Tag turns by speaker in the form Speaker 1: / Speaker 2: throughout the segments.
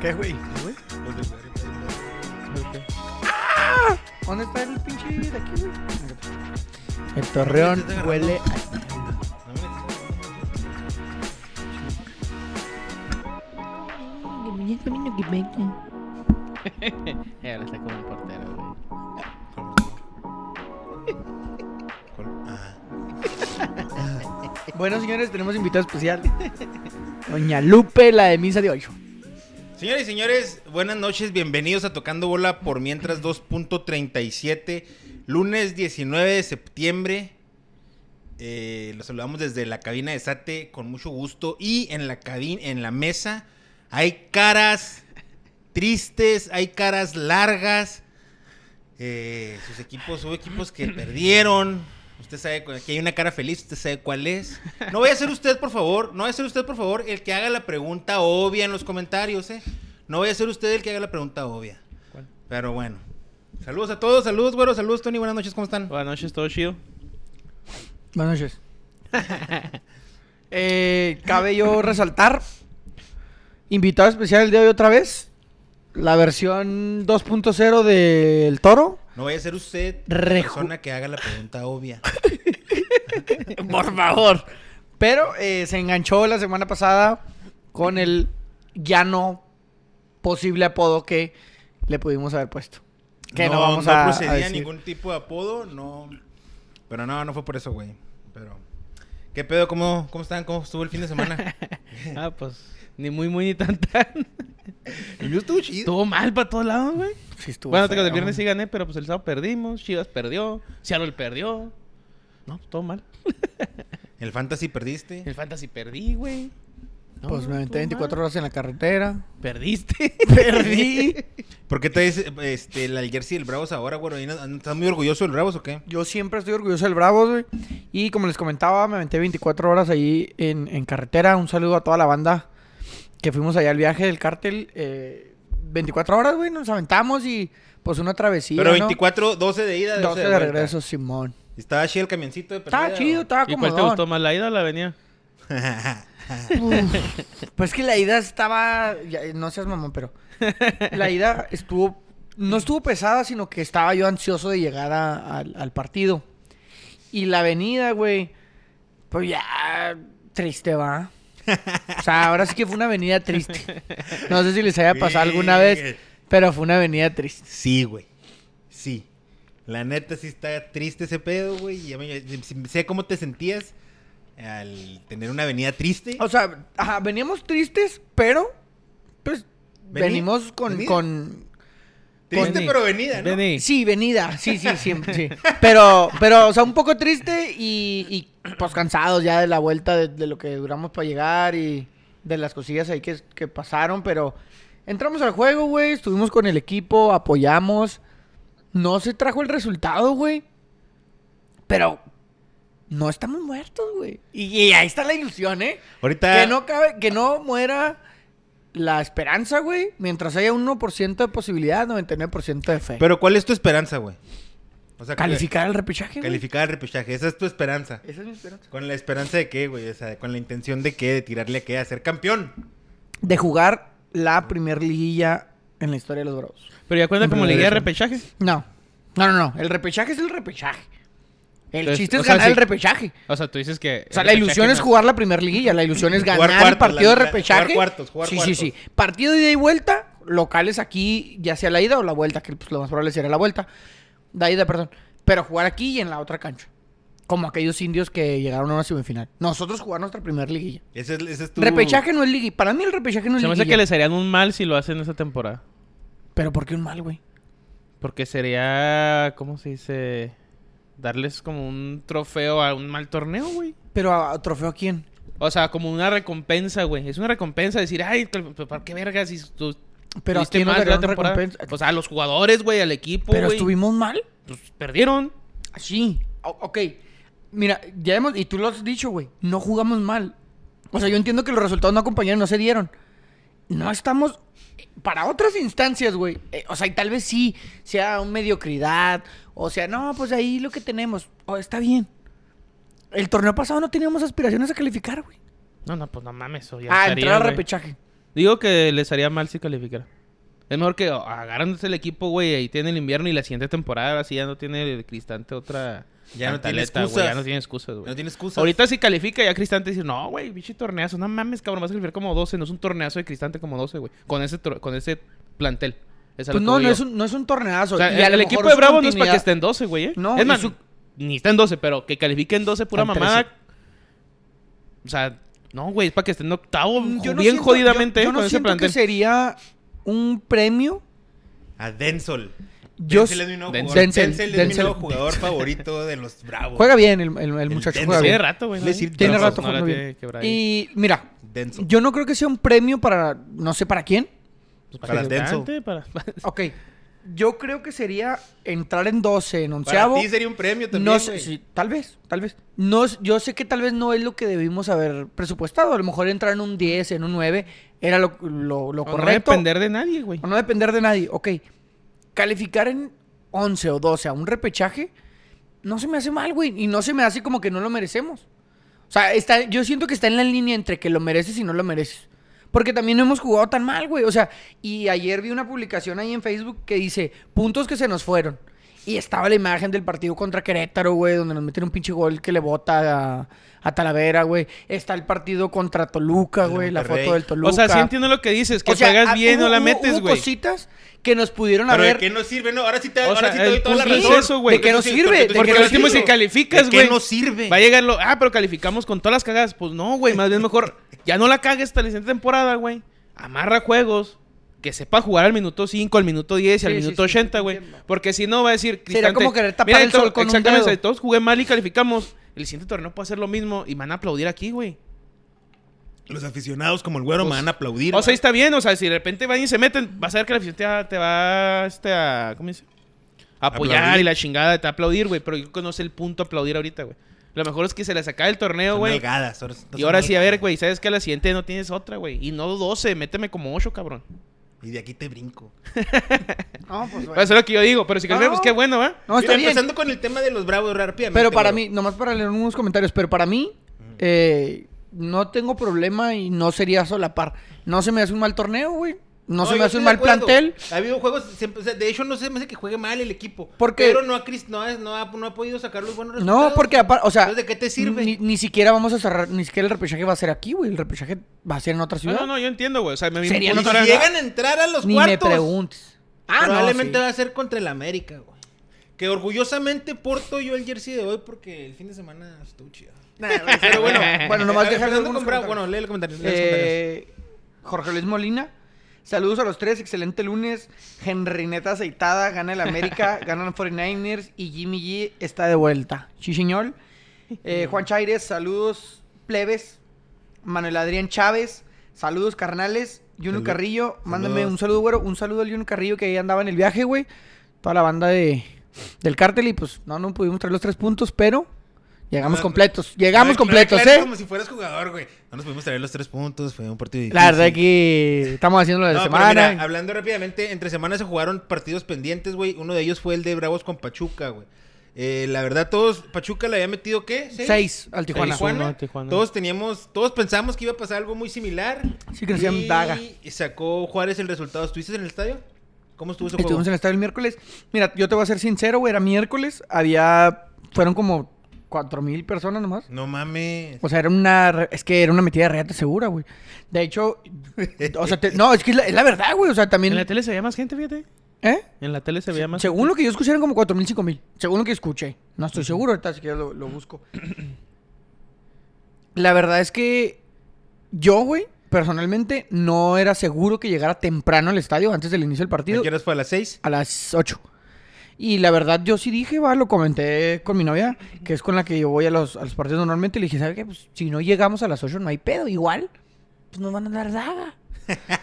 Speaker 1: ¿Qué, güey?
Speaker 2: güey?
Speaker 1: Los del barrio.
Speaker 3: ¿Dónde está el pinche de aquí, güey?
Speaker 4: El torreón huele a
Speaker 2: Eh, Ahora está como un portero, güey.
Speaker 1: ¿Cuál? Ah.
Speaker 3: Bueno, señores, tenemos invitado especial.
Speaker 4: Doña Lupe, la de misa de hoy.
Speaker 1: Señores y señores, buenas noches, bienvenidos a Tocando Bola por Mientras 2.37, lunes 19 de septiembre. Eh, los saludamos desde la cabina de Sate con mucho gusto y en la cabina, en la mesa hay caras tristes, hay caras largas. Eh, sus equipos, hubo equipos que perdieron. Usted sabe, cu- aquí hay una cara feliz, usted sabe cuál es. No vaya a ser usted, por favor, no vaya a ser usted, por favor, el que haga la pregunta obvia en los comentarios, ¿eh? No vaya a ser usted el que haga la pregunta obvia. Pero bueno. Saludos a todos, saludos, güero, saludos, Tony, buenas noches, ¿cómo están?
Speaker 2: Buenas noches, todo chido.
Speaker 4: Buenas noches.
Speaker 3: Eh, cabe yo resaltar. Invitado especial el día de hoy otra vez. La versión 2.0 del toro.
Speaker 1: No vaya a ser usted
Speaker 3: Reju-
Speaker 1: la persona que haga la pregunta obvia.
Speaker 3: Por favor. Pero eh, se enganchó la semana pasada con el ya no posible apodo que le pudimos haber puesto. Que no, vamos a, a
Speaker 1: procedía
Speaker 3: decir.
Speaker 1: ningún tipo de apodo, no. Pero no, no fue por eso, güey. Pero. ¿Qué pedo? ¿Cómo, cómo están? ¿Cómo estuvo el fin de semana?
Speaker 2: Ah, pues, ni muy, muy, ni tan, tan.
Speaker 1: el mío estuvo chido.
Speaker 2: Estuvo mal para todos lados, güey.
Speaker 3: Sí, estuvo
Speaker 2: Bueno, te digo,
Speaker 3: feo.
Speaker 2: el viernes sí gané, pero pues el sábado perdimos. Chivas perdió. Seattle perdió. No, pues, todo mal.
Speaker 1: El fantasy perdiste.
Speaker 2: El Fantasy perdí, güey. No,
Speaker 4: Pues me aventé
Speaker 2: todo
Speaker 4: 24
Speaker 2: mal.
Speaker 4: horas en la carretera.
Speaker 2: Perdiste.
Speaker 3: Perdí.
Speaker 1: ¿Por qué traes este, el jersey del Bravos ahora, güey? ¿Estás muy orgulloso del Bravos o qué?
Speaker 3: Yo siempre estoy orgulloso del Bravos, güey. Y como les comentaba, me aventé 24 horas ahí en, en carretera. Un saludo a toda la banda que fuimos allá al viaje del cártel. Eh, 24 horas, güey, nos aventamos y pues una travesía.
Speaker 1: Pero
Speaker 3: ¿no?
Speaker 1: 24, 12 de ida, 12,
Speaker 3: 12 de
Speaker 1: vuelta.
Speaker 3: regreso, Simón.
Speaker 1: ¿Y Estaba chido el camioncito de
Speaker 3: Estaba
Speaker 1: perdida,
Speaker 3: chido,
Speaker 1: o-
Speaker 3: estaba
Speaker 2: Pues ¿Y
Speaker 3: como.
Speaker 2: cuál te gustó más, la ida o la venía?
Speaker 3: Pues que la ida estaba. ya, no seas mamón, pero. La ida estuvo. No estuvo pesada, sino que estaba yo ansioso de llegar a- al, al partido. Y la avenida, güey. Pues ya. Triste, va. O sea, ahora sí que fue una avenida triste. No sé si les haya pasado alguna vez, pero fue una avenida triste.
Speaker 1: Sí, güey. Sí. La neta sí está triste ese pedo, güey. Ya me- eh, si- Sé cómo te sentías al tener una avenida triste.
Speaker 3: O sea, ajá, veníamos tristes, pero. Pues.
Speaker 1: Vení-
Speaker 3: venimos con.
Speaker 1: venida.
Speaker 3: con
Speaker 1: Triste
Speaker 2: Vení.
Speaker 1: pero venida, ¿no?
Speaker 2: Vení.
Speaker 3: Sí, venida, sí, sí, siempre, sí. Pero, pero, o sea, un poco triste y, y, pues cansados ya de la vuelta, de, de lo que duramos para llegar y de las cosillas ahí que, que pasaron, pero entramos al juego, güey, estuvimos con el equipo, apoyamos, no se trajo el resultado, güey, pero no estamos muertos, güey. Y, y ahí está la ilusión, ¿eh?
Speaker 1: Ahorita.
Speaker 3: Que no cabe, que no muera la esperanza, güey, mientras haya un 1% de posibilidad, 99% de fe.
Speaker 1: Pero ¿cuál es tu esperanza, güey? O sea,
Speaker 3: Calificar el repechaje, güey.
Speaker 1: Calificar el repechaje. Esa es tu esperanza.
Speaker 3: Esa es mi esperanza.
Speaker 1: ¿Con la esperanza de qué, güey? O sea, con la intención de qué, de tirarle a qué, a ser campeón.
Speaker 3: De jugar la primer liguilla en la historia de los Bravos.
Speaker 2: Pero ya cuenta como
Speaker 4: Hombre,
Speaker 2: le guía de
Speaker 4: eso.
Speaker 2: repechaje.
Speaker 3: No. No, no, no. El repechaje es el repechaje. El
Speaker 2: Entonces,
Speaker 3: chiste es
Speaker 2: o sea,
Speaker 3: ganar
Speaker 2: sí.
Speaker 3: el repechaje.
Speaker 2: O sea, tú dices que.
Speaker 3: O sea, la ilusión es
Speaker 2: no-
Speaker 3: jugar la primer liguilla. La ilusión es
Speaker 1: Jugar
Speaker 3: ganar el
Speaker 1: cuartos,
Speaker 3: partido
Speaker 1: la-
Speaker 3: de
Speaker 1: la-
Speaker 3: repechaje.
Speaker 1: jugar cuartos, jugar
Speaker 3: sí,
Speaker 1: cuartos.
Speaker 3: sí, sí. Partido de ida y vuelta, locales aquí, ya sea la ida o la vuelta, que pues, lo más probable sería la vuelta. La ida, perdón. Pero jugar aquí y en la otra cancha. Como aquellos indios que llegaron a una semifinal. Nosotros jugar nuestra primer liguilla.
Speaker 1: Ese es, ese es tu.
Speaker 3: Repechaje no es liguilla. Para mí el repechaje no es
Speaker 2: Se me
Speaker 3: liguilla.
Speaker 2: hace que les harían un mal si lo hacen esta temporada.
Speaker 3: Pero ¿por qué un mal, güey?
Speaker 2: Porque sería. ¿Cómo se dice? Darles como un trofeo a un mal torneo, güey.
Speaker 3: Pero a, a trofeo a quién?
Speaker 2: O sea, como una recompensa, güey. Es una recompensa decir, ay, cal- pues, ¿para qué vergas? Si tú
Speaker 3: Pero a
Speaker 2: tuviste
Speaker 3: quién nos
Speaker 2: más de la
Speaker 3: darían
Speaker 2: temporada?
Speaker 3: recompensa.
Speaker 2: O sea, a los jugadores, güey, al equipo,
Speaker 3: Pero
Speaker 2: güey.
Speaker 3: estuvimos mal.
Speaker 2: Pues perdieron.
Speaker 3: Sí. O- ok. Mira, ya hemos, y tú lo has dicho, güey, no jugamos mal. O sea, yo entiendo que los resultados no acompañaron, no se dieron. No estamos eh, para otras instancias, güey. eh, o sea, y tal vez sí sea una mediocridad, o sea, no, pues ahí lo que tenemos, o está bien. El torneo pasado no teníamos aspiraciones a calificar, güey.
Speaker 2: No, no, pues no mames. Eso ya
Speaker 3: A
Speaker 2: estaría,
Speaker 3: Ah, entrar al
Speaker 2: güey.
Speaker 3: repechaje.
Speaker 2: Digo que les haría mal si calificara. Es mejor que agarrándose el equipo, güey, ahí tiene el invierno y la siguiente temporada, ahora sí ya no tiene el Cristante otra
Speaker 1: Ya no tiene
Speaker 2: cantaleta, güey,
Speaker 1: excusas.
Speaker 2: Ya no tiene excusas, güey.
Speaker 1: No tiene excusas.
Speaker 2: Ahorita si califica ya Cristante dice, no, güey, bicho torneazo, no mames, cabrón, vas a calificar como 12, no es un torneazo de Cristante como 12, güey, con ese, tor- con ese plantel. Es a lo
Speaker 3: Pues
Speaker 2: que
Speaker 3: no,
Speaker 2: voy
Speaker 3: no
Speaker 2: yo.
Speaker 3: es, un, no es un torneazo.
Speaker 2: O sea,
Speaker 3: Y a
Speaker 2: el,
Speaker 3: lo mejor
Speaker 2: equipo de
Speaker 3: su
Speaker 2: Bravo no es para
Speaker 3: continuidad-
Speaker 2: que esté en 12, güey, ¿eh?
Speaker 3: No,
Speaker 2: es
Speaker 3: y
Speaker 2: más,
Speaker 3: su-
Speaker 2: ni está en 12, pero que califique en 12 pura
Speaker 3: En 13.
Speaker 2: mamada. O sea, no, güey, es para que esté en octavo,
Speaker 3: Mm,
Speaker 2: bien
Speaker 3: no siento-
Speaker 2: jodidamente
Speaker 3: yo, yo
Speaker 2: eh,
Speaker 3: no
Speaker 2: con ese
Speaker 3: siento
Speaker 2: plantel.
Speaker 3: que sería un premio.
Speaker 1: A Denzel.
Speaker 3: Yo
Speaker 1: Denzel es mi nuevo jugador,
Speaker 3: Denzel,
Speaker 1: Denzel es mi
Speaker 3: Denzel.
Speaker 1: nuevo jugador favorito de los Bravos.
Speaker 3: Juega bien el, el- el
Speaker 1: El
Speaker 3: muchacho.
Speaker 1: Denzel.
Speaker 3: Juega
Speaker 2: Tiene
Speaker 3: bien.
Speaker 2: rato, güey. ¿no?
Speaker 1: Decir,
Speaker 2: Pero
Speaker 3: Tiene
Speaker 2: pues
Speaker 3: rato
Speaker 2: no la
Speaker 3: jugando
Speaker 2: tiene
Speaker 3: bien.
Speaker 2: que quebrar ahí.
Speaker 3: Y mira,
Speaker 1: Denzel.
Speaker 3: yo no creo que sea un premio para, no sé para quién.
Speaker 2: Pues
Speaker 1: para
Speaker 2: que
Speaker 1: Denzel.
Speaker 2: levante, para-
Speaker 3: Ok, yo creo que sería entrar en 12, en
Speaker 1: Para
Speaker 3: onceavo.
Speaker 1: ti sería un premio también.
Speaker 3: No sé,
Speaker 1: güey.
Speaker 3: sí, tal vez, tal vez. No, es- yo sé que tal vez no es lo que debimos haber presupuestado. A lo mejor entrar en un 10, en un 9, era lo, lo- lo
Speaker 2: o No
Speaker 3: correcto.
Speaker 2: depender de nadie, güey.
Speaker 3: O no depender de nadie. Ok, calificar en 11 o 12 a un repechaje no se me hace mal, güey. Y no se me hace como que no lo merecemos. O sea, está, yo siento que está en la línea entre que lo mereces y no lo mereces. Porque también no hemos jugado tan mal, güey. O sea, y ayer vi una publicación ahí en Facebook que dice, puntos que se nos fueron. Y estaba la imagen del partido contra Querétaro, güey, donde nos meten un pinche gol que le bota a, a Talavera, güey. Está el partido contra Toluca,
Speaker 1: El
Speaker 3: güey, la
Speaker 1: Monterrey.
Speaker 3: foto del Toluca.
Speaker 2: O sea, sí entiendo lo que dices, que
Speaker 3: O sea,
Speaker 2: juegas
Speaker 3: ah,
Speaker 2: bien,
Speaker 3: hubo-
Speaker 2: no la
Speaker 3: hubo-
Speaker 2: metes,
Speaker 3: hubo
Speaker 2: güey.
Speaker 3: cositas que nos pudieron
Speaker 1: Pero
Speaker 3: haber...
Speaker 1: ¿de qué nos sirve? No, ahora sí te,
Speaker 2: O
Speaker 1: ahora
Speaker 2: sea,
Speaker 1: sí te doy
Speaker 2: el
Speaker 1: toda la
Speaker 2: punto es
Speaker 1: razón.
Speaker 2: eso, güey.
Speaker 1: Porque
Speaker 3: ¿De qué
Speaker 1: tú
Speaker 3: nos
Speaker 1: sí- porque tú
Speaker 3: sirve? ¿De
Speaker 1: sí
Speaker 3: qué
Speaker 2: Porque
Speaker 1: que
Speaker 2: lo
Speaker 3: nos
Speaker 2: último
Speaker 1: último
Speaker 3: sirve?
Speaker 2: si
Speaker 1: sí
Speaker 2: calificas,
Speaker 1: ¿De
Speaker 2: güey.
Speaker 1: qué nos sirve?
Speaker 2: Va a llegar lo. Ah, pero calificamos con todas las cagadas. Pues no, güey. Más bien mejor. Ya no la cagues hasta la siguiente temporada, güey. Amarra juegos. Que sepa jugar al minuto 5, al minuto 10 y al
Speaker 3: Sí, sí,
Speaker 2: minuto
Speaker 3: sí, sí,
Speaker 2: 80, güey.
Speaker 3: entiendo.
Speaker 2: Porque si no, va a decir.
Speaker 3: Sería
Speaker 2: Cristante,
Speaker 3: como querer tapar el
Speaker 2: to-
Speaker 3: sol con un
Speaker 2: Exactamente.
Speaker 3: dedo.
Speaker 2: si Todos jugué mal y calificamos. El siguiente torneo puede hacer lo mismo y me van a aplaudir aquí, güey.
Speaker 1: Los aficionados como el güero me van a aplaudir.
Speaker 2: Pues, O sea, está bien. O sea, si de repente van y se meten, vas a ver que la afición te va, te va, este, a... ¿Cómo dice? A apoyar
Speaker 1: Aplaudir.
Speaker 2: y la chingada, te va a aplaudir, güey. Pero yo creo que no es el punto aplaudir ahorita, güey. Lo mejor es que se les acabe el torneo,
Speaker 1: Son
Speaker 2: güey.
Speaker 1: nalgadas, ahora son-
Speaker 2: Y ahora
Speaker 1: son
Speaker 2: sí, a ver,
Speaker 1: nalgadas.
Speaker 2: güey, sabes que a la siguiente no tienes otra, güey. Y no 12, méteme como 8, cabrón.
Speaker 1: Y de aquí te brinco.
Speaker 3: No, pues, bueno.
Speaker 2: Eso es lo que yo digo, pero si
Speaker 3: No.
Speaker 2: cambiamos, pues qué bueno, ¿va?
Speaker 3: No, está
Speaker 1: Mira,
Speaker 3: bien.
Speaker 1: empezando con el tema de los bravos rápidamente.
Speaker 3: Pero para
Speaker 1: güero.
Speaker 3: mí, nomás para leer unos comentarios, pero para mí eh, no tengo problema y no sería solapar. No se me hace un mal torneo, güey. No, se
Speaker 1: yo
Speaker 3: me
Speaker 1: estoy
Speaker 3: hace
Speaker 1: de
Speaker 3: un mal
Speaker 1: acuerdo.
Speaker 3: plantel.
Speaker 1: Ha habido juegos, siempre- o sea, de hecho no se me hace que juegue mal el equipo.
Speaker 3: Porque-
Speaker 1: Pero no ha, Cris- no ha, no ha- no ha podido sacar los buenos resultados.
Speaker 3: No, porque apar- o sea,
Speaker 1: Entonces, ¿de qué te sirve?
Speaker 3: Ni, ni siquiera vamos a cerrar, ni siquiera el repechaje va a ser aquí, güey. El repechaje va a ser en otra
Speaker 2: Ah, No,
Speaker 3: ciudad.
Speaker 2: no, no, yo entiendo, güey. O sea, me mi
Speaker 3: Sería
Speaker 1: Y
Speaker 3: no
Speaker 2: punto
Speaker 1: si
Speaker 3: otra
Speaker 2: era-
Speaker 3: vez.
Speaker 1: llegan a entrar a los
Speaker 3: Ni me
Speaker 1: cuartos,
Speaker 3: preguntes. Ah, no,
Speaker 1: probablemente
Speaker 3: sí.
Speaker 1: va a ser contra el América, güey. Que orgullosamente porto yo el jersey de hoy porque el fin de semana estuvo chido. Pero bueno,
Speaker 3: Bueno, nomás
Speaker 1: a ver,
Speaker 3: dejar
Speaker 1: empezando
Speaker 3: algunos
Speaker 1: con Bravo.
Speaker 3: comentarios.
Speaker 1: Bueno, lee el comentario. lee los comentarios.
Speaker 3: Eh, Jorge Luis Molina. Saludos a los tres, excelente lunes. Henrineta aceitada, gana el América, ganan 49ers y Jimmy G está de vuelta. Chichiñol. Eh, Juan Chaires, saludos plebes. Manuel Adrián Chávez, saludos carnales. Juno
Speaker 1: Salud-
Speaker 3: Carrillo, mándame
Speaker 1: saludos.
Speaker 3: un saludo, güero. Un saludo al Juno Carrillo que ahí andaba en el viaje, güey. Toda la banda de, del cártel y pues no, no pudimos traer los tres puntos, pero llegamos
Speaker 1: No,
Speaker 3: completos.
Speaker 1: No,
Speaker 3: Llegamos
Speaker 1: no
Speaker 3: completos,
Speaker 1: declares
Speaker 3: ¿eh?
Speaker 1: Como si fueras jugador, güey. No nos pudimos traer los tres puntos, fue un partido difícil.
Speaker 3: La verdad que estamos haciendo lo de
Speaker 1: No, pero
Speaker 3: semana.
Speaker 1: mira, hablando rápidamente, entre semanas se jugaron partidos pendientes, güey. Uno de ellos fue el de Bravos con Pachuca, güey. Eh, la verdad, todos, Pachuca le había metido, ¿qué?
Speaker 3: Seis al Tijuana.
Speaker 1: Tijuana.
Speaker 2: Uno, Tijuana.
Speaker 1: Todos teníamos, todos pensamos que iba a pasar algo muy similar.
Speaker 3: Sí, que nos hacían daga.
Speaker 1: Y sacó Juárez el resultado. ¿Estuviste en el estadio? ¿Cómo estuvo ese
Speaker 3: Estuvimos en
Speaker 1: juego?
Speaker 3: el estadio el miércoles. Mira, yo te voy a ser sincero, güey. Era miércoles. Había. Fueron como cuatro mil personas nomás.
Speaker 1: No mames.
Speaker 3: O sea, era una. re- Es que era una metida de reata segura, güey. De hecho. O sea, te- no, es que es la, es la verdad, güey. O sea,
Speaker 2: En
Speaker 3: también.
Speaker 2: la tele se veía más gente, fíjate.
Speaker 3: ¿Eh?
Speaker 2: En la tele se veía más
Speaker 3: Según lo que yo escuché, eran como cuatro mil, cinco mil. Según lo que escuché. No estoy seguro, ahorita si quieres lo, lo busco. La verdad es que yo, güey, personalmente no era seguro que llegara temprano al estadio antes del inicio del
Speaker 1: ¿A
Speaker 3: partido.
Speaker 1: qué horas fue a las seis?
Speaker 3: A las 8. Y la verdad, yo sí dije, va, lo comenté con mi novia, que es con la que yo voy a los, a los partidos normalmente. Y le dije, ¿sabes qué? Pues si no llegamos a las 8, no hay pedo. Igual, pues nos van a dar daga.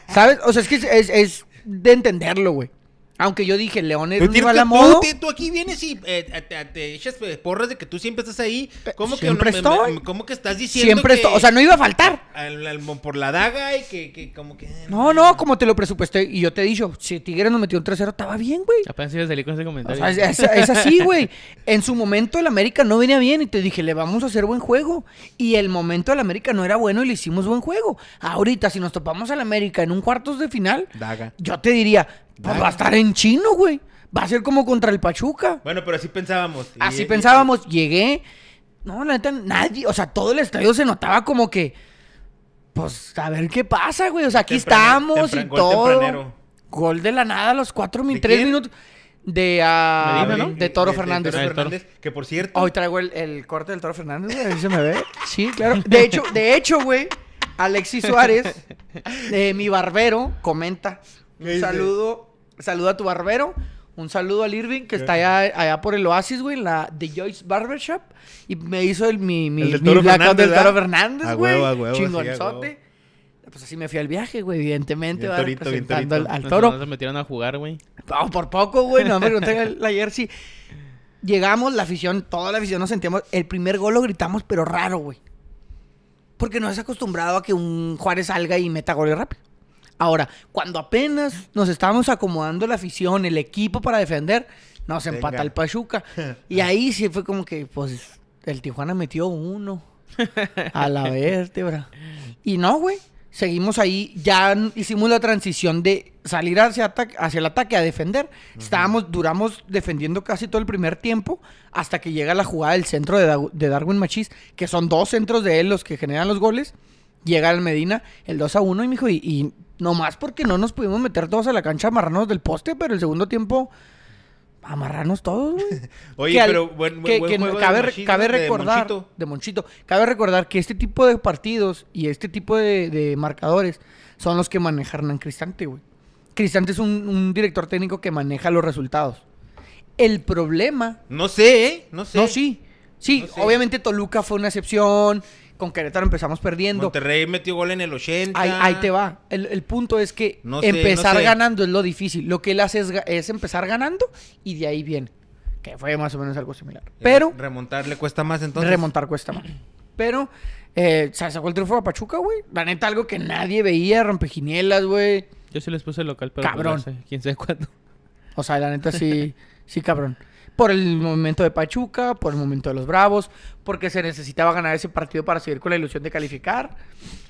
Speaker 3: ¿Sabes? O sea, es que es, es- es de entenderlo, güey. Aunque yo dije, León es
Speaker 1: Tú,
Speaker 3: un
Speaker 1: Pues, tienes
Speaker 3: rival
Speaker 1: que-
Speaker 3: a modo.
Speaker 1: tú- tú aquí vienes y eh, te- te, te echas eh, porras de que tú siempre estás ahí. ¿Cómo que, me-
Speaker 3: Siempre
Speaker 1: me-
Speaker 3: estoy.
Speaker 1: me- cómo que estás diciendo
Speaker 3: Siempre
Speaker 1: que
Speaker 3: esto. O sea, no iba a faltar.
Speaker 1: al- al- por la daga y que, que como que... eh,
Speaker 3: No, no, como te lo presupuesté. Y yo te he dicho, si Tigres nos metió un 3-0, estaba bien, güey.
Speaker 2: Apenas iba a salir con ese
Speaker 3: O
Speaker 2: comentario.
Speaker 3: sea, es, es- es así, güey. En su momento el América no venía bien y te dije, le vamos a hacer buen juego. Y el momento del América no era bueno y le hicimos buen juego. Ahorita, si nos topamos al América en un cuartos de final,
Speaker 1: Daga.
Speaker 3: yo te diría, pues va a estar en chino, güey. Va a ser como contra el Pachuca.
Speaker 1: Bueno, pero así pensábamos. Y-
Speaker 3: Así
Speaker 1: y-
Speaker 3: pensábamos, llegué. No, la neta, nadie, o sea, todo el estadio se notaba como que, pues, a ver qué pasa, güey. O sea, aquí
Speaker 1: Temprane-
Speaker 3: estamos
Speaker 1: tempran-
Speaker 3: y
Speaker 1: gol
Speaker 3: todo.
Speaker 1: tempranero.
Speaker 3: Gol de la nada a los cuatro,
Speaker 1: ¿De
Speaker 3: mil, tres
Speaker 1: quién?
Speaker 3: minutos. De, ah,
Speaker 2: Medina, ¿no?
Speaker 3: de Toro Fernández.
Speaker 1: Toro
Speaker 2: Ah, el Toro.
Speaker 1: Fernández, que por cierto...
Speaker 3: Hoy traigo el, el corte del Toro Fernández, güey. a ver si se me ve.
Speaker 5: Sí, claro.
Speaker 3: De hecho, de hecho, güey, Alexis Suárez, de mi barbero, comenta.
Speaker 1: ¿Qué dice?
Speaker 3: Un saludo, saludo a tu barbero. Un saludo al Irving, que está allá, allá por el Oasis, güey, en la The Joyce Barbershop. Y me hizo el, mi, mi,
Speaker 1: El del
Speaker 3: mi
Speaker 1: Toro
Speaker 3: blackout
Speaker 1: Fernández,
Speaker 3: del Toro
Speaker 1: ¿verdad? A
Speaker 3: Fernández, güey.
Speaker 1: huevo, a huevo, sí, a
Speaker 3: Chingonzote.
Speaker 1: huevo.
Speaker 3: Pues así me fui al viaje, güey, evidentemente.
Speaker 1: Bien
Speaker 3: va
Speaker 1: torito, bien
Speaker 3: representando al,
Speaker 1: torito.
Speaker 3: al
Speaker 2: Nos-
Speaker 3: toro.
Speaker 2: nos se metieron a jugar, güey.
Speaker 3: Vamos, por poco, güey. No me pregunté el- la jersey. Llegamos, la afición, toda la afición nos sentíamos. El primer gol lo gritamos, pero raro, güey. Porque no es acostumbrado a que un Juárez salga y meta goles rápido. Ahora, cuando apenas nos estábamos acomodando la afición, el equipo para defender, nos
Speaker 1: Venga.
Speaker 3: empata el Pachuca. Y ahí sí fue como que, pues, el Tijuana metió uno a la vértebra. Y no, güey. Seguimos ahí, ya n- hicimos la transición de salir hacia, ataque, hacia el ataque a defender. Estábamos, duramos defendiendo casi todo el primer tiempo hasta que llega la jugada del centro de, Dagu- de Darwin Machís, que son dos centros de él los que generan los goles. Llega el Medina, el 2 a 1, y mijo, y, y nomás porque no nos pudimos meter todos a la cancha, amarrarnos del poste, pero el segundo tiempo, amarrarnos todos, güey.
Speaker 1: Oye,
Speaker 3: que al-
Speaker 1: pero buen,
Speaker 3: que-
Speaker 1: buen
Speaker 3: que
Speaker 1: juego de
Speaker 3: cabe,
Speaker 1: Monchito,
Speaker 3: cabe
Speaker 1: de
Speaker 3: recordar de
Speaker 1: Monchito.
Speaker 3: Monchito. cabe recordar que este tipo de partidos y este tipo de, de marcadores son los que maneja Hernán Cristante, güey. Cristante es un, un director técnico que maneja los resultados. El problema
Speaker 1: No sé, ¿eh? No sé.
Speaker 3: no, sí. Sí,
Speaker 1: No, sí.
Speaker 3: obviamente Toluca fue una excepción. Con Querétaro empezamos perdiendo.
Speaker 1: Monterrey metió gol en el 80.
Speaker 3: Ahí, ahí te va. El, el punto es que
Speaker 1: No sé,
Speaker 3: empezar
Speaker 1: no sé.
Speaker 3: ganando es lo difícil. Lo que él hace es, ga- es empezar ganando y de ahí viene. Que fue más o menos algo similar.
Speaker 1: Eh,
Speaker 3: Pero
Speaker 1: Remontar le cuesta más entonces.
Speaker 3: remontar cuesta más. Pero eh, se sacó el triunfo a Pachuca, güey. La neta, algo que nadie veía, rompejinielas, güey.
Speaker 2: Yo sí les puse el local, pero. pues,
Speaker 3: Cabrón.
Speaker 2: no sé, quién sabe cuándo.
Speaker 3: O sea, la neta sí, sí, cabrón. Por el momento de Pachuca, por el momento de los Bravos, porque se necesitaba ganar ese partido para seguir con la ilusión de calificar.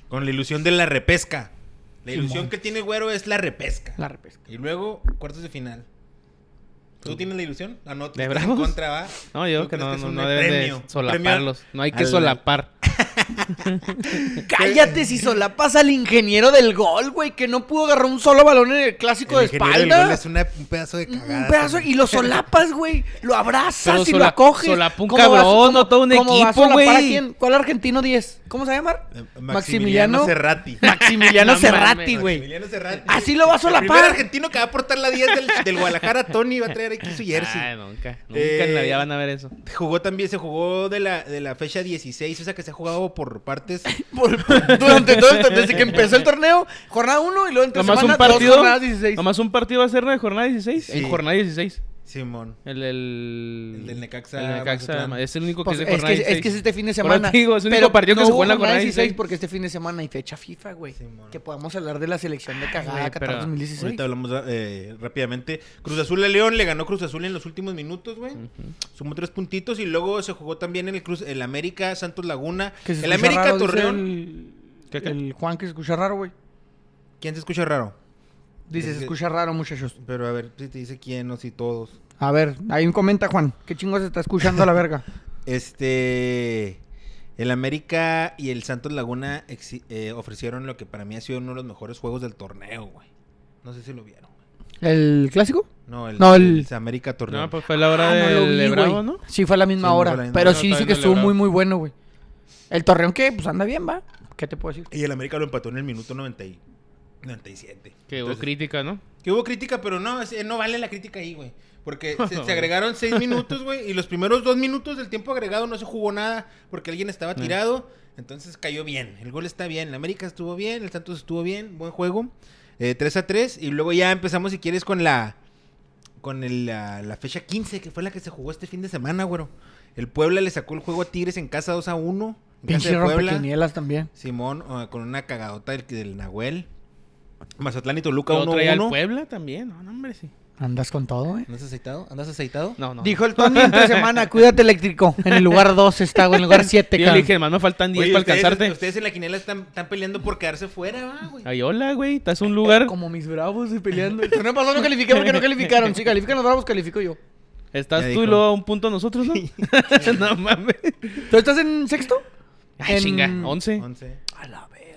Speaker 1: Con la ilusión de la repesca. La ilusión que tiene Güero es la repesca.
Speaker 3: La repesca.
Speaker 1: Y luego, cuartos de final. ¿Tú tienes la ilusión? Ah, no, tú
Speaker 2: Pues, ¿De
Speaker 1: estás en
Speaker 2: Bravos?
Speaker 1: contra, ¿va?
Speaker 2: No, yo
Speaker 1: ¿Tú
Speaker 2: creo que
Speaker 1: crees
Speaker 2: no,
Speaker 1: es
Speaker 2: no,
Speaker 1: un
Speaker 2: no deben
Speaker 1: premio?
Speaker 2: de solaparlos. No hay que
Speaker 1: al-
Speaker 2: solapar.
Speaker 3: Cállate si solapas al ingeniero del gol, güey, que no pudo agarrar un solo balón en el clásico
Speaker 1: El
Speaker 3: de
Speaker 1: ingeniero del
Speaker 3: espalda.
Speaker 1: gol es una- un pedazo de cagada.
Speaker 3: Un pedazo
Speaker 1: también.
Speaker 3: y lo solapas, güey. Lo abrazas
Speaker 2: Pero
Speaker 3: y lo
Speaker 2: sola-
Speaker 3: acoges.
Speaker 2: solapó un
Speaker 3: ¿Cómo vas-
Speaker 2: cabrón,
Speaker 3: cómo-
Speaker 2: no todo un
Speaker 3: cómo vas a
Speaker 2: equipo,
Speaker 3: solapar a
Speaker 2: güey.
Speaker 3: quién? ¿Cuál argentino 10? ¿Cómo se llama?
Speaker 1: Eh,
Speaker 3: Maximiliano.
Speaker 1: Maximiliano Cerrati.
Speaker 3: Maximiliano
Speaker 2: No
Speaker 3: Cerrati,
Speaker 2: mames.
Speaker 3: güey.
Speaker 1: Maximiliano Cerrati.
Speaker 3: Así lo va a
Speaker 1: El primer
Speaker 3: solapar.
Speaker 1: argentino que va a portar la 10 del, del Guadalajara, Tony, va a traer aquí
Speaker 2: Ah,
Speaker 1: su jersey.
Speaker 2: Ay, nunca. Nunca
Speaker 1: Eh,
Speaker 2: en la vida van a ver eso.
Speaker 1: Jugó también, se jugó de la, de la fecha 16, o sea que se ha jugado por partes.
Speaker 3: Por- por- durante todo el- desde que empezó el torneo, jornada 1 y luego entre
Speaker 2: Nomás
Speaker 3: semana,
Speaker 2: un partido.
Speaker 3: dos jornadas 16.
Speaker 2: Nomás un partido va a ser la de jornada 16.
Speaker 1: Sí.
Speaker 2: En jornada 16.
Speaker 1: Simón.
Speaker 2: El, el,
Speaker 1: El del Necaxa,
Speaker 2: El Necaxa.
Speaker 1: Mazatlán.
Speaker 2: Es el único que
Speaker 3: Pues
Speaker 2: es
Speaker 3: es,
Speaker 2: de jornada
Speaker 3: que, es
Speaker 2: 16.
Speaker 3: que es este fin de
Speaker 2: Por
Speaker 3: semana.
Speaker 2: eso te digo, es el único partido que
Speaker 3: no
Speaker 2: se
Speaker 3: hubo
Speaker 2: juega en la jornada 16.
Speaker 3: porque este fin de semana hay fecha FIFA, güey.
Speaker 1: Simón.
Speaker 3: Que podemos hablar de la selección de cagada
Speaker 2: Güey,
Speaker 3: Qatar
Speaker 2: pero-
Speaker 3: 2016.
Speaker 1: Ahorita hablamos eh, rápidamente. Cruz Azul a León le ganó Cruz Azul en los últimos minutos, güey. Sumó tres puntitos y luego se jugó también en el Cruz, el América Santos Laguna.
Speaker 3: Que se
Speaker 1: El
Speaker 3: escucha
Speaker 1: América
Speaker 3: raro, dice
Speaker 1: Torreón.
Speaker 3: El,
Speaker 2: ¿Qué, qué?
Speaker 3: el Juan que se escucha raro, güey.
Speaker 1: ¿Quién se escucha raro?
Speaker 3: Dice,
Speaker 1: Es
Speaker 3: se
Speaker 1: que-
Speaker 3: escucha raro, muchachos.
Speaker 1: Pero a ver, si te dice quién o si todos.
Speaker 3: A ver, ahí comenta, Juan. ¿Qué chingo se está escuchando a la verga?
Speaker 1: Este. El América y el Santos Laguna exi- eh, ofrecieron lo que para mí ha sido uno de los mejores juegos del torneo, güey. No sé si lo vieron. güey.
Speaker 3: ¿El clásico?
Speaker 1: No, el,
Speaker 3: No, el-
Speaker 1: el América Torreón.
Speaker 2: No, pues fue la hora
Speaker 3: Ah,
Speaker 2: del
Speaker 3: no lo vi,
Speaker 2: de
Speaker 3: güey.
Speaker 2: Bravo, ¿no?
Speaker 3: Sí, fue a la misma
Speaker 1: Sí,
Speaker 3: hora.
Speaker 1: fue a la misma
Speaker 3: pero
Speaker 2: hora.
Speaker 3: sí
Speaker 2: No,
Speaker 3: dice
Speaker 2: todavía
Speaker 3: que
Speaker 2: no le
Speaker 3: estuvo muy,
Speaker 2: Bravo.
Speaker 3: muy bueno, güey. El Torreón que, pues anda bien, va. ¿Qué te puedo decir?
Speaker 1: Y el América lo empató en el minuto 90 y 97.
Speaker 2: Que hubo
Speaker 1: Entonces,
Speaker 2: crítica, ¿no?
Speaker 1: que hubo crítica, pero no, es- eh, no vale la crítica ahí, güey. Porque se, se agregaron seis minutos, güey, y los primeros dos minutos del tiempo agregado no se jugó nada porque alguien estaba tirado. Entonces cayó bien. El gol está bien. La América estuvo bien, el Santos estuvo bien. Buen juego. Eh, 3 a 3. Y luego ya empezamos, si quieres, con la con el, la, la fecha 15, que fue la que se jugó este fin de semana, güero. El Puebla le sacó el juego a Tigres en casa 2 a 1. En casa
Speaker 3: Pinche
Speaker 1: de Puebla.
Speaker 3: rompequinielas también.
Speaker 1: Simón ah, con una cagadota del, del Nahuel. Mazatlán y Toluca
Speaker 2: Lo traía al
Speaker 1: 1-1.
Speaker 2: Puebla también. No, no, hombre, sí.
Speaker 3: Andas con todo, eh.
Speaker 1: ¿Andas aceitado? ¿Andas aceitado?
Speaker 2: No, no.
Speaker 3: Dijo el Tony entre semana, cuídate eléctrico. En el lugar 2 está, güey, en el lugar 7,
Speaker 2: Yo le
Speaker 3: cabrón.
Speaker 2: dije, más me faltan 10
Speaker 1: Oye,
Speaker 2: para
Speaker 1: ustedes,
Speaker 2: alcanzarte.
Speaker 1: ustedes en la quinela están, están peleando por quedarse fuera, va, güey.
Speaker 2: Ay, hola, güey. Estás en un lugar.
Speaker 3: Como mis bravos y peleando.
Speaker 6: El torneo pasado no califiqué porque no calificaron. Si califican los bravos, califico yo.
Speaker 1: Ya
Speaker 2: Estás tú
Speaker 1: dijo.
Speaker 2: y luego a un punto nosotros, ¿no? no mames.
Speaker 6: ¿Tú estás en sexto?
Speaker 2: Ay,
Speaker 6: En-
Speaker 2: chinga. 11.
Speaker 1: Once.
Speaker 6: A la verga.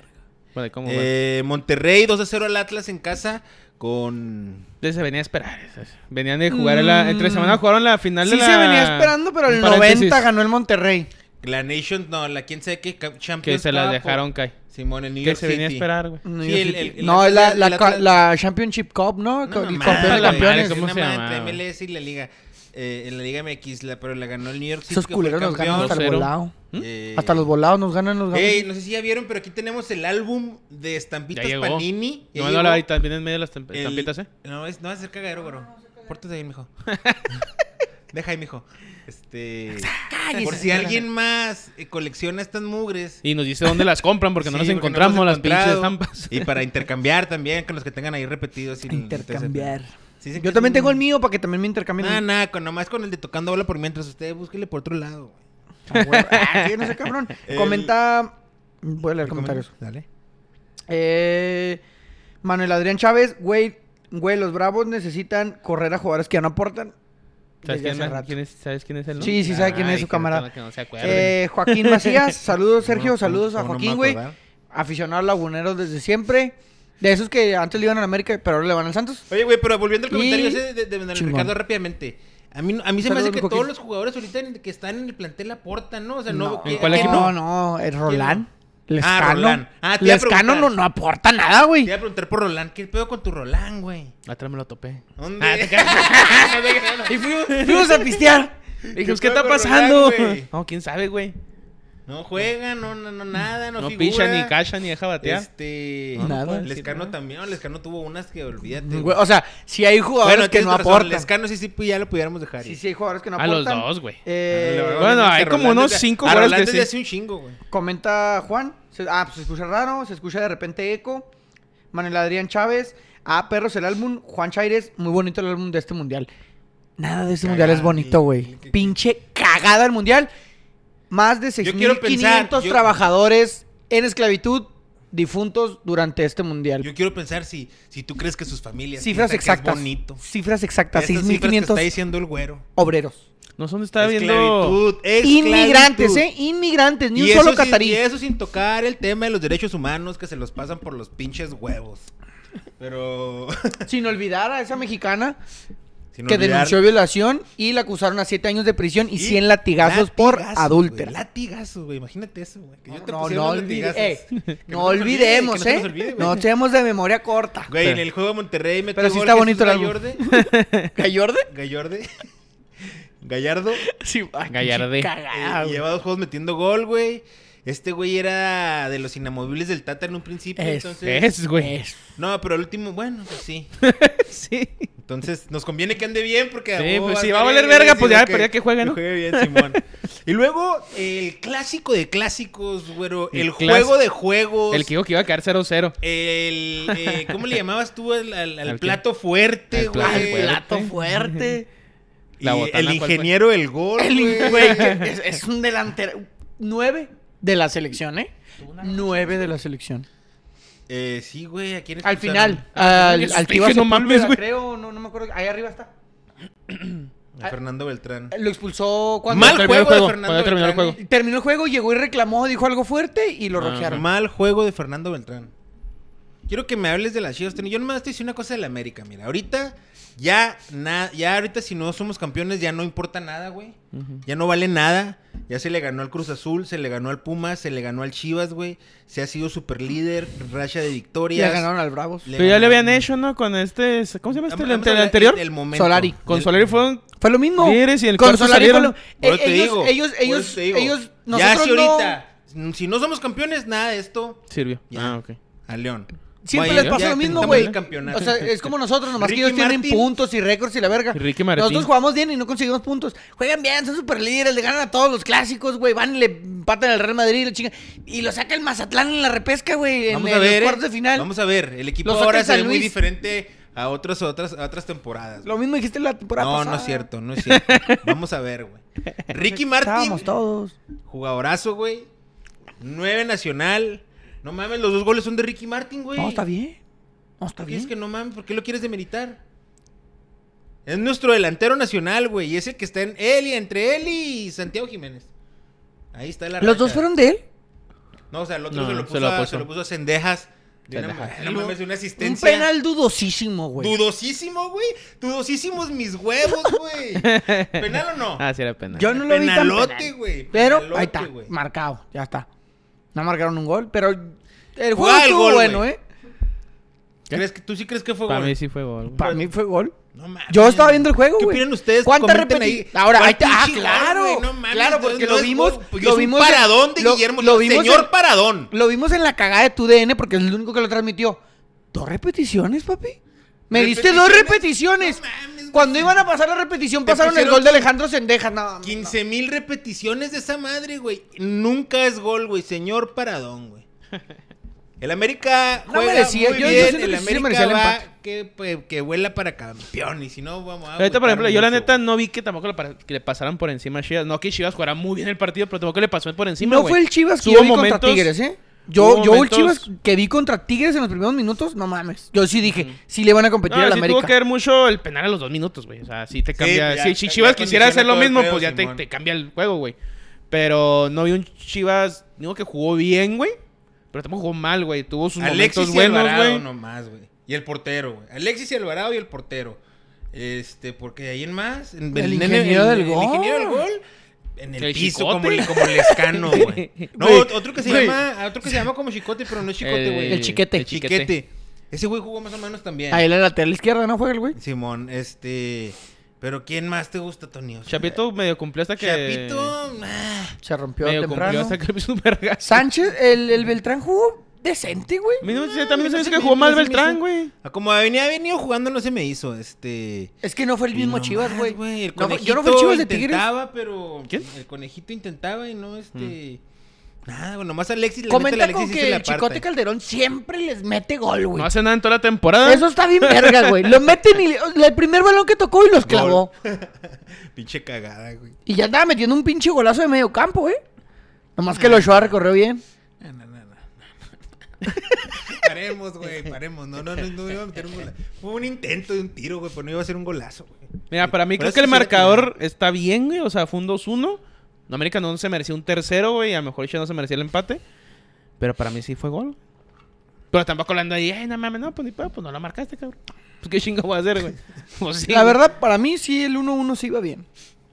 Speaker 2: Vale, ¿cómo va?
Speaker 1: Eh, Monterrey 2 a 0 al Atlas en casa con
Speaker 2: Entonces se venía a esperar. esas. Venían de jugar en la. Entre semana jugaron la final
Speaker 3: Mm. Sí
Speaker 2: de la.
Speaker 3: se venía esperando, pero
Speaker 2: un
Speaker 3: el
Speaker 2: paréntesis,
Speaker 3: 90 ganó el Monterrey.
Speaker 1: la Nation, no, la quién sabe qué ca- Champions.
Speaker 2: Que se la
Speaker 1: Cup o-
Speaker 2: dejaron caer.
Speaker 1: Simón, el New
Speaker 2: Que
Speaker 1: York
Speaker 2: se venía a
Speaker 1: City.
Speaker 2: esperar, güey.
Speaker 1: Sí,
Speaker 3: yo
Speaker 1: el- el- el
Speaker 3: no,
Speaker 1: Atlas-
Speaker 3: es la,
Speaker 1: el
Speaker 3: la,
Speaker 1: Atlas-
Speaker 3: ca- la Championship Cup, ¿no?
Speaker 1: No,
Speaker 3: el
Speaker 1: mamá,
Speaker 3: campeón de
Speaker 2: la
Speaker 1: güey.
Speaker 3: campeones.
Speaker 2: madre, ¿cómo
Speaker 1: Una
Speaker 2: se
Speaker 1: madre
Speaker 2: llamaba?
Speaker 1: entre MLS y la liga. eh, en la Liga MX, la- pero la ganó el New York City.
Speaker 3: Esos
Speaker 1: que fue
Speaker 3: culeros nos ganan hasta el
Speaker 2: Cero.
Speaker 3: volado.
Speaker 2: ¿Mm?
Speaker 1: Eh,
Speaker 3: Hasta los volados nos ganan los
Speaker 1: Ey,
Speaker 3: ganan.
Speaker 1: no sé si ya vieron, pero aquí tenemos el álbum de estampitas
Speaker 2: Ya llegó.
Speaker 1: Panini. Ya
Speaker 2: No,
Speaker 1: llegó
Speaker 2: no, la- y también en medio de las tamp-
Speaker 1: el-
Speaker 2: estampitas, ¿eh?
Speaker 1: No, es, no va a ser cagadero, güero. Pórtate bien, mijo. Deja ahí, mijo. Este. Por si alguien más eh, colecciona estas mugres.
Speaker 2: Y nos dice dónde las compran porque
Speaker 1: Sí,
Speaker 2: no las
Speaker 1: porque no
Speaker 2: encontramos,
Speaker 1: hemos
Speaker 2: las pinches
Speaker 1: encontrado.
Speaker 2: estampas.
Speaker 1: Y para intercambiar también, con los que tengan ahí repetidos. y-
Speaker 3: Intercambiar.
Speaker 1: Sí, dicen que
Speaker 3: Yo
Speaker 1: es
Speaker 3: también
Speaker 1: un-
Speaker 3: tengo el mío para que también me intercambien.
Speaker 1: Nada, nada, con, nomás con el de tocando bola por mientras. Usted búsquele por otro lado. güey.
Speaker 3: Ah, güey. Ah, sí, no sé, cabrón.
Speaker 1: El-
Speaker 3: Comenta. Voy a leer comentarios.
Speaker 1: Dale.
Speaker 3: Eh, Manuel Adrián Chávez, güey, güey, los Bravos necesitan correr a jugadores que ya no aportan.
Speaker 2: ¿Sabes
Speaker 3: Desde
Speaker 2: quién,
Speaker 3: hace rato.
Speaker 2: quién es, ¿Sabes quién es el no?
Speaker 3: Sí, sí sabe quién es su
Speaker 2: dije,
Speaker 3: camarada.
Speaker 2: no, que no se acuerden.
Speaker 3: Eh, Joaquín Macías, saludos Sergio,
Speaker 1: ¿Cómo-
Speaker 3: saludos a
Speaker 1: cómo no me
Speaker 3: Joaquín, güey.
Speaker 1: acordaba?
Speaker 3: Aficionado a laguneros desde siempre. De esos que antes le iban al América, pero ahora le van al Santos.
Speaker 1: Oye, güey, pero volviendo al
Speaker 3: Y-
Speaker 1: comentario ese de, de Manuel
Speaker 3: Chingón.
Speaker 1: Ricardo rápidamente. A mí, a mí se me
Speaker 3: Saludos,
Speaker 1: hace que
Speaker 3: Coquín.
Speaker 1: todos los jugadores ahorita en- que están en el plantel aportan, ¿no? O sea, no.
Speaker 2: ¿En
Speaker 1: ¿qué-
Speaker 2: cuál
Speaker 1: qué
Speaker 2: equipo?
Speaker 1: no?
Speaker 3: No, no, el
Speaker 1: Ah,
Speaker 3: Rolán.
Speaker 1: Rolán.
Speaker 3: Lescano.
Speaker 1: Ah, te iba a
Speaker 3: Lescano no,
Speaker 1: preguntar.
Speaker 3: no aporta nada,
Speaker 1: Te
Speaker 3: güey.
Speaker 1: iba a preguntar por Roland. ¿Qué pedo con tu Roland, güey?
Speaker 2: Atrás me lo topé.
Speaker 1: ¿Dónde?
Speaker 2: Ah, te
Speaker 1: y fuimos,
Speaker 3: Fuimos a pistear.
Speaker 2: Dije, pues,
Speaker 1: ¿Qué
Speaker 2: ¿qué
Speaker 1: pedo
Speaker 2: está
Speaker 1: con
Speaker 2: pasando?
Speaker 1: Roland, güey?
Speaker 2: No, quién sabe, güey.
Speaker 1: No juega, no, no, no nada, no,
Speaker 2: No
Speaker 1: figura.
Speaker 2: picha, ni cacha, ni deja batear.
Speaker 1: Este.
Speaker 3: No, no
Speaker 1: Nada.
Speaker 3: puedo
Speaker 2: decir
Speaker 1: Lescano
Speaker 2: nada.
Speaker 1: también. no, Lescano tuvo unas que olvídate.
Speaker 3: Güey,
Speaker 1: güey.
Speaker 3: O sea, si hay jugadores que
Speaker 1: tienes
Speaker 3: no
Speaker 1: razón,
Speaker 3: aportan.
Speaker 1: Lescano sí, sí, pues, ya lo pudiéramos dejar.
Speaker 3: Sí,
Speaker 1: ir.
Speaker 3: sí hay jugadores que no
Speaker 2: A los
Speaker 3: aportan.
Speaker 2: dos, güey.
Speaker 1: Ah,
Speaker 3: Eh,
Speaker 1: la-
Speaker 2: bueno,
Speaker 1: obviamente
Speaker 2: hay
Speaker 1: a
Speaker 2: como
Speaker 1: Roland
Speaker 2: unos
Speaker 1: desde-
Speaker 2: cinco
Speaker 1: a
Speaker 2: jugadores
Speaker 1: Roland
Speaker 2: que
Speaker 1: desde
Speaker 2: sí.
Speaker 1: hace un chingo, güey.
Speaker 3: Comenta Juan. se- ah, pues se escucha raro. Se escucha de repente eco. Manuel Adrián Chávez. Ah, perros, el álbum. Juan Chaires. Muy bonito el álbum de este mundial. Nada de este
Speaker 1: Cagada,
Speaker 3: mundial es bonito,
Speaker 1: y-
Speaker 3: güey.
Speaker 1: y-
Speaker 3: Pinche cagada el mundial. Más de
Speaker 1: quiero pensar,
Speaker 3: 6.500
Speaker 1: yo-
Speaker 3: trabajadores en esclavitud difuntos durante este mundial.
Speaker 1: Yo quiero pensar si, si tú crees que sus familias. piensan
Speaker 3: cifras
Speaker 1: que es
Speaker 3: exactas.
Speaker 1: bonito.
Speaker 3: Cifras exactas.
Speaker 1: Estas cifras que está
Speaker 3: 6.500
Speaker 1: diciendo el güero.
Speaker 3: obreros.
Speaker 2: No sé dónde estaba viendo.
Speaker 1: Esclavitud, esclavitud.
Speaker 3: Inmigrantes, ¿eh? Inmigrantes. Ni
Speaker 1: Y
Speaker 3: un
Speaker 1: eso
Speaker 3: solo
Speaker 1: sin-
Speaker 3: catarí.
Speaker 1: Y eso sin tocar el tema de los derechos humanos que se los pasan por los pinches huevos. Pero.
Speaker 3: Sin olvidar a esa mexicana
Speaker 1: sin
Speaker 3: que
Speaker 1: olvidar-
Speaker 3: denunció violación y la acusaron a 7 años de prisión y,
Speaker 1: y
Speaker 3: 100 latigazos por adúltero.
Speaker 1: güey, latigazos, güey. Imagínate eso, güey. que yo te
Speaker 3: No,
Speaker 1: pusiera
Speaker 3: no,
Speaker 1: unos
Speaker 3: olvide-
Speaker 1: latigazos.
Speaker 3: eh,
Speaker 1: Que no se
Speaker 3: no
Speaker 1: nos olvide,
Speaker 3: olvidemos,
Speaker 1: que no se
Speaker 3: ¿eh?
Speaker 1: nos olvide,
Speaker 3: no
Speaker 1: güey.
Speaker 3: tenemos de memoria corta.
Speaker 1: Güey, en el juego de Monterrey metió
Speaker 3: Pero sí
Speaker 1: gol
Speaker 3: está
Speaker 1: Jesús
Speaker 3: bonito el álbum.
Speaker 1: Gallorde.
Speaker 3: ¿Gallorde?
Speaker 1: Gallorde. Gallardo.
Speaker 3: Sí, ay,
Speaker 2: Gallarde.
Speaker 3: cagada,
Speaker 1: Eh,
Speaker 3: Ah, güey.
Speaker 1: lleva dos juegos metiendo gol, güey. Este güey era de los inamovibles del Tata en un principio,
Speaker 3: Es-
Speaker 1: entonces...
Speaker 2: Es, güey.
Speaker 1: No, pero el último, bueno, pues sí.
Speaker 2: Sí.
Speaker 1: Entonces, nos conviene que ande bien porque...
Speaker 2: Sí,
Speaker 1: oh,
Speaker 2: pues, si
Speaker 1: ande
Speaker 2: va a valer
Speaker 1: bien,
Speaker 2: verga,
Speaker 1: sí,
Speaker 2: pues, ya,
Speaker 1: porque-
Speaker 2: pero ya que juegue, ¿no?
Speaker 1: juegue bien, Simón. y luego, el clásico de clásicos, güero. El,
Speaker 2: El clas-
Speaker 1: juego de juegos.
Speaker 2: El que dijo que iba a quedar 0-0.
Speaker 1: El, eh, ¿Cómo le llamabas tú al, al- al
Speaker 2: ¿Al qué?
Speaker 1: plato fuerte,
Speaker 2: Al plato
Speaker 1: güey?
Speaker 2: fuerte.
Speaker 3: Plato fuerte.
Speaker 1: Y
Speaker 2: La botana,
Speaker 1: el
Speaker 2: ¿cuál fue?
Speaker 1: ingeniero del gol, güey.
Speaker 3: Güey, que es, es un delantero. Nueve de la selección, ¿eh? Nueve de la selección.
Speaker 1: Eh, sí, güey, ¿a quién
Speaker 3: Al
Speaker 1: expulsaron?
Speaker 3: final, al,
Speaker 2: Jesús,
Speaker 3: al
Speaker 2: dije, no mames,
Speaker 3: Sepúlveda,
Speaker 2: güey.
Speaker 3: creo, no, no me acuerdo. Ahí arriba está.
Speaker 1: A Fernando Beltrán.
Speaker 3: Lo expulsó cuando
Speaker 1: Mal
Speaker 2: terminó el
Speaker 1: juego de
Speaker 2: juego?
Speaker 1: Fernando
Speaker 2: ¿Cuándo terminó el
Speaker 1: Beltrán,
Speaker 2: juego?
Speaker 1: eh?
Speaker 3: terminó el juego, llegó y reclamó, dijo algo fuerte y lo
Speaker 2: Ah,
Speaker 3: rojearon.
Speaker 1: Mal juego de Fernando Beltrán. Quiero que me hables de las Chivas. Tony. Yo nomás te hice una cosa del América, mira. Ahorita, ya, na- ya ahorita si no somos campeones, ya no importa nada, güey. Ya no vale nada. Ya se le ganó al Cruz Azul, se le ganó al Pumas, se le ganó al Chivas, güey. Se ha sido super líder, racha de victorias.
Speaker 3: Le ganaron al Bravos.
Speaker 1: Le
Speaker 2: Pero ya le habían
Speaker 1: ganaron-
Speaker 2: hecho, ¿no? Con este. ¿Cómo se llama este?
Speaker 1: Vamos
Speaker 2: El,
Speaker 1: a
Speaker 2: ante- el
Speaker 1: hablar
Speaker 2: anterior.
Speaker 1: del- del momento.
Speaker 3: Solari.
Speaker 2: Con
Speaker 1: Del-
Speaker 2: Solari fueron.
Speaker 3: Fue lo mismo.
Speaker 2: Líderes y en el
Speaker 3: Con
Speaker 2: cuarto
Speaker 3: Solari fue
Speaker 2: salieron.
Speaker 3: lo-
Speaker 1: Por eso
Speaker 3: eh,
Speaker 1: te
Speaker 3: ellos,
Speaker 1: digo,
Speaker 3: ellos,
Speaker 1: por
Speaker 3: ellos,
Speaker 1: eso te digo.
Speaker 3: ellos-
Speaker 1: Ya
Speaker 3: nosotros
Speaker 1: si
Speaker 3: no-
Speaker 1: ahorita, si no somos campeones, nada de esto.
Speaker 2: Sirvió.
Speaker 1: Ya.
Speaker 2: Ah, ok.
Speaker 1: A León.
Speaker 3: siempre
Speaker 1: Güey,
Speaker 3: les pasa
Speaker 1: ya
Speaker 3: lo mismo,
Speaker 1: intentamos
Speaker 3: güey.
Speaker 1: el campeonato.
Speaker 3: O sea, es como nosotros, nomás
Speaker 1: Ricky
Speaker 3: que ellos tienen
Speaker 1: Martin.
Speaker 3: puntos y récords y la verga.
Speaker 2: Ricky Martin.
Speaker 3: Nosotros jugamos bien y no conseguimos puntos. Juegan bien, son super líderes, le ganan a todos los clásicos, güey. Van y le empatan al Real Madrid y la chinga. Y lo saca el Mazatlán en la repesca, güey. En,
Speaker 1: Vamos
Speaker 3: en
Speaker 1: a ver.
Speaker 3: los
Speaker 1: eh.
Speaker 3: cuartos de final.
Speaker 1: Vamos a ver. El equipo
Speaker 3: Lo saca
Speaker 1: ahora
Speaker 3: el
Speaker 1: se
Speaker 3: San
Speaker 1: ve muy
Speaker 3: Luis.
Speaker 1: diferente a otras, otras, a otras temporadas. güey.
Speaker 3: Lo mismo dijiste la temporada
Speaker 1: No, no
Speaker 3: pasada.
Speaker 1: es cierto, no es cierto. Vamos a ver, güey. Ricky Martin,
Speaker 3: Estábamos todos.
Speaker 1: jugadorazo, güey. 9 nacional. No mames, los dos goles son de Ricky Martin, güey.
Speaker 3: No, está bien. No, está
Speaker 1: ¿Por qué es
Speaker 3: bien.
Speaker 1: que no mames? ¿Por qué lo quieres demeritar? Es nuestro delantero nacional, güey. Y es el que está en él y entre él y Santiago Jiménez. Ahí está la
Speaker 3: ¿Los
Speaker 1: racha.
Speaker 3: dos fueron de él?
Speaker 1: No, o sea, el otro
Speaker 2: No,
Speaker 1: se, lo
Speaker 2: se
Speaker 1: puso
Speaker 2: lo
Speaker 1: a-
Speaker 2: puso.
Speaker 1: se lo puso a Cendejas. De una,
Speaker 2: Cendejas.
Speaker 1: no mames, de una
Speaker 3: Un
Speaker 1: asistencia.
Speaker 3: penal dudosísimo, güey.
Speaker 1: Dudosísimo, güey. Dudosísimos mis huevos, güey. ¿Penal o no?
Speaker 2: Ah, sí, era pena.
Speaker 3: Yo no lo vi tan
Speaker 1: Penalote,
Speaker 3: penal.
Speaker 1: güey.
Speaker 3: Pero
Speaker 1: Penalote,
Speaker 3: ahí está,
Speaker 1: güey.
Speaker 3: marcado, ya está. No marcaron un gol, pero el juego
Speaker 1: Jugaba el
Speaker 3: estuvo
Speaker 1: gol,
Speaker 3: bueno,
Speaker 1: güey.
Speaker 3: ¿eh?
Speaker 1: ¿Crees que, ¿Tú sí crees que fue
Speaker 2: Para
Speaker 1: gol?
Speaker 2: mí sí fue gol. güey.
Speaker 3: Para mí fue gol.
Speaker 1: No mames.
Speaker 3: Yo estaba viendo el juego,
Speaker 1: ¿Qué
Speaker 3: güey.
Speaker 1: opinan ustedes?
Speaker 3: ¿Cuántas
Speaker 1: Comenten
Speaker 3: repeticiones?
Speaker 1: ahí.
Speaker 3: Ahora,
Speaker 1: ¿Cuál
Speaker 3: ahí está. Ah,
Speaker 1: pinche gol,
Speaker 3: claro.
Speaker 1: güey? No mames,
Speaker 3: claro,
Speaker 1: entonces
Speaker 3: porque
Speaker 1: no
Speaker 3: lo
Speaker 1: es
Speaker 3: vimos.
Speaker 1: gol, porque
Speaker 3: lo
Speaker 1: es
Speaker 3: vimos
Speaker 1: un
Speaker 3: en-
Speaker 1: paradón de
Speaker 3: lo-
Speaker 1: Guillermo.
Speaker 3: Lo vimos
Speaker 1: señor
Speaker 3: en-
Speaker 1: paradón.
Speaker 3: Lo vimos en la cagada de tu DN porque es el único que lo transmitió. ¿Dos repeticiones, papi? Me diste dos
Speaker 1: ¿Repeticiones?
Speaker 3: repeticiones.
Speaker 1: No mames, güey.
Speaker 3: Cuando iban a pasar la repetición,
Speaker 1: Te
Speaker 3: pasaron el
Speaker 1: pusieron
Speaker 3: gol de Alejandro Sendejas. No, no.
Speaker 1: 15 mil repeticiones de esa madre, güey. Nunca es gol, güey. Señor Paradón, güey. El América
Speaker 3: No
Speaker 1: juega
Speaker 3: merecía,
Speaker 1: muy
Speaker 3: yo- yo
Speaker 1: bien.
Speaker 3: siento que
Speaker 1: el
Speaker 3: sí se
Speaker 1: América
Speaker 3: merecía el
Speaker 1: va
Speaker 3: empate.
Speaker 1: que, pues, que vuela para campeón. Y si no, vamos a...
Speaker 2: Ahorita,
Speaker 1: agüitar
Speaker 2: por ejemplo, yo la
Speaker 1: mucho,
Speaker 2: neta
Speaker 1: güey.
Speaker 2: no vi que tampoco le, pa- que le pasaran por encima a Chivas. No que Chivas jugara muy bien el partido, pero tampoco le pasó por encima,
Speaker 3: No
Speaker 2: güey.
Speaker 3: fue el Chivas que
Speaker 2: Hubo
Speaker 3: yo vi contra
Speaker 2: momentos-
Speaker 3: Tigres, ¿eh? Yo,
Speaker 2: hubo
Speaker 3: yo el
Speaker 2: momentos-
Speaker 3: Chivas que vi contra Tigres en los primeros minutos, no mames. Yo sí dije, sí le van a competir
Speaker 2: No,
Speaker 3: al
Speaker 2: Ah, sí
Speaker 3: Pues América.
Speaker 2: tuvo que ver mucho el penal a los dos minutos, güey. O sea, sí te cambia.
Speaker 1: pues ya,
Speaker 2: si-
Speaker 1: ya-
Speaker 2: si
Speaker 1: ya
Speaker 2: Chivas quisiera
Speaker 1: condiciona
Speaker 2: hacer lo
Speaker 1: todo el
Speaker 2: mismo,
Speaker 1: pedo,
Speaker 2: pues ya te,
Speaker 1: Simón.
Speaker 2: te cambia el juego, güey. Pero no vi un Chivas, digo que jugó bien, güey. Pero tampoco jugó mal, güey. Tuvo sus
Speaker 1: Alexis
Speaker 2: momentos
Speaker 1: y
Speaker 2: buenos,
Speaker 1: Alvarado
Speaker 2: güey.
Speaker 1: nomás, güey. Y el portero, güey. Alexis y Alvarado y el portero. Este, porque ahí en más... en-
Speaker 3: El
Speaker 1: en- en-
Speaker 3: ingeniero
Speaker 1: en-
Speaker 3: del
Speaker 1: en El ingeniero del
Speaker 3: gol.
Speaker 1: gol. En el,
Speaker 2: El
Speaker 1: piso,
Speaker 2: chicote.
Speaker 1: como el, como el escano, güey. No,
Speaker 3: Güey,
Speaker 1: otro que se
Speaker 3: güey.
Speaker 1: llama... Otro que se llama como chicote, pero no es chicote,
Speaker 2: Eh,
Speaker 1: güey.
Speaker 3: El chiquete.
Speaker 2: El
Speaker 1: chiquete.
Speaker 2: chiquete.
Speaker 1: Ese güey jugó más o menos también.
Speaker 3: Ahí en la lateral izquierda no juega el güey.
Speaker 1: Simón, este. Pero ¿quién más te gusta, Tony? O sea,
Speaker 2: Chapito medio cumplió hasta que.
Speaker 1: Chapito. ah,
Speaker 3: Se rompió
Speaker 2: Medio cumplió
Speaker 3: temprano.
Speaker 2: hasta que le hizo un vergazo.
Speaker 3: Sánchez, el, el Beltrán jugó decente, güey.
Speaker 2: A mí no me- también se me
Speaker 1: se
Speaker 2: hizo que
Speaker 1: me-
Speaker 2: jugó
Speaker 1: no
Speaker 2: mal
Speaker 1: se me hizo.
Speaker 2: Beltrán, güey.
Speaker 3: ah.
Speaker 1: Como venía, venido jugando, no se me hizo. Este.
Speaker 3: Es que no fue el
Speaker 1: y
Speaker 3: mismo
Speaker 1: no
Speaker 3: Chivas,
Speaker 1: más,
Speaker 3: güey.
Speaker 1: el
Speaker 3: No fue-
Speaker 1: conejito
Speaker 3: yo no fui el Chivas de Tigres.
Speaker 1: intentaba, pero.
Speaker 2: ¿Quién?
Speaker 1: El conejito intentaba y no, este. Nada, güey. Nomás Alexis. la neta,
Speaker 3: Mm. Comenta
Speaker 1: la
Speaker 3: con
Speaker 1: Alexis sí
Speaker 3: que
Speaker 1: se la
Speaker 3: el Chicote
Speaker 1: aparta.
Speaker 3: Calderón siempre les mete gol, güey.
Speaker 2: No hace nada en toda la temporada.
Speaker 3: Eso está bien verga, güey. Lo meten y le- el primer balón que tocó y los clavó.
Speaker 1: Pinche cagada, güey.
Speaker 3: Y ya andaba metiendo un pinche golazo de medio campo, eh. Nomás
Speaker 2: Ah.
Speaker 3: que lo Ochoa recorrió bien.
Speaker 1: No, Ah, no, no, no. Paremos, güey, paremos. No, no, no, no iba a meter un golazo. Fue un intento de un tiro, güey, pero no iba a ser un golazo, güey.
Speaker 2: Mira, para mí
Speaker 1: Por
Speaker 2: creo
Speaker 1: eso
Speaker 2: que el
Speaker 1: sí la
Speaker 2: marcador está bien, güey. O sea, fue un 2-1. No, América no se merecía un tercero, güey. A lo mejor ya no se merecía el empate. Pero para mí sí fue gol. Pero tampoco hablando ahí, ay, no mames, no, pues ni pedo, pues no la marcaste, cabrón. Pues qué chingo voy a hacer, güey. Pues sí.
Speaker 3: la verdad, para mí sí el 1-1 sí iba bien.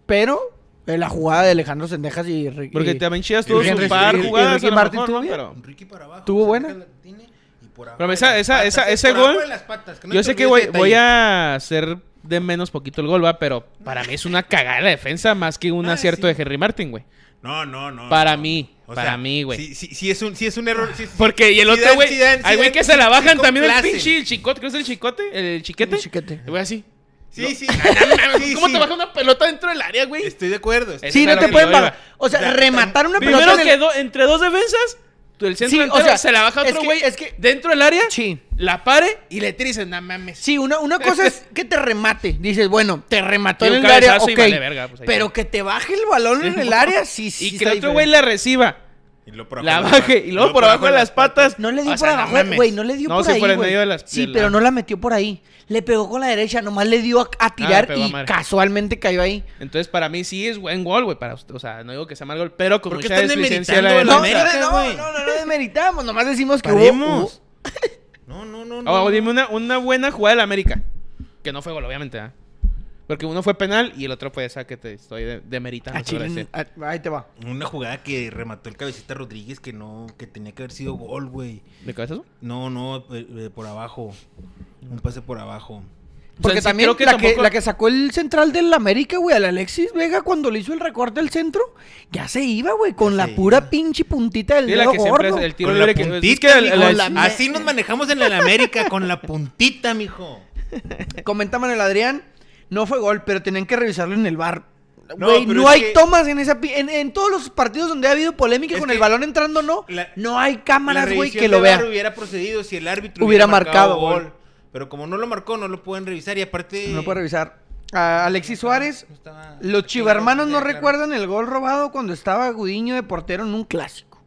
Speaker 3: Pero eh, la jugada de Alejandro Sendejas y... Ri-
Speaker 2: Porque
Speaker 3: y-
Speaker 2: también Chivas tuvo
Speaker 1: y
Speaker 2: su
Speaker 1: Henry-
Speaker 2: par
Speaker 1: y- y
Speaker 2: jugadas,
Speaker 3: Ricky
Speaker 2: a lo
Speaker 3: Martin
Speaker 2: mejor,
Speaker 3: tuvo
Speaker 2: ¿no?
Speaker 3: bien.
Speaker 2: pero...
Speaker 1: Ricky para abajo.
Speaker 3: ¿Tuvo
Speaker 1: saca
Speaker 3: buena?
Speaker 1: la tiene y por abajo
Speaker 2: Pero
Speaker 1: de
Speaker 2: esa-
Speaker 1: las
Speaker 2: esa- esa-
Speaker 1: patas,
Speaker 2: ese
Speaker 1: por abajo
Speaker 2: gol-
Speaker 1: de las patas, que no
Speaker 2: Yo
Speaker 1: te
Speaker 2: sé que
Speaker 1: olvides
Speaker 2: voy,
Speaker 1: ese
Speaker 2: voy
Speaker 1: detalle.
Speaker 2: a hacer de menos poquito el gol, va, pero para mí es una cagada la defensa más que un
Speaker 1: Ah,
Speaker 2: acierto
Speaker 1: sí.
Speaker 2: de Henry Martin, güey.
Speaker 1: No, no, no.
Speaker 2: Para
Speaker 1: no.
Speaker 2: mí,
Speaker 1: O
Speaker 2: para mí, güey.
Speaker 1: Sí, sí, sí es un, sí es un error. sí, sí.
Speaker 2: Porque y el
Speaker 1: Sí
Speaker 2: otro
Speaker 1: dan-
Speaker 2: güey,
Speaker 1: sí dan- sí
Speaker 2: hay güey
Speaker 1: dan-
Speaker 2: que se la
Speaker 1: sí
Speaker 2: bajan también el
Speaker 1: complacen.
Speaker 2: pinche chicote, ¿crees el chicote? El chiquete.
Speaker 3: El chiquete.
Speaker 2: El güey así.
Speaker 1: Sí, sí.
Speaker 2: Ah,
Speaker 1: Sí,
Speaker 2: ¿Cómo
Speaker 1: sí. Este,
Speaker 2: te baja una pelota dentro del área, güey?
Speaker 1: Estoy de acuerdo. estoy-
Speaker 2: Es-
Speaker 3: Sí,
Speaker 2: Eso
Speaker 3: no
Speaker 2: era
Speaker 3: te
Speaker 2: lo que
Speaker 3: pueden
Speaker 2: yo
Speaker 3: bajar.
Speaker 2: iba.
Speaker 3: O sea,
Speaker 1: Ya,
Speaker 3: rematar una pelota...
Speaker 2: Primero
Speaker 3: en el-
Speaker 2: quedó entre dos defensas, tú el centro
Speaker 3: Sí, o
Speaker 2: delantero
Speaker 3: sea,
Speaker 2: se la baja
Speaker 3: es
Speaker 2: otro
Speaker 3: que-
Speaker 2: güey
Speaker 3: es que-
Speaker 2: dentro del área.
Speaker 3: Sí.
Speaker 2: La pare y le tira y dices, no mames.
Speaker 3: Sí, una, una cosa es que te remate. Dices, bueno, te remató
Speaker 2: Y
Speaker 3: en
Speaker 2: un
Speaker 3: el área,
Speaker 2: cabezazo y
Speaker 3: ok.
Speaker 2: vale verga, pues ahí
Speaker 3: pero
Speaker 2: está.
Speaker 3: que te baje el balón en el área, sí, sí.
Speaker 2: y que
Speaker 3: está
Speaker 2: el otro güey
Speaker 3: diferente.
Speaker 2: la reciba,
Speaker 1: Y luego por abajo de las
Speaker 2: la baje
Speaker 1: patas.
Speaker 2: y luego por abajo de las patas.
Speaker 3: No le dio
Speaker 2: O
Speaker 3: por
Speaker 2: sea,
Speaker 3: abajo,
Speaker 2: mames.
Speaker 3: güey, no le dio por
Speaker 2: se
Speaker 3: ahí,
Speaker 2: fue en
Speaker 3: güey.
Speaker 2: medio de las
Speaker 3: Sí,
Speaker 2: de
Speaker 3: pero
Speaker 2: la-
Speaker 3: no la metió por ahí. Le pegó con la derecha, nomás le dio a, a tirar
Speaker 2: Ah, pegó a
Speaker 3: y
Speaker 2: madre.
Speaker 3: casualmente cayó ahí.
Speaker 2: Entonces, para mí sí es buen gol, güey. para usted. O sea, no digo que sea mal gol, pero con
Speaker 1: ¿Por qué
Speaker 2: mucha
Speaker 1: están
Speaker 2: deslicencia de la
Speaker 1: demeritando a
Speaker 3: No,
Speaker 1: la
Speaker 2: defensa.
Speaker 1: América,
Speaker 3: no,
Speaker 1: güey.
Speaker 3: no, no, no demeritamos, nomás decimos que hubo-
Speaker 1: Paremos. No, no, no. no,
Speaker 2: Ahora,
Speaker 1: no.
Speaker 2: dime una, una buena jugada del América. Que no fue gol, obviamente. ¿ah? Porque uno fue penal y el otro fue esa que te estoy de- demeritando.
Speaker 3: Ah,
Speaker 2: sobre
Speaker 3: chile,
Speaker 2: ese.
Speaker 3: ah, ahí te va.
Speaker 1: Una jugada que remató el cabecita Rodríguez que no, que tenía que haber sido gol, güey.
Speaker 2: ¿De cabeza eso?
Speaker 1: No, no, eh, eh, por abajo. Un pase por abajo.
Speaker 6: Porque
Speaker 2: sí
Speaker 6: también
Speaker 2: creo que
Speaker 6: la,
Speaker 2: tampoco-
Speaker 6: que, la que sacó el central del América, güey, al Alexis Vega cuando le hizo el recorte al centro, ya se iba, güey, con
Speaker 1: Ya
Speaker 6: la
Speaker 1: se
Speaker 6: pura
Speaker 1: iba.
Speaker 6: pinche puntita del
Speaker 2: Sí, la
Speaker 6: dedo
Speaker 2: que siempre es
Speaker 6: gordo.
Speaker 2: el tiro
Speaker 1: Con la
Speaker 2: libre que- es
Speaker 1: puntita,
Speaker 2: que el-
Speaker 1: mijo.
Speaker 2: el-
Speaker 6: la-
Speaker 1: Así nos manejamos en el América, con la puntita, mijo.
Speaker 3: Comenta Manuel Adrián, no fue gol, pero tenían que revisarlo en el bar.
Speaker 1: No,
Speaker 3: Güey, no,
Speaker 1: pero es
Speaker 3: hay
Speaker 1: que-
Speaker 3: tomas en esa... pi- En, en todos los partidos donde ha habido polémica
Speaker 1: Es
Speaker 3: con
Speaker 1: que
Speaker 3: el balón entrando, no.
Speaker 1: la-
Speaker 3: no hay
Speaker 1: La
Speaker 3: cámaras, güey,
Speaker 1: revisión
Speaker 3: que
Speaker 1: de
Speaker 3: lo
Speaker 1: VAR
Speaker 3: vean.
Speaker 1: hubiera procedido si el árbitro
Speaker 3: Hubiera marcado gol.
Speaker 1: Pero como no lo marcó, no lo pueden revisar y aparte... Ah,
Speaker 3: No puede revisar. A Alexis Suárez.
Speaker 1: No estaba-
Speaker 3: Los chivermanos no
Speaker 1: Sí, claro.
Speaker 3: recuerdan el gol robado cuando estaba Gudiño de portero en un clásico.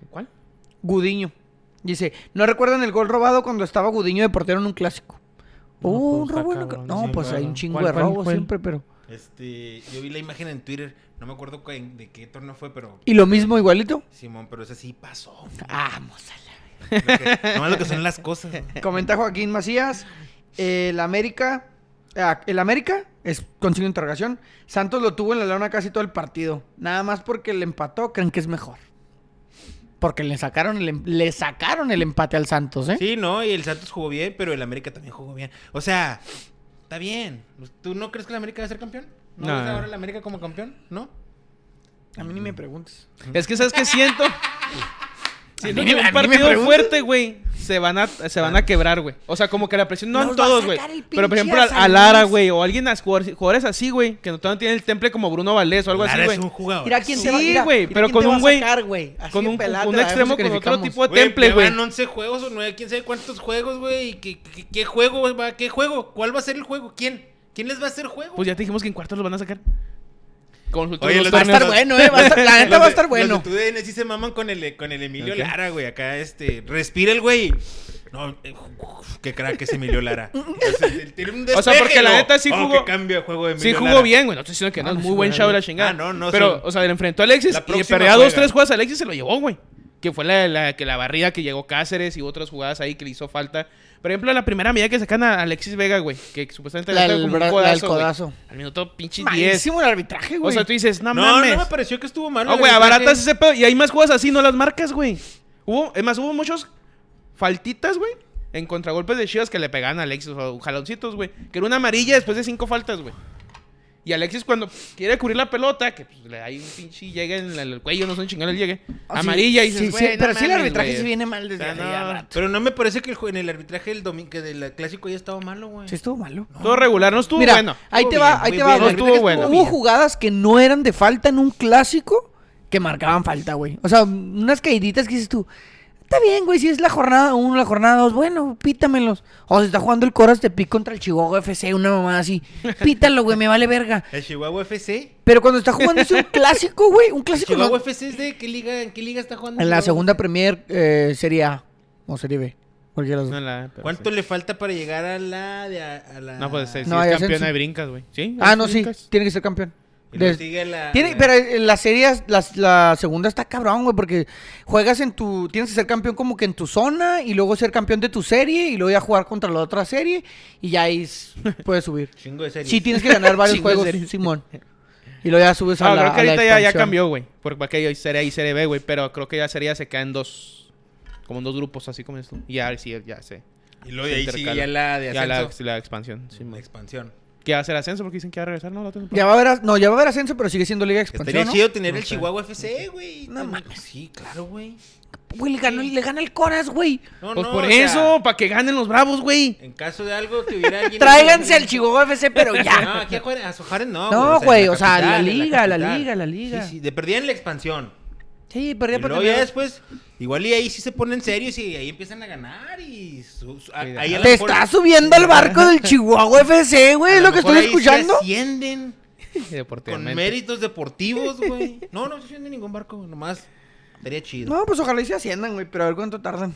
Speaker 2: Ah, ¿Cuál?
Speaker 3: Gudiño. Dice, no recuerdan el gol robado cuando estaba Gudiño de portero en un clásico.
Speaker 2: No,
Speaker 3: Oh,
Speaker 2: pues,
Speaker 3: un
Speaker 2: está
Speaker 3: robo en un cl-
Speaker 2: cabrón,
Speaker 3: No,
Speaker 2: sí,
Speaker 3: pues hay
Speaker 2: claro.
Speaker 3: un chingo
Speaker 2: ¿Cuál,
Speaker 3: de
Speaker 2: cuál,
Speaker 3: robo
Speaker 2: cuál?
Speaker 3: siempre, pero.
Speaker 1: Este, yo vi la imagen en Twitter, no me acuerdo cuál- de qué torneo fue, pero...
Speaker 3: Y lo mismo igualito.
Speaker 1: Simón, pero ese sí pasó.
Speaker 3: Vamos a la-
Speaker 1: No lo que son las cosas. ¿no?
Speaker 3: Comenta Joaquín Macías. El América. ah, El América es con signo de interrogación. Santos lo tuvo en la lona casi todo el partido. Nada más porque le empató, creen que es mejor.
Speaker 6: Porque le sacaron el, em- le sacaron el empate al Santos, ¿eh?
Speaker 1: Sí, no, y el Santos jugó bien, pero el América también jugó bien. O sea, está bien. ¿Tú no crees que el América va a ser campeón? ¿No,
Speaker 2: No.
Speaker 1: ves ahora el América como campeón? ¿No?
Speaker 3: A mí ni me preguntes.
Speaker 2: Es que sabes que siento. Siento
Speaker 6: mí
Speaker 2: que
Speaker 6: me- a mí
Speaker 2: un
Speaker 6: me
Speaker 2: partido
Speaker 6: preguntas.
Speaker 2: fuerte, güey. Se van a, se van
Speaker 1: Ah.
Speaker 2: a quebrar, güey. O sea, como que la presión no van
Speaker 6: Nos va a
Speaker 2: todos, güey.
Speaker 6: sacar el
Speaker 2: Pero por
Speaker 6: pinche
Speaker 2: ejemplo, al,
Speaker 6: San
Speaker 2: al Lara,
Speaker 6: Luis.
Speaker 2: güey. O alguien a jugadores, jugadores así, güey. Que no todavía tienen el temple como Bruno Valdés o algo
Speaker 1: Lara
Speaker 2: así,
Speaker 1: es
Speaker 2: güey.
Speaker 1: un jugador.
Speaker 3: Mira quién
Speaker 2: Sí,
Speaker 3: te va- mira-
Speaker 2: güey,
Speaker 3: mira
Speaker 2: pero
Speaker 3: quién
Speaker 2: con
Speaker 3: te va
Speaker 2: un
Speaker 3: a
Speaker 2: güey-
Speaker 3: sacar, güey. Así
Speaker 2: Con
Speaker 3: de
Speaker 2: un,
Speaker 3: pelada,
Speaker 2: con un
Speaker 3: la vemos
Speaker 2: extremo con otro
Speaker 3: sacrificamos.
Speaker 2: tipo de
Speaker 1: Güey,
Speaker 2: temple, güey.
Speaker 1: llevan 11 juegos o 9, quién sabe cuántos juegos, güey. ¿Y ¿Qué, qué, qué juego va? ¿Qué juego? ¿Cuál va a ser el juego? ¿Quién? ¿Quién les va a hacer juego?
Speaker 2: Pues ya te dijimos que en cuartos los van a sacar. Con los
Speaker 1: Oye,
Speaker 2: últimos
Speaker 1: los
Speaker 6: Va a
Speaker 2: torneos.
Speaker 1: torneos.
Speaker 6: estar bueno, ¿eh? Va a estar- la neta
Speaker 1: Los
Speaker 6: va a
Speaker 1: de-
Speaker 6: estar bueno.
Speaker 1: Los de TUDN sí se maman con el, con el Emilio
Speaker 2: Ok.
Speaker 1: Lara, güey. Acá, este, respira el güey. No, eh, uf, qué crack es Emilio Lara. O sea, él tiene un
Speaker 2: O sea, porque
Speaker 1: despeje,
Speaker 2: la
Speaker 1: ¿no?
Speaker 2: neta sí
Speaker 1: Oh,
Speaker 2: jugó-
Speaker 1: qué cambio de juego de
Speaker 2: Sí
Speaker 1: Emilio
Speaker 2: jugó
Speaker 1: Lara.
Speaker 2: bien, güey. No estoy diciendo que no,
Speaker 3: Ah,
Speaker 2: es
Speaker 3: no,
Speaker 2: muy
Speaker 3: sí
Speaker 2: buen
Speaker 3: jugó
Speaker 2: show
Speaker 3: bien.
Speaker 2: la chingada.
Speaker 1: Ah, no, no,
Speaker 2: Pero,
Speaker 1: sí.
Speaker 2: o sea, le enfrentó a Alexis
Speaker 1: La
Speaker 2: y le
Speaker 1: próxima
Speaker 2: perdió dos,
Speaker 1: juega.
Speaker 2: tres jugadas a Alexis y se lo llevó, güey. Que fue la, la- que la barrida que llegó Cáceres y otras jugadas ahí que le hizo falta. Por ejemplo, la primera medida que sacan a Alexis Vega, güey. Que supuestamente
Speaker 6: La
Speaker 2: sacan
Speaker 6: del
Speaker 2: como un
Speaker 6: bra- la del
Speaker 2: güey.
Speaker 6: codazo.
Speaker 2: Al minuto pinche 10.
Speaker 6: Malísimo el arbitraje,
Speaker 2: O
Speaker 6: güey.
Speaker 2: sea, tú dices, no,
Speaker 1: No,
Speaker 2: mames.
Speaker 1: Ah, no me pareció que estuvo mal.
Speaker 2: No,
Speaker 1: el
Speaker 2: Ah, güey,
Speaker 1: arbitraje.
Speaker 2: abaratas ese pedo. Y hay más jugadas así, no las marcas, güey. Hubo, es más, hubo muchos faltitas, güey. En contragolpes de Chivas que le pegaban a Alexis o jaloncitos, güey. Que era una amarilla después de cinco faltas, güey. Y Alexis cuando quiere cubrir la pelota, que pues, le da ahí un pinche llegue en el, el cuello, no son chingados, le llegue.
Speaker 6: Ah, sí.
Speaker 2: amarilla y dices,
Speaker 6: Sí,
Speaker 2: güey,
Speaker 6: sí,
Speaker 2: no
Speaker 6: pero sí el
Speaker 2: mames,
Speaker 6: arbitraje
Speaker 2: güey.
Speaker 6: sí viene mal
Speaker 1: O
Speaker 6: desde
Speaker 1: sea,
Speaker 6: hace ya
Speaker 1: no,
Speaker 6: rato.
Speaker 1: pero no me parece que el, ju- en el arbitraje del domingo, que del clásico haya estado malo, güey.
Speaker 6: Sí estuvo malo.
Speaker 2: Todo regular, no estuvo
Speaker 6: Mira,
Speaker 2: bueno.
Speaker 6: ahí
Speaker 1: Estuvo
Speaker 6: te
Speaker 1: bien,
Speaker 6: va, ahí
Speaker 1: muy
Speaker 6: te va.
Speaker 1: bien,
Speaker 6: güey.
Speaker 2: estuvo
Speaker 6: Estuvo
Speaker 2: bueno.
Speaker 6: Hubo jugadas que no eran de falta en un clásico que marcaban falta, güey. O sea, unas caíditas que dices tú, está bien, güey, si es la jornada 1, la jornada 2, bueno, pítamelos. O se está jugando el Coras de Pic contra el Chihuahua FC, una mamada así. Pítalo, güey, me vale verga.
Speaker 1: El Chihuahua FC.
Speaker 6: Pero cuando está jugando es un clásico, güey, un clásico
Speaker 1: Chihuahua
Speaker 6: no-
Speaker 1: FC es de qué liga, ¿en qué liga está jugando?
Speaker 6: En la
Speaker 1: Chihuahua?
Speaker 6: segunda Premier eh, Serie A o Serie B. Cualquiera de las
Speaker 2: No,
Speaker 6: dos.
Speaker 2: la- pero
Speaker 1: ¿Cuánto
Speaker 2: sí.
Speaker 1: le falta para llegar a la de a, a la
Speaker 2: No, pues sí, sí
Speaker 6: Ah, No, hay
Speaker 2: es
Speaker 6: ascenso.
Speaker 2: campeona de brincas, güey. ¿Sí?
Speaker 6: Ah, no, sí,
Speaker 2: Brincas.
Speaker 6: tiene que ser campeón.
Speaker 1: Y luego
Speaker 6: Des-
Speaker 1: sigue a la-
Speaker 6: Tiene,
Speaker 1: la-
Speaker 6: pero en las series, las- la segunda está cabrón, güey, porque juegas en tu, tienes que ser campeón como que en tu zona y luego ser campeón de tu serie y luego ya jugar contra la otra serie y ya ahí s- puedes subir.
Speaker 1: Chingo de series.
Speaker 6: Sí, tienes que ganar varios
Speaker 2: Chingo de
Speaker 6: juegos,
Speaker 2: series.
Speaker 6: Simón. Y luego ya subes a
Speaker 2: Ah,
Speaker 6: la
Speaker 2: creo que
Speaker 6: a la
Speaker 2: ahorita ya, ya
Speaker 6: expansión.
Speaker 2: cambió, güey. Porque aquí hay Serie A y Serie B, güey. Pero creo que ya Serie A se cae en dos. Como en dos grupos, así como esto. Y ya, sí, ya sé.
Speaker 1: Y luego de
Speaker 2: Se
Speaker 1: ahí sigue
Speaker 2: intercala.
Speaker 1: ya la de
Speaker 2: Ya la,
Speaker 1: ascenso.
Speaker 2: la expansión. sí,
Speaker 1: la
Speaker 2: mo-
Speaker 1: expansión.
Speaker 2: que va a ser ascenso porque dicen que va a regresar, ¿no? La otra temporada.
Speaker 6: Ya va a haber, as- no, ya va a haber ascenso, pero sigue siendo Liga de
Speaker 1: Estaría
Speaker 6: Expansión, ¿no?
Speaker 1: chido tener
Speaker 2: No
Speaker 1: el
Speaker 2: sé.
Speaker 1: Chihuahua FC, güey.
Speaker 6: No mames.
Speaker 1: Sí, claro, güey.
Speaker 6: Güey, le, ganó- le gana el Coras, güey.
Speaker 1: No,
Speaker 2: pues
Speaker 1: no,
Speaker 2: por
Speaker 1: o sea,
Speaker 2: eso, para que ganen los bravos, güey.
Speaker 1: en caso de algo que hubiera alguien...
Speaker 6: Tráiganse al Chihuahua FC, pero
Speaker 1: No,
Speaker 2: Ah,
Speaker 6: ya.
Speaker 1: aquí a Juárez, a Juárez no,
Speaker 6: No, güey, o sea, la
Speaker 1: capital, en
Speaker 6: liga, la
Speaker 1: capital.
Speaker 6: liga, la liga.
Speaker 1: Sí, sí, de perdida en la expansión.
Speaker 6: Sí,
Speaker 1: Y
Speaker 6: perdí
Speaker 1: luego ya después, igual y ahí sí se ponen serios y ahí empiezan a ganar y... su- su- a-
Speaker 2: Cuidado.
Speaker 1: ahí a lo
Speaker 6: Te
Speaker 1: mejor-
Speaker 6: está subiendo al barco del Chihuahua FC, güey,
Speaker 1: a
Speaker 6: es lo que
Speaker 1: mejor
Speaker 6: estoy
Speaker 1: ahí se
Speaker 6: escuchando.
Speaker 1: ascienden con
Speaker 2: Deportivamente.
Speaker 1: méritos deportivos, güey. No, no estoy en ningún barco, nomás estaría chido.
Speaker 3: No, pues ojalá y se asciendan, güey, pero a ver cuánto tardan.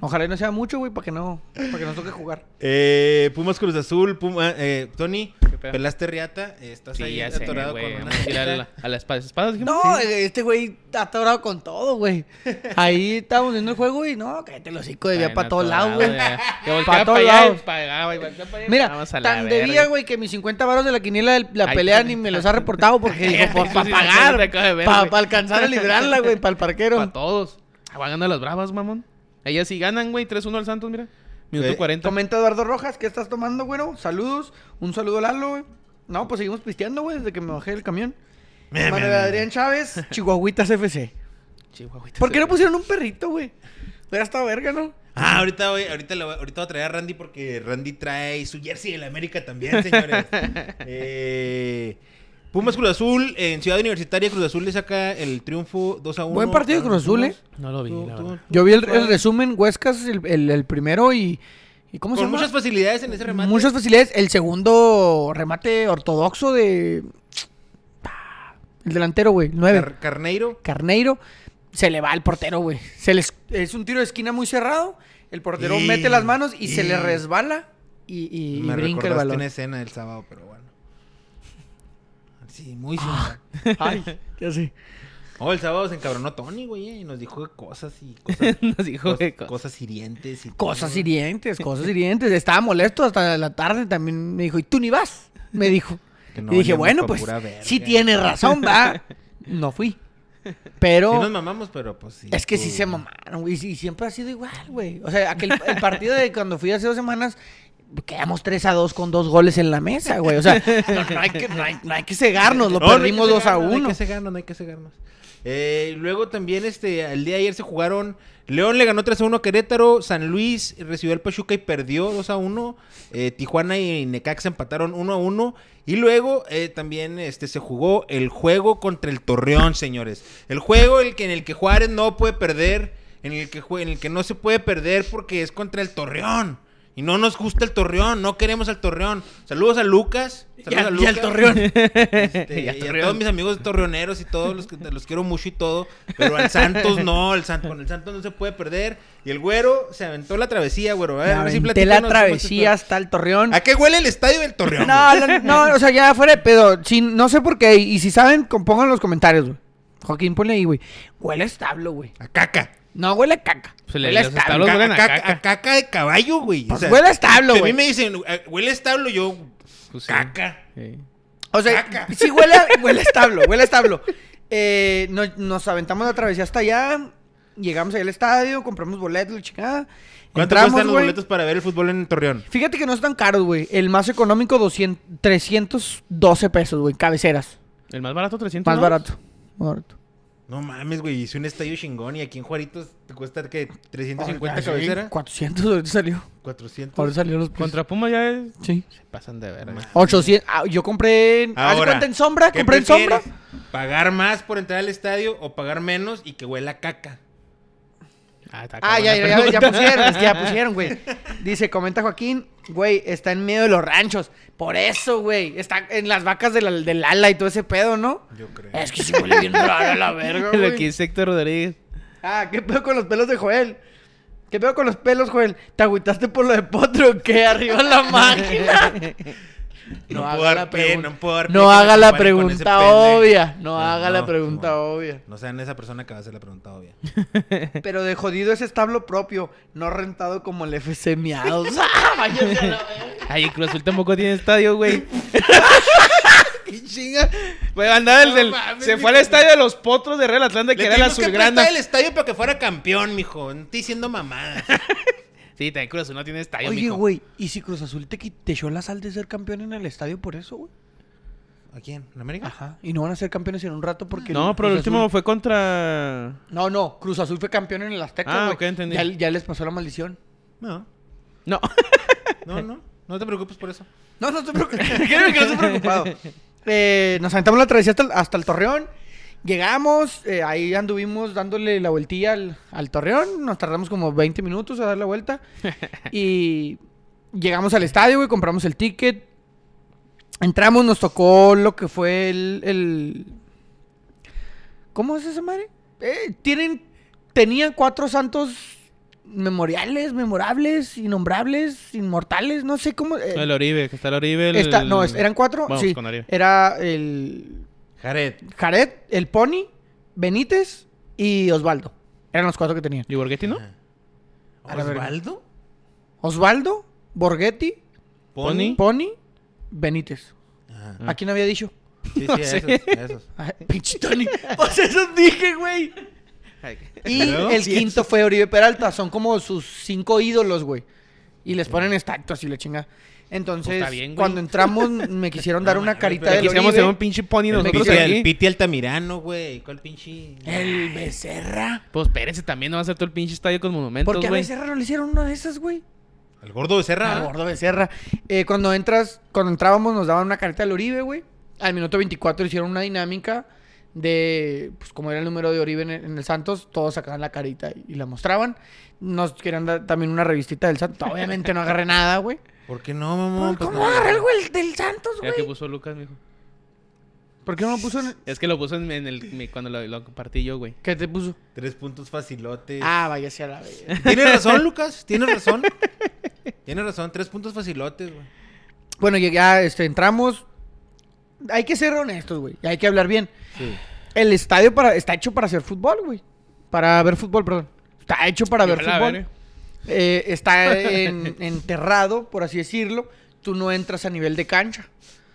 Speaker 3: ojalá y no sea mucho, güey, para que no, para que nos toque jugar.
Speaker 1: Eh, Pumas Cruz Azul, Puma, eh, Tony,
Speaker 2: ¿Qué pedo?
Speaker 1: pelaste riata, eh, estás
Speaker 2: Sí,
Speaker 1: ahí
Speaker 2: ya sé,
Speaker 1: atorado
Speaker 2: güey.
Speaker 1: con
Speaker 2: Vamos
Speaker 1: una
Speaker 2: a ir a la, a la espada. ¿Espadas dijimos?
Speaker 6: No,
Speaker 2: Sí.
Speaker 6: eh, este güey está atorado con todo, güey. Ahí estábamos viendo el juego y no, cállate el hocico, debía
Speaker 2: Ay,
Speaker 6: para
Speaker 2: no,
Speaker 6: todos lados, güey.
Speaker 2: ya. Que
Speaker 6: Pa'
Speaker 2: volteaba
Speaker 6: todos
Speaker 2: para allá y
Speaker 6: lados.
Speaker 2: para allá, güey.
Speaker 6: Mira, tan debía, güey, que mis 50 varos de la quiniela de la
Speaker 2: Ay,
Speaker 6: pelea
Speaker 2: tan-
Speaker 6: ni me los ha reportado porque dijo,
Speaker 2: Cállate,
Speaker 6: pues,
Speaker 2: sí,
Speaker 6: para
Speaker 2: sí, no te
Speaker 6: pagar,
Speaker 2: acabo de ver,
Speaker 6: para
Speaker 2: güey.
Speaker 6: alcanzar a librarla, güey, para el parquero.
Speaker 2: Para todos. Ah, Va ganando las bravas, mamón. Ellas sí ganan, güey. 3-1 al Santos, mira. Minuto
Speaker 1: Eh,
Speaker 2: 40.
Speaker 3: Comenta Eduardo Rojas, ¿qué estás tomando, güero? Saludos, un saludo a Lalo, güey. No, pues seguimos pisteando, güey, desde que me bajé del camión.
Speaker 1: Me, me,
Speaker 3: Manuel
Speaker 1: me.
Speaker 3: Adrián Chávez, Chihuahuitas FC.
Speaker 2: Chihuahuita,
Speaker 3: ¿Por qué
Speaker 2: se-
Speaker 3: no pusieron un perrito, güey? Hubiera estado verga, ¿no?
Speaker 1: Ah, ahorita voy, ahorita, le voy- ahorita voy a traer a Randy porque Randy trae su jersey de la América también, señores. Eh, Pumas Cruz Azul, en Ciudad Universitaria Cruz Azul le saca el triunfo 2 a 1.
Speaker 3: Buen partido de Cruz Azul, ¿eh?
Speaker 2: No lo vi, la verdad.
Speaker 3: Yo vi el, el resumen, Huescas, el, el- el primero y... ¿Y cómo se
Speaker 1: Con
Speaker 3: llama?
Speaker 1: muchas facilidades en ese remate.
Speaker 3: Muchas facilidades. El segundo remate ortodoxo de... ah, El delantero, güey. Nueve.
Speaker 1: Car- Carneiro.
Speaker 3: Carneiro. Se le va al portero, güey. Se les... Es un tiro de esquina muy cerrado. El portero
Speaker 1: Y-
Speaker 3: mete las manos y, se
Speaker 1: y-
Speaker 3: le resbala y, y- y
Speaker 1: me
Speaker 3: brinca el
Speaker 1: recordaste
Speaker 3: balón.
Speaker 1: una escena del sábado, pero bueno. Sí, muy
Speaker 3: Ah.
Speaker 1: similar.
Speaker 3: Ay, ya sé.
Speaker 1: Oh, el sábado se encabronó Tony, güey, eh, y nos dijo cosas y cosas,
Speaker 2: Nos dijo que
Speaker 1: cos- cosas hirientes y todo,
Speaker 3: Cosas
Speaker 1: güey.
Speaker 3: hirientes, cosas hirientes. Estaba molesto hasta la tarde también. Me dijo, ¿y tú ni vas? Me dijo.
Speaker 1: Que no
Speaker 3: y dije,
Speaker 1: valíamos
Speaker 3: bueno,
Speaker 1: pa'
Speaker 3: pues,
Speaker 1: pura verga".
Speaker 3: sí tiene razón, va. No fui. Pero...
Speaker 1: Sí nos mamamos, pero pues sí.
Speaker 3: Es que sí
Speaker 1: estuvo-
Speaker 3: se mamaron, güey. Y siempre ha sido igual, güey. O sea, aquel el partido de cuando fui hace dos semanas, quedamos 3 a 2 con dos goles en la mesa, güey. O sea, no, no hay, que, no hay- no hay que cegarnos, lo
Speaker 1: No, no hay
Speaker 3: perdimos
Speaker 1: que
Speaker 3: 2 a
Speaker 1: cegarnos, No hay
Speaker 3: 1.
Speaker 1: que cegarnos, no hay que cegarnos. Eh, luego también, este, el día de ayer se jugaron. León le ganó 3 a 1 a Querétaro. San Luis recibió el Pachuca y perdió 2 a 1. Eh, Tijuana y Necaxa empataron 1 a 1. Y luego eh, también este, se jugó el juego contra el Torreón, señores. El juego el que, en el que Juárez no puede perder. En el, que, jue- en el que no se puede perder porque es contra el Torreón. Y no nos gusta el Torreón, no queremos al Torreón. Saludos a Lucas.
Speaker 3: Y
Speaker 1: Saludos
Speaker 3: al-
Speaker 1: a
Speaker 3: y al Torreón.
Speaker 1: este, y,
Speaker 2: Y a
Speaker 1: a
Speaker 2: Torreón.
Speaker 1: todos mis amigos torreoneros y todos los que los quiero mucho y todo, pero al Santos no, el San- con el Santos no se puede perder. Y el güero se aventó la travesía, güero. A ver, a ver si
Speaker 3: Aventé
Speaker 1: platícanos
Speaker 3: la
Speaker 1: cómo es tu
Speaker 3: travesía hasta el torreón.
Speaker 1: historia. ¿A qué huele el estadio del Torreón?
Speaker 3: No, la- no, o sea, ya fuera de pedo. Si- no sé por qué. Y si saben, con- pongan en los comentarios, güey. Joaquín, ponle ahí, güey. Huele a establo, güey.
Speaker 1: A caca.
Speaker 3: No, huele a caca.
Speaker 2: Pues le-
Speaker 3: huele a
Speaker 2: los
Speaker 3: establo.
Speaker 2: establos
Speaker 1: Ca-
Speaker 2: huelen a
Speaker 1: caca-
Speaker 2: caca.
Speaker 1: a caca de caballo, güey. O
Speaker 3: Pues
Speaker 1: sea,
Speaker 3: huele a establo,
Speaker 1: si a
Speaker 3: güey.
Speaker 1: mí me dicen, "Eh, huele a establo, yo,
Speaker 2: Pues sí.
Speaker 1: caca.
Speaker 2: Sí.
Speaker 3: O sea,
Speaker 1: Caca.
Speaker 3: sí huele a, huele a establo, huele a establo. Eh, no- nos aventamos la travesía hasta allá, llegamos allá al estadio, compramos boletos, la chingada.
Speaker 1: ¿Cuánto
Speaker 3: Entramos,
Speaker 1: cuestan los
Speaker 3: güey.
Speaker 1: boletos para ver el fútbol en el Torreón?
Speaker 3: Fíjate que no están caros, güey. El más económico, 200, 312 pesos, güey, cabeceras.
Speaker 2: El más barato, 300.
Speaker 3: Más
Speaker 2: ¿no?
Speaker 3: barato. más barato.
Speaker 1: No mames, güey, hice un estadio chingón y aquí en Juaritos te cuesta, ¿qué? ¿350
Speaker 3: Ah, sí,
Speaker 1: cabecera?
Speaker 3: 400, ahorita salió.
Speaker 1: 400.
Speaker 3: Ahorita salieron los precios.
Speaker 2: Contra Puma ya es-
Speaker 3: Sí.
Speaker 2: se pasan de ver.
Speaker 1: Ma-
Speaker 3: 800. ah, yo compré. en- ¿Haz de
Speaker 1: Ahora,
Speaker 3: cuenta en sombra?
Speaker 1: ¿qué
Speaker 3: ¿Compré en sombra?
Speaker 1: prefieres? ¿Pagar más por entrar al estadio o pagar menos y que huela a caca?
Speaker 2: Ah, está
Speaker 3: Ah,
Speaker 2: cabrón
Speaker 3: ya,
Speaker 2: la
Speaker 3: ya, ya, ya
Speaker 2: pregunta.
Speaker 3: pusieron, es que ya pusieron, güey. Dice, comenta Joaquín, güey, está en medio de los ranchos. Por eso, güey. Está en las vacas del, al- del ala y todo ese pedo, ¿no?
Speaker 1: Yo creo.
Speaker 3: Es que se huele bien raro a la verga,
Speaker 2: Lo que
Speaker 3: güey.
Speaker 2: dice Héctor Rodríguez.
Speaker 3: Ah, ¿qué pedo con los pelos de Joel? ¿Qué pedo con los pelos, Joel? ¿Te agüitaste por lo de Potro o qué? Arriba la máquina.
Speaker 1: No,
Speaker 3: haga
Speaker 1: puedo dar
Speaker 3: la
Speaker 1: pie,
Speaker 3: pregun-
Speaker 1: no puedo dar pie
Speaker 3: No
Speaker 1: que me
Speaker 3: haga la
Speaker 1: comparen con ese
Speaker 3: pregunta
Speaker 1: pendejo. Ah,
Speaker 3: obvia. No haga la
Speaker 1: no,
Speaker 3: pregunta
Speaker 1: no.
Speaker 3: obvia.
Speaker 1: No sean esa persona que va a hacer la pregunta obvia.
Speaker 3: Pero de jodido es establo propio, no rentado como el FC Miados. ¡Ah, váyase a la verga!
Speaker 2: Ay, Cruz Azul tampoco tiene estadio, güey.
Speaker 1: ¡Qué chinga!
Speaker 2: Güey, andaba el
Speaker 1: No
Speaker 2: del-
Speaker 1: mames,
Speaker 2: se
Speaker 1: mi
Speaker 2: fue al
Speaker 1: Cruz-
Speaker 2: estadio de los potros de Real Atlante, que
Speaker 1: Le
Speaker 2: era la
Speaker 1: tuvimos que
Speaker 2: azulgrana.
Speaker 1: prestar el estadio para que fuera campeón, mijo. No estoy diciendo mamadas.
Speaker 2: Sí, también Cruz Azul no tiene estadio,
Speaker 3: Oye,
Speaker 2: mijo.
Speaker 3: güey, ¿y si Cruz Azul te, qui- te echó la sal de ser campeón en el estadio por eso, güey?
Speaker 1: ¿A quién? ¿En América?
Speaker 3: Ajá. Y no van a ser campeones en un rato porque...
Speaker 2: No, pero el
Speaker 3: Cruz
Speaker 2: último
Speaker 3: Azul-
Speaker 2: fue contra...
Speaker 3: No, no, Cruz Azul fue campeón en el Azteca,
Speaker 2: Ah,
Speaker 3: güey.
Speaker 2: ok, entendí.
Speaker 3: Ya, ya les pasó la maldición.
Speaker 1: No.
Speaker 2: No.
Speaker 1: No, no. No te preocupes por eso.
Speaker 3: No, no estoy preocupado. Créeme que no estoy preocupado. Eh, nos aventamos la travesía hasta el, hasta el Torreón. Llegamos, eh, ahí anduvimos dándole la vueltilla al, al Torreón. Nos tardamos como 20 minutos a dar la vuelta. y llegamos al estadio, güey, compramos el ticket. Entramos, nos tocó lo que fue el... el- ¿Cómo es esa madre? Eh, tienen... Tenían cuatro santos memoriales, memorables, innombrables, inmortales, no sé cómo... eh,
Speaker 2: El Oribe, que está el Oribe. el-
Speaker 3: esta- no, es- eran cuatro.
Speaker 2: Vamos
Speaker 3: sí,
Speaker 2: con Oribe.
Speaker 3: era el
Speaker 1: Jared.
Speaker 3: Jared, el Pony, Benítez y Osvaldo. Eran los cuatro que tenían.
Speaker 2: ¿Y Borghetti no?
Speaker 1: Ajá.
Speaker 3: A la verga.
Speaker 1: ¿Osvaldo?
Speaker 3: Osvaldo, Borghetti,
Speaker 2: Pony.
Speaker 3: Pony, Benítez.
Speaker 1: Ajá.
Speaker 2: Ah.
Speaker 3: ¿A quién había dicho?
Speaker 1: Sí,
Speaker 2: No
Speaker 1: sí,
Speaker 2: sé.
Speaker 1: esos, esos.
Speaker 3: Ay, Pinche Tony. Pues eso dije, güey. Y
Speaker 1: ¿Luego?
Speaker 3: el
Speaker 1: Sí,
Speaker 3: quinto fue Oribe Peralta. Son como sus cinco ídolos, güey. Y les ponen estactos y la chinga. Entonces,
Speaker 2: Eh. está bien, güey.
Speaker 3: cuando entramos, me quisieron dar una carita
Speaker 1: pero
Speaker 3: de
Speaker 2: Aquí hacemos
Speaker 3: Oribe.
Speaker 2: un pinche pony nosotros
Speaker 1: Piti,
Speaker 2: aquí.
Speaker 1: el Piti Altamirano, güey. ¿Cuál pinche?
Speaker 3: El Becerra.
Speaker 2: Pues espérense, también no va a ser todo el pinche estadio con monumentos,
Speaker 3: ¿Por qué a
Speaker 2: güey.
Speaker 3: Becerra no le hicieron una de esas, güey?
Speaker 1: El gordo Becerra.
Speaker 3: Al gordo Becerra. Eh, cuando entras, cuando entrábamos nos daban una carta del Oribe, güey. Al minuto 24 hicieron una dinámica de, pues como era el número de Oribe en el, en el Santos, todos sacaban la carita y la mostraban. Nos querían dar también una revistita del Santos. Obviamente no agarré nada, güey.
Speaker 1: ¿Por qué no, mamón? Pues
Speaker 3: ¿Cómo
Speaker 1: no.
Speaker 3: agarré algo del, del Santos,
Speaker 2: Ya que
Speaker 3: güey?
Speaker 2: puso Lucas, mijo.
Speaker 3: ¿Por qué no lo puso en el...
Speaker 2: Es que lo puso en, en el mi- cuando lo, lo compartí yo, güey.
Speaker 3: ¿Qué te puso?
Speaker 1: Tres puntos facilotes.
Speaker 3: Ah, vaya sea la verga.
Speaker 1: Tienes razón, Lucas. Tienes razón. Tienes razón. Tres puntos facilotes, güey.
Speaker 3: Bueno, ya- ya este, entramos. Hay que ser honestos, güey. y Hay que hablar bien.
Speaker 1: Sí.
Speaker 3: El estadio para, está hecho para hacer fútbol, güey. Para ver fútbol, perdón. Está hecho para ver
Speaker 2: Y la
Speaker 3: fútbol.
Speaker 2: verga.
Speaker 3: Eh, está en- enterrado, por así decirlo. Tú no entras a nivel de cancha.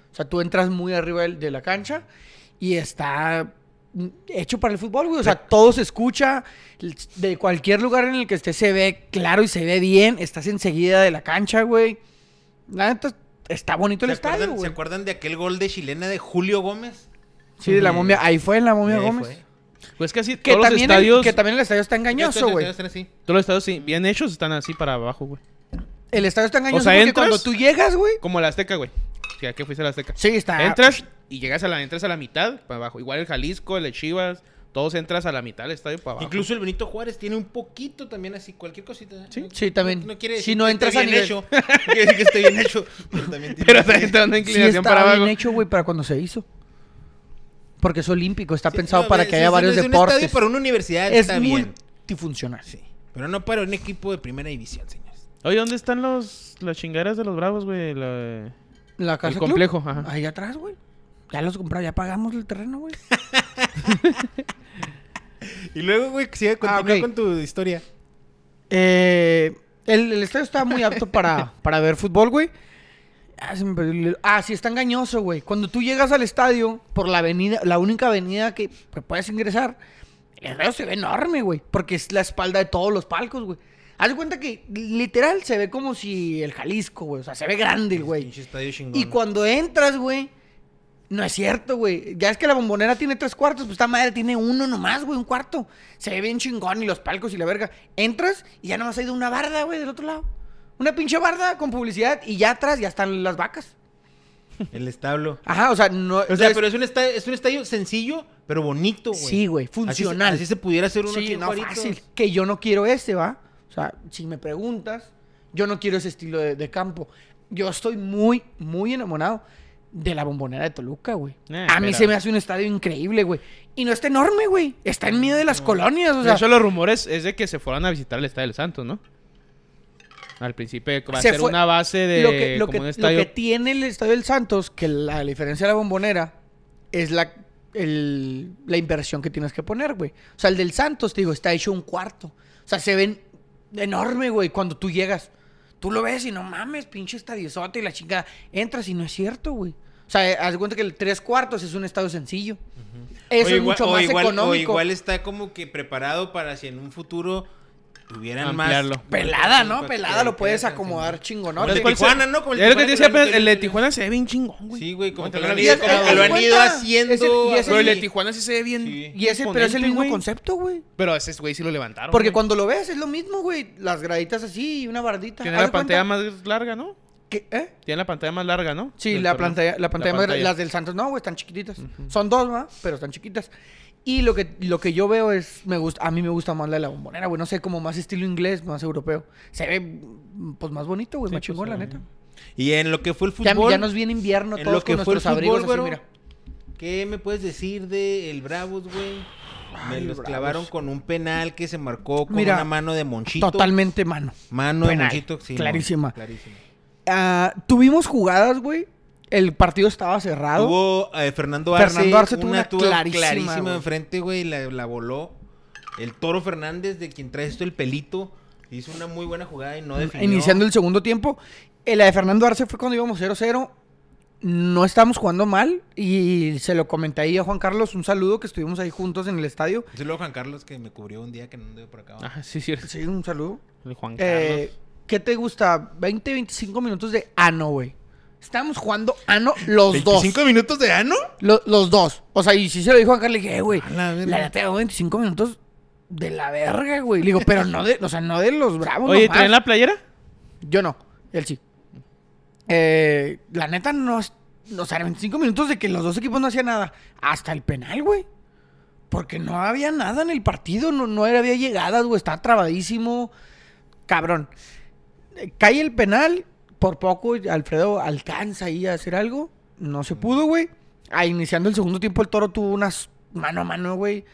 Speaker 3: O sea, tú entras muy arriba del- de la cancha y está mm, hecho para el fútbol, güey. O sea, todo se escucha. l- De cualquier lugar en el que estés se ve claro y se ve bien. Estás enseguida de la cancha, güey. La neta, está bonito el
Speaker 1: ¿Se
Speaker 3: estadio,
Speaker 1: acuerdan, ¿Se
Speaker 3: güey.
Speaker 1: acuerdan de aquel gol de chilena de Julio Gómez?
Speaker 3: Sí, de la momia. Ahí fue en la momia
Speaker 1: Ahí
Speaker 3: Gómez.
Speaker 1: fue.
Speaker 2: Pues casi
Speaker 3: Que
Speaker 2: todos los
Speaker 3: también,
Speaker 2: estadios.
Speaker 3: el, que también el estadio está engañoso,
Speaker 1: Estoy-
Speaker 3: güey.
Speaker 1: estoy- estoy así.
Speaker 2: Todos los estadios sí, bien hechos están así para abajo, güey.
Speaker 1: este-
Speaker 3: El estadio está engañoso
Speaker 2: O sea,
Speaker 3: porque
Speaker 2: entras-
Speaker 3: cuando tú llegas, güey.
Speaker 2: Como la Azteca, güey. O sea, que fuiste a la Azteca.
Speaker 3: Sí, ah. está.
Speaker 2: Entras y llegas a la, entras a la mitad para abajo. Igual el Jalisco, el de Chivas, todos entras a la mitad del estadio para abajo.
Speaker 1: Incluso el Benito Juárez tiene un poquito también así, cualquier cosita.
Speaker 3: Sí, sí, también.
Speaker 1: No quiere
Speaker 3: Si
Speaker 1: decir
Speaker 3: no
Speaker 1: que
Speaker 3: entras
Speaker 1: esté
Speaker 3: a
Speaker 1: bien
Speaker 3: nivel.
Speaker 1: hecho. No quiere decir que esté bien hecho. Pero también tiene.
Speaker 2: Pero también te da una
Speaker 3: Sí
Speaker 2: inclinación para
Speaker 3: está
Speaker 2: abajo.
Speaker 3: bien hecho, güey, para cuando se hizo. Porque es olímpico, está
Speaker 1: Sí,
Speaker 3: pensado
Speaker 1: no,
Speaker 3: para
Speaker 1: es-
Speaker 3: que haya
Speaker 1: es-
Speaker 3: varios
Speaker 1: es un
Speaker 3: deportes.
Speaker 1: estadio para una universidad
Speaker 3: es
Speaker 1: Ah, está bien.
Speaker 3: multifuncional. Sí.
Speaker 1: Pero no para un equipo de primera división, señores.
Speaker 2: Oye, ¿dónde están los las chingaderas de los bravos, güey? La-
Speaker 3: La casa
Speaker 2: El
Speaker 3: Club,
Speaker 2: complejo, ajá.
Speaker 3: Ahí atrás, güey. Ya los compramos, ya pagamos el terreno, güey.
Speaker 1: Y luego, güey, sigue
Speaker 3: Ah,
Speaker 1: continúa
Speaker 3: ok.
Speaker 1: con tu historia.
Speaker 3: Eh, el, el estadio está muy apto para, para ver fútbol, güey. Ah, se me perdió el- ah, sí, está engañoso, güey. Cuando tú llegas al estadio, por la avenida, la única avenida que, que puedes ingresar, el estadio se ve enorme, güey. Porque es la espalda de todos los palcos, güey. Haz de cuenta que literal se ve como si el Jalisco, güey. O sea, se ve grande el güey.
Speaker 1: Pinche estadio chingón.
Speaker 3: Y cuando entras, güey, no es cierto, güey. Ya es que la bombonera tiene tres cuartos, pues esta madre tiene uno nomás, güey, un cuarto. Se ve bien chingón y los palcos y la verga. Entras y ya nomás hay de una barda, güey, del otro lado. Una pinche barda con publicidad y ya atrás ya están las vacas.
Speaker 1: El establo.
Speaker 3: Ajá, o sea, no.
Speaker 1: O sea, pero es un estadio, es un estadio sencillo, pero bonito, güey.
Speaker 3: Sí, güey, funcional.
Speaker 1: Así, se- así se pudiera hacer uno aquí
Speaker 3: Sí,
Speaker 1: en
Speaker 3: no,
Speaker 1: Juaritos.
Speaker 3: fácil. Que yo no quiero este, ¿va? O sea, si me preguntas, yo no quiero ese estilo de, de campo. Yo estoy muy, muy enamorado de la bombonera de Toluca, güey.
Speaker 2: Eh,
Speaker 3: a mí
Speaker 2: pero-
Speaker 3: se me hace un estadio increíble, güey. Y no está enorme, güey. Está en medio de las colonias, o
Speaker 2: de
Speaker 3: sea.
Speaker 2: hecho, los rumores es de que se fueran a visitar el Estadio del Santos, ¿no? Al principio que va a
Speaker 3: Se
Speaker 2: ser
Speaker 3: fue-
Speaker 2: una base de
Speaker 3: lo, que, lo,
Speaker 2: como
Speaker 3: que,
Speaker 2: un
Speaker 3: lo
Speaker 2: estadio.
Speaker 3: que tiene el estadio del Santos, que la diferencia de la bombonera es la, el- la inversión que tienes que poner, güey. O sea, el del Santos, te digo, está hecho un cuarto. O sea, se ven enorme, güey, cuando tú llegas. Tú lo ves y no mames, pinche estadiosote y la chingada. Entras y no es cierto, güey. O sea, eh, haz de cuenta que el tres cuartos es un estadio sencillo. Eso
Speaker 1: O
Speaker 3: es
Speaker 1: igual-
Speaker 3: mucho
Speaker 1: o
Speaker 3: más
Speaker 1: igual-
Speaker 3: económico.
Speaker 1: O igual está como que preparado para si en un futuro tuvieran
Speaker 2: Ampliarlo.
Speaker 1: más.
Speaker 3: Pelada, ¿no?
Speaker 1: Para que
Speaker 3: Pelada lo puedes
Speaker 1: crezcan,
Speaker 3: acomodar
Speaker 1: sí.
Speaker 3: chingonote.
Speaker 1: Como el de
Speaker 2: ¿Cuál se-
Speaker 1: Tijuana, ¿no? Como el
Speaker 2: Es lo que te
Speaker 1: Tijuana
Speaker 2: decía,
Speaker 1: que lo
Speaker 2: pero el de
Speaker 1: hicieron-
Speaker 2: Tijuana se ve bien chingón, güey.
Speaker 1: Sí, güey, como
Speaker 2: No,
Speaker 1: que
Speaker 2: te
Speaker 1: lo han
Speaker 2: lo
Speaker 1: ido,
Speaker 3: digas,
Speaker 1: como
Speaker 3: haz
Speaker 1: que lo
Speaker 3: de
Speaker 1: han ido
Speaker 3: cuenta.
Speaker 1: haciendo.
Speaker 3: Es el-
Speaker 2: Pero el de
Speaker 1: así.
Speaker 2: Tijuana sí se ve bien.
Speaker 1: Sí.
Speaker 3: Y ese, pero es el
Speaker 2: imponente,
Speaker 3: mismo
Speaker 2: güey.
Speaker 3: concepto, güey.
Speaker 2: Pero a ese güey sí lo levantaron.
Speaker 3: Porque
Speaker 2: güey.
Speaker 3: cuando lo ves es lo mismo, güey. Las graditas así y una bardita.
Speaker 2: Tiene
Speaker 3: Haz
Speaker 2: la
Speaker 3: de
Speaker 2: pantalla
Speaker 3: cuenta
Speaker 2: más larga, ¿no?
Speaker 3: que- ¿eh?
Speaker 2: Tiene la pantalla más larga, ¿no?
Speaker 3: Sí,
Speaker 2: Del
Speaker 3: la
Speaker 2: torneo.
Speaker 3: pantalla, la pantalla más grande.
Speaker 2: pantalla.
Speaker 3: Las del Santos no, güey, están chiquititas. Son dos, ¿va? Pero están chiquitas. Y lo que, lo que yo veo es, me gusta, a mí me gusta más la de la bombonera, güey. No sé, como más estilo inglés, más europeo. Se ve, mm, pues, más bonito, güey,
Speaker 2: Sí,
Speaker 3: más
Speaker 2: pues,
Speaker 3: chingón, la
Speaker 2: eh.
Speaker 3: neta.
Speaker 1: Y en lo que fue el
Speaker 3: Ya,
Speaker 1: fútbol.
Speaker 3: ya nos viene invierno
Speaker 1: en
Speaker 3: todos
Speaker 1: lo que
Speaker 3: con
Speaker 1: fue el
Speaker 3: nuestros
Speaker 1: fútbol,
Speaker 3: abrigos
Speaker 1: güero.
Speaker 3: así, mira.
Speaker 1: ¿Qué me puedes decir de el Bravos, güey? Me
Speaker 3: Ay,
Speaker 1: los
Speaker 3: Bravos.
Speaker 1: clavaron con un penal que se marcó con
Speaker 3: Mira,
Speaker 1: una mano de Monchito.
Speaker 3: Totalmente mano.
Speaker 1: Mano de
Speaker 3: penal,
Speaker 1: Monchito. sí,
Speaker 3: clarísima.
Speaker 1: mon- clarísima.
Speaker 3: Ah, tuvimos jugadas, güey. El partido estaba cerrado.
Speaker 1: Tuvo eh, Fernando Arce.
Speaker 3: Fernando Arce tuvo una
Speaker 1: tuvo
Speaker 3: clarísima, güey.
Speaker 1: enfrente, güey. La, la voló. El Toro Fernández, de quien trae esto el pelito, hizo una muy buena jugada y no definió.
Speaker 3: Mm, Iniciando el segundo tiempo. Eh, La de Fernando Arce fue cuando íbamos 0-0. No estábamos jugando mal. Y se lo comenté ahí a Juan Carlos. Un saludo que estuvimos ahí juntos en el estadio.
Speaker 1: Sí, luego Juan Carlos que me cubrió un día que no anduve por acá.
Speaker 2: Ah, sí, cierto.
Speaker 3: Sí, un saludo.
Speaker 2: El Juan Carlos.
Speaker 3: Eh, ¿qué te gusta? 20, 25 minutos de ano, güey. Estábamos jugando ano los
Speaker 1: ¿25 minutos de ano?
Speaker 3: dos. Lo- los dos. O sea, y si se lo dijo a Carlos, le dije, "Eh, güey,
Speaker 1: A la verga.
Speaker 3: la neta, hago 25 minutos de la verga, güey. Le digo, pero no de, o sea, no de los bravos.
Speaker 2: Oye,
Speaker 3: nomás".
Speaker 2: ¿traen la playera?
Speaker 3: Yo no, él sí. Eh, la neta, no. es- O sea, 25 minutos de que los dos equipos no hacían nada. Hasta el penal, güey. Porque no había nada en el partido. No, no había llegadas, güey. Estaba trabadísimo. Cabrón. Eh, Cae el penal. Por poco Alfredo alcanza ahí a hacer algo. No se pudo, güey. Ah, iniciando el segundo tiempo, el toro tuvo unas mano a mano, güey.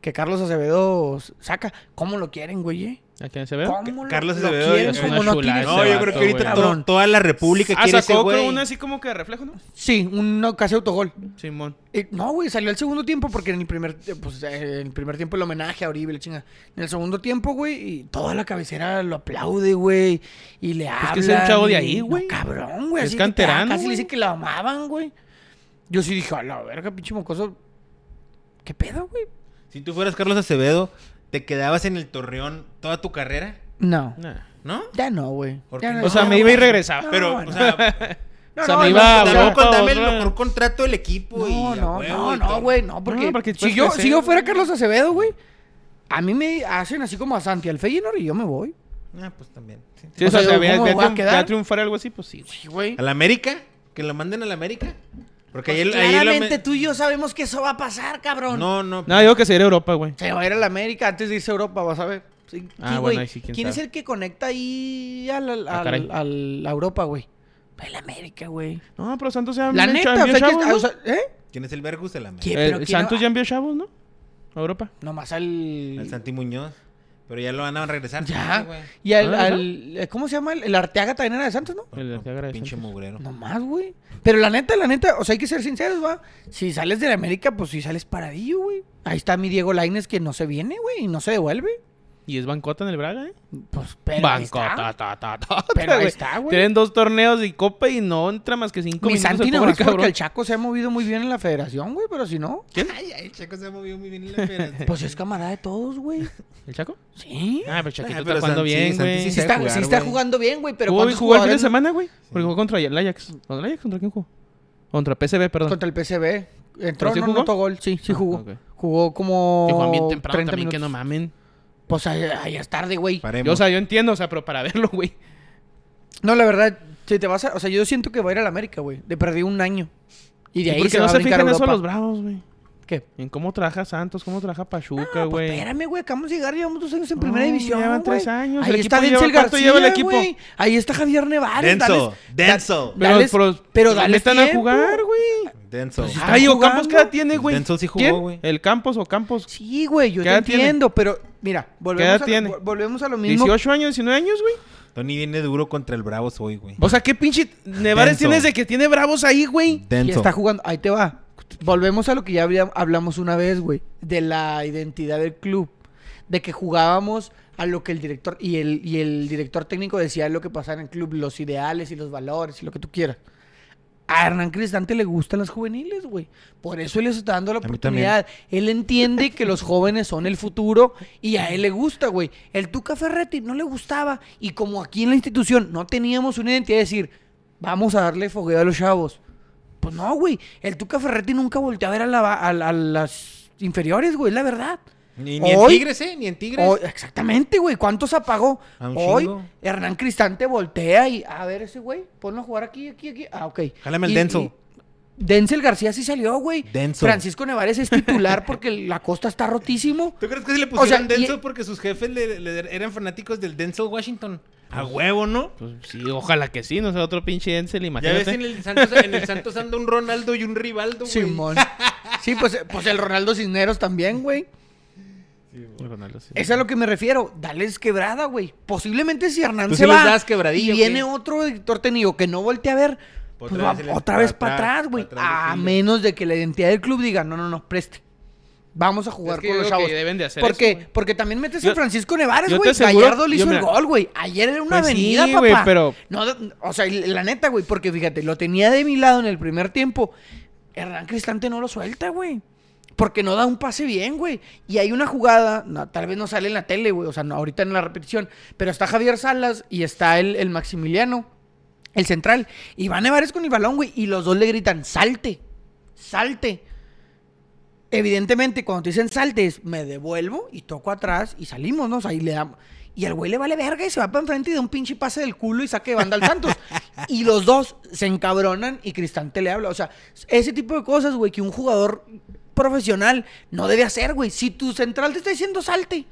Speaker 3: Que Carlos Acevedo saca. ¿Cómo lo quieren, güey? eh?
Speaker 2: ¿A quién se ve?
Speaker 3: ¿Cómo
Speaker 1: Carlos
Speaker 3: lo, lo
Speaker 1: Acevedo
Speaker 3: quieren?
Speaker 1: es
Speaker 3: ¿Cómo
Speaker 2: una
Speaker 3: no
Speaker 2: chulada
Speaker 3: tiene-
Speaker 2: ese
Speaker 1: No, yo creo
Speaker 2: vato,
Speaker 1: que ahorita
Speaker 2: güey.
Speaker 1: to-
Speaker 3: Cabrón.
Speaker 1: toda la república
Speaker 2: Ah,
Speaker 1: quiere ese
Speaker 2: sacó
Speaker 1: güey.
Speaker 2: con una así como que de reflejo, ¿no?
Speaker 3: Sí, un no- casi autogol.
Speaker 2: Simón.
Speaker 3: Eh, no, güey, salió el segundo tiempo porque en el primer, eh, pues, eh, en el primer tiempo el homenaje a Oribe, la chinga. En el segundo tiempo, güey, y toda la cabecera lo aplaude, güey, y le habla.
Speaker 2: que es un chavo de ahí, güey.
Speaker 3: cabrón, güey.
Speaker 2: Es
Speaker 3: así que
Speaker 2: canterano,
Speaker 3: Casi le
Speaker 2: güey.
Speaker 3: dice que la amaban, güey. Yo sí dije, a la verga, pinche mocoso. ¿Qué pedo, güey?
Speaker 1: Si tú fueras Carlos Acevedo, ¿te quedabas en el Torreón toda tu carrera?
Speaker 3: No,
Speaker 2: Nah.
Speaker 1: ¿no?
Speaker 3: ya no, güey.
Speaker 1: ¿Por
Speaker 3: Ya
Speaker 1: qué
Speaker 3: no,
Speaker 1: no?
Speaker 2: O sea,
Speaker 3: ya
Speaker 2: me
Speaker 3: no,
Speaker 2: iba y
Speaker 3: güey.
Speaker 2: regresaba.
Speaker 3: No,
Speaker 1: Pero,
Speaker 3: no.
Speaker 1: o sea,
Speaker 3: No,
Speaker 2: o sea,
Speaker 3: no,
Speaker 2: me
Speaker 3: no,
Speaker 2: iba a
Speaker 3: no,
Speaker 2: Europa,
Speaker 1: tampoco dame el
Speaker 2: otra.
Speaker 1: mejor contrato del equipo y
Speaker 3: No,
Speaker 1: a
Speaker 3: no,
Speaker 1: huevo
Speaker 3: no,
Speaker 1: y
Speaker 3: no,
Speaker 1: todo.
Speaker 3: güey, no, porque,
Speaker 2: No, porque
Speaker 3: si,
Speaker 2: puedes
Speaker 3: yo,
Speaker 2: crecer,
Speaker 3: si yo
Speaker 2: güey.
Speaker 3: fuera Carlos Acevedo, güey, a mí me hacen así como a Santi al Feyenoord y yo me voy.
Speaker 1: Ah, pues también. sí.
Speaker 2: Sí,
Speaker 3: O
Speaker 2: o
Speaker 3: sea,
Speaker 2: sea, si
Speaker 3: ¿cómo
Speaker 2: había-
Speaker 3: me
Speaker 2: había
Speaker 3: voy a
Speaker 2: triun-
Speaker 3: quedar?
Speaker 2: había triunfar algo así, pues sí, güey.
Speaker 3: Sí, güey. Pues
Speaker 1: ¿A la América? ¿Que lo manden a la América? Porque ayer, ayer la
Speaker 3: Claramente
Speaker 1: Ame-
Speaker 3: tú y yo sabemos que eso va a pasar, cabrón.
Speaker 1: Pues No, no.
Speaker 2: No, digo que sería Europa, güey.
Speaker 3: Se va a ir a la América antes de irse a Europa, vas a ver. Sí,
Speaker 2: Ah,
Speaker 3: sí,
Speaker 2: bueno,
Speaker 3: güey.
Speaker 2: ahí sí, quién
Speaker 3: ¿Quién, es
Speaker 2: sabe.
Speaker 3: el que conecta ahí al, al,
Speaker 2: Ah, caray.
Speaker 3: al- al- a Europa, güey? El América, güey.
Speaker 2: No, pero Santos ya
Speaker 3: La
Speaker 2: envió
Speaker 3: neta,
Speaker 2: cha-
Speaker 3: o sea,
Speaker 2: envió
Speaker 3: que-
Speaker 2: chavos, ¿no?
Speaker 3: o sea, ¿eh?
Speaker 1: ¿Quién es el Vergus de la América?
Speaker 3: ¿Quién?
Speaker 2: Eh,
Speaker 3: pero
Speaker 2: Santos
Speaker 3: no-
Speaker 2: ya envió chavos, ¿no? A Europa.
Speaker 3: Nomás al...
Speaker 1: El Santi Muñoz. Pero ya lo van a regresar.
Speaker 3: Ya.
Speaker 1: Sí, güey.
Speaker 3: Y al,
Speaker 2: Ah,
Speaker 3: al- ¿Cómo se llama? El, el Arteaga también era de Santos, ¿no?
Speaker 2: El- el que agradece
Speaker 1: Pinche
Speaker 2: antes.
Speaker 1: mugrero.
Speaker 3: Nomás, güey. Pero la neta, la neta, o sea, hay que ser sinceros, va. Si sales de la América, pues si sales paradillo, güey. Ahí está mi Diego Laines que no se viene, güey, y no se devuelve.
Speaker 2: Y es Bancota en el Braga, ¿eh?
Speaker 3: Pues, pero ahí
Speaker 2: Banco,
Speaker 3: está.
Speaker 2: ta, ta, ta, ta,
Speaker 3: Pero ahí
Speaker 2: güey.
Speaker 3: está, güey.
Speaker 2: Tienen dos torneos y copa y no entra más que cinco
Speaker 3: Mi
Speaker 2: minutos. el
Speaker 3: Santi
Speaker 2: pobre
Speaker 3: nomás porque
Speaker 2: cabrón.
Speaker 3: el Chaco se ha movido muy bien en la federación, güey, pero si no,
Speaker 1: Ay, ay, Checo se movió muy bien en la federación.
Speaker 3: pues es camarada de todos, güey.
Speaker 2: ¿El Chaco?
Speaker 3: Sí.
Speaker 2: Ah, pero Chaquito
Speaker 1: Ah,
Speaker 2: está
Speaker 1: pero
Speaker 2: jugando
Speaker 1: Santi-
Speaker 2: bien,
Speaker 1: Santi
Speaker 2: güey.
Speaker 1: sí
Speaker 3: Sí
Speaker 1: sabe
Speaker 3: está,
Speaker 1: jugar,
Speaker 3: sí está
Speaker 1: güey.
Speaker 3: jugando bien, güey, pero
Speaker 2: Jugó,
Speaker 3: ¿cuántos
Speaker 2: jugó el fin de
Speaker 3: jugadores no-
Speaker 2: semana, güey. Porque jugó contra el Ajax. ¿Contra el Ajax? ¿Contra quién jugó? Contra el PSV, perdón.
Speaker 3: Contra el PCB. Entró,
Speaker 2: ¿Pero sí
Speaker 3: no
Speaker 2: jugó?
Speaker 3: anotó gol. Sí, sí
Speaker 2: Ah,
Speaker 3: jugó.
Speaker 2: ok.
Speaker 3: Jugó como
Speaker 2: Que juegan bien temprano
Speaker 3: 30
Speaker 2: también, que no
Speaker 3: minutos.
Speaker 2: mamen.
Speaker 3: Pues allá es tarde, güey.
Speaker 1: Paremos.
Speaker 2: Yo, o sea, yo entiendo, o sea, pero para verlo, güey.
Speaker 3: No, la verdad, si te vas a, o sea, yo siento que va a ir a la América, güey. Le perdí un año. Y de
Speaker 2: ¿Y
Speaker 3: ahí
Speaker 2: ¿Por qué
Speaker 3: se
Speaker 2: no
Speaker 3: va a
Speaker 2: se
Speaker 3: brincar
Speaker 2: fijan
Speaker 3: a
Speaker 2: eso
Speaker 3: Europa.
Speaker 2: los bravos, güey?
Speaker 3: ¿Qué?
Speaker 2: En cómo trabaja Santos, cómo trabaja Pachuca,
Speaker 3: Ah, pues,
Speaker 2: güey.
Speaker 3: espérame, güey, acabamos de llegar, llevamos dos años en
Speaker 2: No,
Speaker 3: primera división.
Speaker 2: llevan tres
Speaker 3: güey.
Speaker 2: años,
Speaker 3: Ahí
Speaker 2: el
Speaker 3: está
Speaker 2: equipo lleva-
Speaker 3: Denzel
Speaker 2: ¿cuánto
Speaker 3: García,
Speaker 2: lleva el equipo?
Speaker 3: güey. Ahí está Javier Nevares.
Speaker 1: Denso,
Speaker 3: dales- da-
Speaker 1: denso,
Speaker 2: Pero-
Speaker 3: dales-
Speaker 2: pero-
Speaker 3: pero,
Speaker 2: pero
Speaker 3: dales
Speaker 2: metan a
Speaker 3: tiempo.
Speaker 2: jugar, güey.
Speaker 1: denso. Ah,
Speaker 3: Pues,
Speaker 2: Ay, o
Speaker 3: jugando.
Speaker 2: Campos, ¿qué edad tiene, güey?
Speaker 1: Denzel sí jugó,
Speaker 2: ¿Quién?
Speaker 1: güey.
Speaker 2: ¿El Campos o Campos?
Speaker 3: Sí, güey, yo
Speaker 2: ¿Qué
Speaker 3: te
Speaker 2: edad tiene?
Speaker 3: entiendo, pero mira, volvemos,
Speaker 2: edad
Speaker 3: a, lo-
Speaker 2: tiene?
Speaker 3: vol- volvemos a lo mismo.
Speaker 2: ¿18 años, 19 años, güey?
Speaker 1: Tony viene duro contra el Bravos hoy, güey.
Speaker 3: Pues
Speaker 2: O sea, ¿qué pinche Nevares
Speaker 1: Denso.
Speaker 2: tienes de que tiene bravos ahí, güey?
Speaker 3: Y
Speaker 1: Denso.
Speaker 3: está jugando, ahí te va. Volvemos a lo que ya había- hablamos una vez, güey, de la identidad del club, de que jugábamos a lo que el director y el, y el director técnico decía lo que pasaba en el club, los ideales y los valores y lo que tú quieras. A Hernán Cristante le gustan las juveniles, güey. Por eso él les está dando la
Speaker 1: mí
Speaker 3: oportunidad. Él entiende que los jóvenes son el futuro y a él le gusta, güey. El Tuca Ferretti no le gustaba y como aquí en la institución no teníamos una identidad de decir, vamos a darle fogueo a los chavos. Pues no, güey. El Tuca Ferretti nunca volteó a ver a, la ba- a la- a las inferiores, güey, es la verdad.
Speaker 1: Ni, ni en
Speaker 3: Hoy-
Speaker 1: Tigres, ¿eh? Ni en Tigres.
Speaker 3: Hoy- exactamente, güey. ¿Cuántos apagó?
Speaker 1: A un
Speaker 3: Hoy
Speaker 1: chingo.
Speaker 3: Hernán Cristante voltea y, a ver, ese güey, ponlo a jugar aquí, aquí, aquí. Ah, ok.
Speaker 1: Jálame el
Speaker 3: Y-
Speaker 1: Denso.
Speaker 3: y- Denzel García sí salió, güey.
Speaker 1: Denso.
Speaker 3: Francisco Nevares es titular porque la costa está rotísimo.
Speaker 1: ¿Tú crees que se le pusieron
Speaker 3: O sea, y-
Speaker 1: Denso porque sus jefes le- le- eran fanáticos del Denzel Washington? A huevo, ¿no?
Speaker 2: Pues sí, ojalá que sí, no sea otro pinche Denzel,
Speaker 1: Ya ves,
Speaker 2: imagínate.
Speaker 1: en el Santos, en el Santos anda un Ronaldo y un Rivaldo, güey.
Speaker 3: Simón. Sí, pues, pues el Ronaldo Cisneros también, güey.
Speaker 2: Ronaldo, sí.
Speaker 3: Es a lo que me refiero. Dales quebrada, güey. Posiblemente si Hernán
Speaker 1: Tú
Speaker 3: se
Speaker 1: sí les
Speaker 3: va
Speaker 1: das quebradilla,
Speaker 3: y
Speaker 1: ¿o
Speaker 3: viene
Speaker 1: qué?
Speaker 3: otro editor técnico que no voltea a ver, pues
Speaker 1: Otra
Speaker 3: va-
Speaker 1: vez el-
Speaker 3: otra vez
Speaker 1: para
Speaker 3: para
Speaker 1: atrás,
Speaker 3: atrás, güey.
Speaker 1: para atrás
Speaker 3: A
Speaker 1: del filo.
Speaker 3: menos de que la identidad del club diga, no, no, no, preste. Vamos a jugar
Speaker 2: Es que
Speaker 3: con
Speaker 2: yo
Speaker 3: los
Speaker 2: creo que
Speaker 3: chavos.
Speaker 2: deben de hacer
Speaker 3: porque,
Speaker 2: eso, güey.
Speaker 3: porque también metes
Speaker 2: Yo-
Speaker 3: a Francisco Nevares,
Speaker 2: yo
Speaker 3: güey.
Speaker 2: te aseguro-
Speaker 3: Gallardo le
Speaker 2: yo,
Speaker 3: hizo el
Speaker 2: mira,
Speaker 3: gol, güey. Ayer era una
Speaker 2: pues sí,
Speaker 3: avenida,
Speaker 2: güey,
Speaker 3: papá.
Speaker 2: pero-
Speaker 3: No, o sea, y la neta, güey, porque fíjate, lo tenía de mi lado en el primer tiempo. Hernán Cristante no lo suelta, güey. Porque no da un pase bien, güey. Y hay una jugada, no, tal vez no sale en la tele, güey. O sea, no, ahorita en la repetición. Pero está Javier Salas y está el, el Maximiliano, el central. Y van Nevares con el balón, güey. Y los dos le gritan, salte, salte. Evidentemente, cuando te dicen salte, es, me devuelvo y toco atrás y salimos, ¿no? O sea, y le damos. Y al güey le vale verga y se va para enfrente y da un pinche pase del culo y saque de banda al Santos. y los dos se encabronan y Cristante le habla. O sea, ese tipo de cosas, güey, que un jugador profesional no debe hacer, güey. Si tu central te está diciendo salte,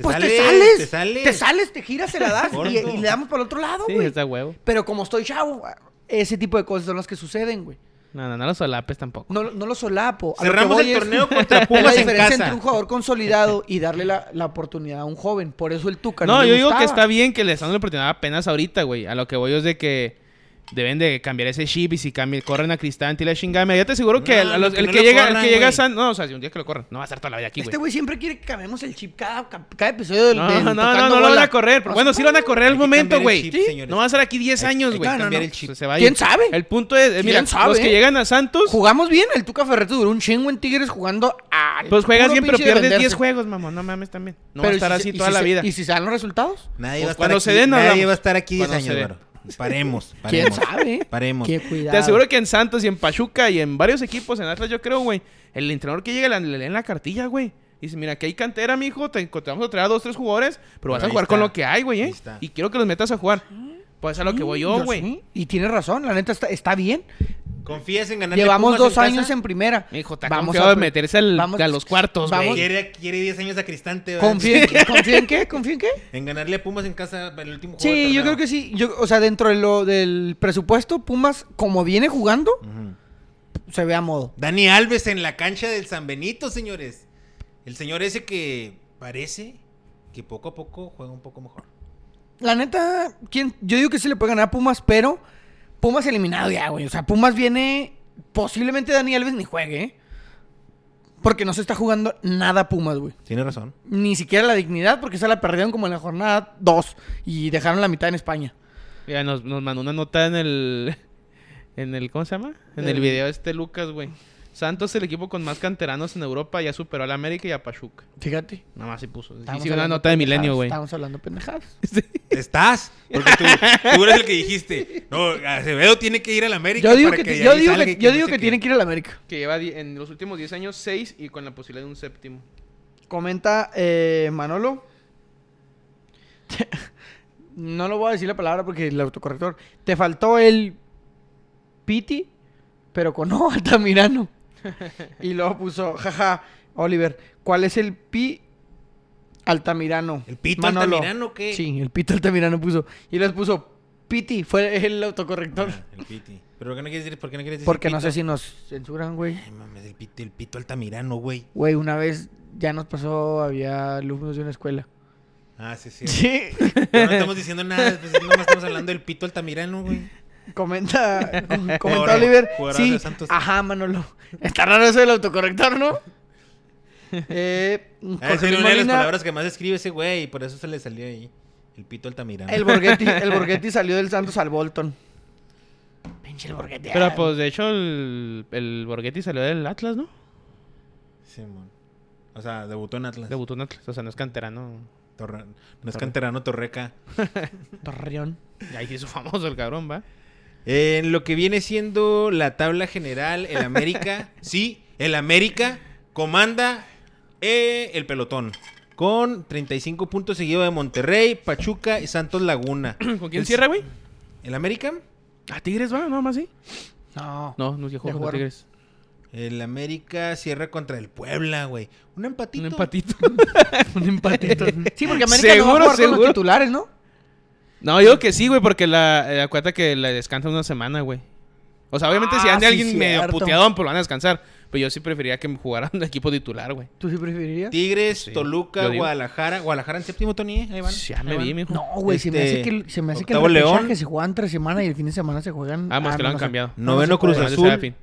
Speaker 3: pues te sales. Te sales, te giras, se la das y,
Speaker 1: Corto.
Speaker 3: y le damos para el otro lado,
Speaker 2: Sí,
Speaker 3: güey.
Speaker 2: está huevo.
Speaker 3: Pero como estoy chavo, ese tipo de cosas son las que suceden, güey.
Speaker 2: No, no, no los solapes tampoco.
Speaker 3: No, no lo solapo. A lo que
Speaker 1: Cerramos
Speaker 3: voy
Speaker 1: el
Speaker 3: es-
Speaker 1: torneo contra
Speaker 3: es la
Speaker 1: Pumas en
Speaker 3: diferencia entre
Speaker 1: casa.
Speaker 3: un jugador consolidado y darle la, la oportunidad a un joven. Por eso el Tuca
Speaker 2: No,
Speaker 3: le
Speaker 2: yo digo que
Speaker 3: gustaba.
Speaker 2: está bien que le están dando la oportunidad apenas ahorita, güey. A lo que voy es de que deben de cambiar ese chip y si cambian, corren a Cristante y la chingada. Ya te aseguro que
Speaker 1: No,
Speaker 2: el, a los-
Speaker 1: que
Speaker 2: el
Speaker 1: no
Speaker 2: que
Speaker 1: lo
Speaker 2: llega, el
Speaker 1: corran,
Speaker 2: que llega a
Speaker 1: güey.
Speaker 2: San... No, o sea, si un día que lo corran, no va a estar toda la vida aquí, güey.
Speaker 3: Este güey siempre quiere que cambiemos el chip cada, cada episodio del
Speaker 2: No,
Speaker 3: del
Speaker 2: no, no,
Speaker 3: tocando
Speaker 2: no lo van
Speaker 3: bola.
Speaker 2: a correr. pero bueno, sí lo van a correr al
Speaker 1: que
Speaker 2: momento,
Speaker 1: cambiar el
Speaker 2: güey.
Speaker 1: chip,
Speaker 2: Sí,
Speaker 1: señores.
Speaker 2: No van a estar aquí 10
Speaker 1: Hay-
Speaker 2: años,
Speaker 1: hay que
Speaker 2: güey.
Speaker 1: cambiar
Speaker 2: No,
Speaker 1: el chip.
Speaker 2: se- se va a
Speaker 3: ¿Quién
Speaker 2: ir.
Speaker 3: sabe?
Speaker 2: El punto es, eh, mira,
Speaker 3: ¿Quién sabe,
Speaker 2: los que
Speaker 3: eh?
Speaker 2: llegan a Santos,
Speaker 3: Jugamos bien, el Tuca Ferretti duró un chingo en Tigres jugando a.
Speaker 2: pues juegas bien, pero pierdes 10 juegos, mamón. No mames también. No va a estar así toda la vida.
Speaker 3: ¿Y si se dan los resultados?
Speaker 1: Nadie
Speaker 2: Pues
Speaker 1: va a estar
Speaker 2: cuando
Speaker 1: aquí,
Speaker 2: se den,
Speaker 1: nadie
Speaker 2: hablamos.
Speaker 1: va a estar aquí 10
Speaker 2: Cuando se
Speaker 1: años,
Speaker 2: den.
Speaker 1: Baro. Paremos,
Speaker 3: ¿Quién
Speaker 1: paremos.
Speaker 3: sabe?
Speaker 1: Paremos.
Speaker 3: Qué cuidado.
Speaker 2: Te aseguro que en Santos y en Pachuca y en varios equipos, en Atlas, yo creo, güey. El entrenador que llega le- le leen la cartilla, güey. Dice, mira, aquí hay cantera, mijo. Te, te vamos a traer a dos, tres jugadores. Pero
Speaker 1: Pero
Speaker 2: vas a
Speaker 1: ahí
Speaker 2: jugar con
Speaker 1: está,
Speaker 2: lo que hay, güey,
Speaker 1: ahí
Speaker 2: ¿eh?
Speaker 1: está.
Speaker 2: Y quiero que los metas a jugar. Pues a lo que voy yo,
Speaker 3: Sí,
Speaker 2: güey.
Speaker 3: sí, Y tienes razón, la neta está, está bien.
Speaker 1: Confías en ganar.
Speaker 3: Llevamos dos años en primera.
Speaker 2: Mijo, está
Speaker 3: Vamos
Speaker 2: confiado
Speaker 3: a-
Speaker 2: de meterse al-
Speaker 3: vamos-
Speaker 2: a los cuartos,
Speaker 3: vamos-
Speaker 2: güey.
Speaker 1: Quiere, quiere 10 años a Cristante. ¿verdad?
Speaker 3: ¿Confía en, qué? ¿Confía en qué? ¿Confía en qué?
Speaker 1: En ganarle a Pumas en casa para el último juego.
Speaker 3: Sí,
Speaker 1: del
Speaker 3: yo creo
Speaker 1: torneo.
Speaker 3: que sí. Yo, o sea, dentro de lo, del presupuesto, Pumas, como viene jugando,
Speaker 1: Ujú. Mm.
Speaker 3: se ve a modo.
Speaker 1: Dani Alves en la cancha del San Benito, señores. El señor ese que parece que poco a poco juega un poco mejor.
Speaker 3: La neta, ¿quién? yo digo que sí le puede ganar a Pumas, pero Pumas eliminado ya, güey. O sea, Pumas viene. Posiblemente Dani Alves ni juegue, ¿eh? Porque no se está jugando nada Pumas, güey.
Speaker 1: Tiene razón.
Speaker 3: Ni siquiera la dignidad, porque se la perdieron como en la jornada 2 y dejaron la mitad en España.
Speaker 2: Mira, nos, nos mandó una nota en el. En el ¿Cómo se llama? En el
Speaker 3: El-
Speaker 2: video este Lucas, güey. Santos, el equipo con más canteranos en Europa, ya superó al América y a Pachuca.
Speaker 3: Fíjate.
Speaker 2: Nada más se puso.
Speaker 3: Estamos
Speaker 2: Hicieron una
Speaker 3: hablando
Speaker 2: nota de
Speaker 3: pendejadas,
Speaker 2: milenio, güey.
Speaker 3: Estamos hablando pendejadas.
Speaker 1: Estás. Porque tú, tú eres el que dijiste. No, Acevedo tiene que ir a la América.
Speaker 3: Yo digo
Speaker 1: para
Speaker 3: que,
Speaker 1: de
Speaker 3: yo
Speaker 1: ahí
Speaker 3: digo
Speaker 1: salga
Speaker 3: que,
Speaker 1: y
Speaker 3: yo
Speaker 1: no
Speaker 3: digo
Speaker 1: sé
Speaker 3: que
Speaker 1: qué.
Speaker 3: tienen que ir a la América.
Speaker 2: Que lleva die- en los últimos 10 años 6 y con la posibilidad de un séptimo.
Speaker 3: Comenta eh, Manolo. no lo voy a decir la palabra porque el autocorrector. Te faltó el Piti, pero con O Altamirano. y luego puso, jaja, Oliver, ¿cuál es el Pi Altamirano?
Speaker 1: ¿El pito
Speaker 3: Manolo.
Speaker 1: Altamirano o qué?
Speaker 3: Sí, el Pito Altamirano puso. Y les puso Piti, fue el autocorrector.
Speaker 1: Ah, el piti. ¿Pero por qué no quieres decir? ¿Por qué no quieres decir
Speaker 3: Porque no
Speaker 1: pito?
Speaker 3: sé si nos censuran, güey.
Speaker 1: Ay, mames, el pito, el pito Altamirano, güey.
Speaker 3: Güey, una vez ya nos pasó, había alumnos de una escuela.
Speaker 1: Ah, sí, sí.
Speaker 3: Sí.
Speaker 1: Pero no estamos diciendo nada, pues nomás estamos hablando del pito altamirano, güey.
Speaker 3: Comenta, com- comenta
Speaker 1: Jugadorazo,
Speaker 3: Oliver.
Speaker 1: jugadorazo
Speaker 3: Sí,
Speaker 1: de Santos.
Speaker 3: ajá, Manolo. Está raro eso del autocorrector, ¿no? Eh,
Speaker 1: Ah, Es
Speaker 3: Jorge Luis
Speaker 1: una de las
Speaker 3: Molina,
Speaker 1: palabras que más escribe ese güey, y por eso se le salió ahí. El pito altamirano.
Speaker 3: el Borghetti, el Borghetti salió del Santos al Bolton. Pinche el Borghetti.
Speaker 2: Pero
Speaker 3: ah,
Speaker 2: pues de hecho el, el Borghetti salió del Atlas, ¿no?
Speaker 1: Simón. O sea, debutó en Atlas.
Speaker 2: Debutó en Atlas, o sea, no es canterano.
Speaker 1: Torre- No es canterano Torreca.
Speaker 3: Torreón.
Speaker 2: Y Ahí se hizo famoso el cabrón, ¿va?
Speaker 1: En lo que viene siendo la tabla general, el América, sí, el América comanda eh, el pelotón. Con 35 puntos seguido de Monterrey, Pachuca y Santos Laguna.
Speaker 2: ¿Con quién
Speaker 1: El-
Speaker 2: cierra, güey?
Speaker 1: ¿El América?
Speaker 2: ¿A Tigres va? ¿No, más sí?
Speaker 3: No.
Speaker 2: No, no llegó
Speaker 3: Ya
Speaker 2: con
Speaker 3: jugaron.
Speaker 2: Tigres.
Speaker 1: El América cierra contra el Puebla, güey. Un empatito.
Speaker 2: Un empatito.
Speaker 3: Un empatito. Sí, porque América no va
Speaker 2: Seguro,
Speaker 3: a jugar con
Speaker 2: seguro.
Speaker 3: los titulares, ¿no?
Speaker 2: no, yo que sí, güey, porque la eh, acuérdate que la descansa una semana, güey. O sea, obviamente si
Speaker 3: Ah,
Speaker 2: ande
Speaker 3: sí,
Speaker 2: alguien medio
Speaker 3: cierto.
Speaker 2: puteadón, pues lo van a descansar. Pero yo sí preferiría que me jugaran de equipo titular, güey.
Speaker 3: ¿Tú sí preferirías?
Speaker 1: Tigres,
Speaker 2: Sí,
Speaker 1: Toluca,
Speaker 2: yo digo.
Speaker 1: Guadalajara. Guadalajara en séptimo, Tony. ¿eh? Ahí van.
Speaker 2: Ya me
Speaker 1: ahí van.
Speaker 2: vi, mijo.
Speaker 3: No, güey, se me hace
Speaker 1: Este,
Speaker 3: que, se me hace que
Speaker 1: Octavo
Speaker 3: el
Speaker 1: León.
Speaker 3: repechaje se juega entre semana y el fin de semana se juegan.
Speaker 2: Ah, más que lo
Speaker 3: no,
Speaker 2: han
Speaker 3: no sé.
Speaker 2: cambiado.
Speaker 1: Noveno Cruz
Speaker 2: Bueno,
Speaker 1: Azul.
Speaker 2: ese era fin.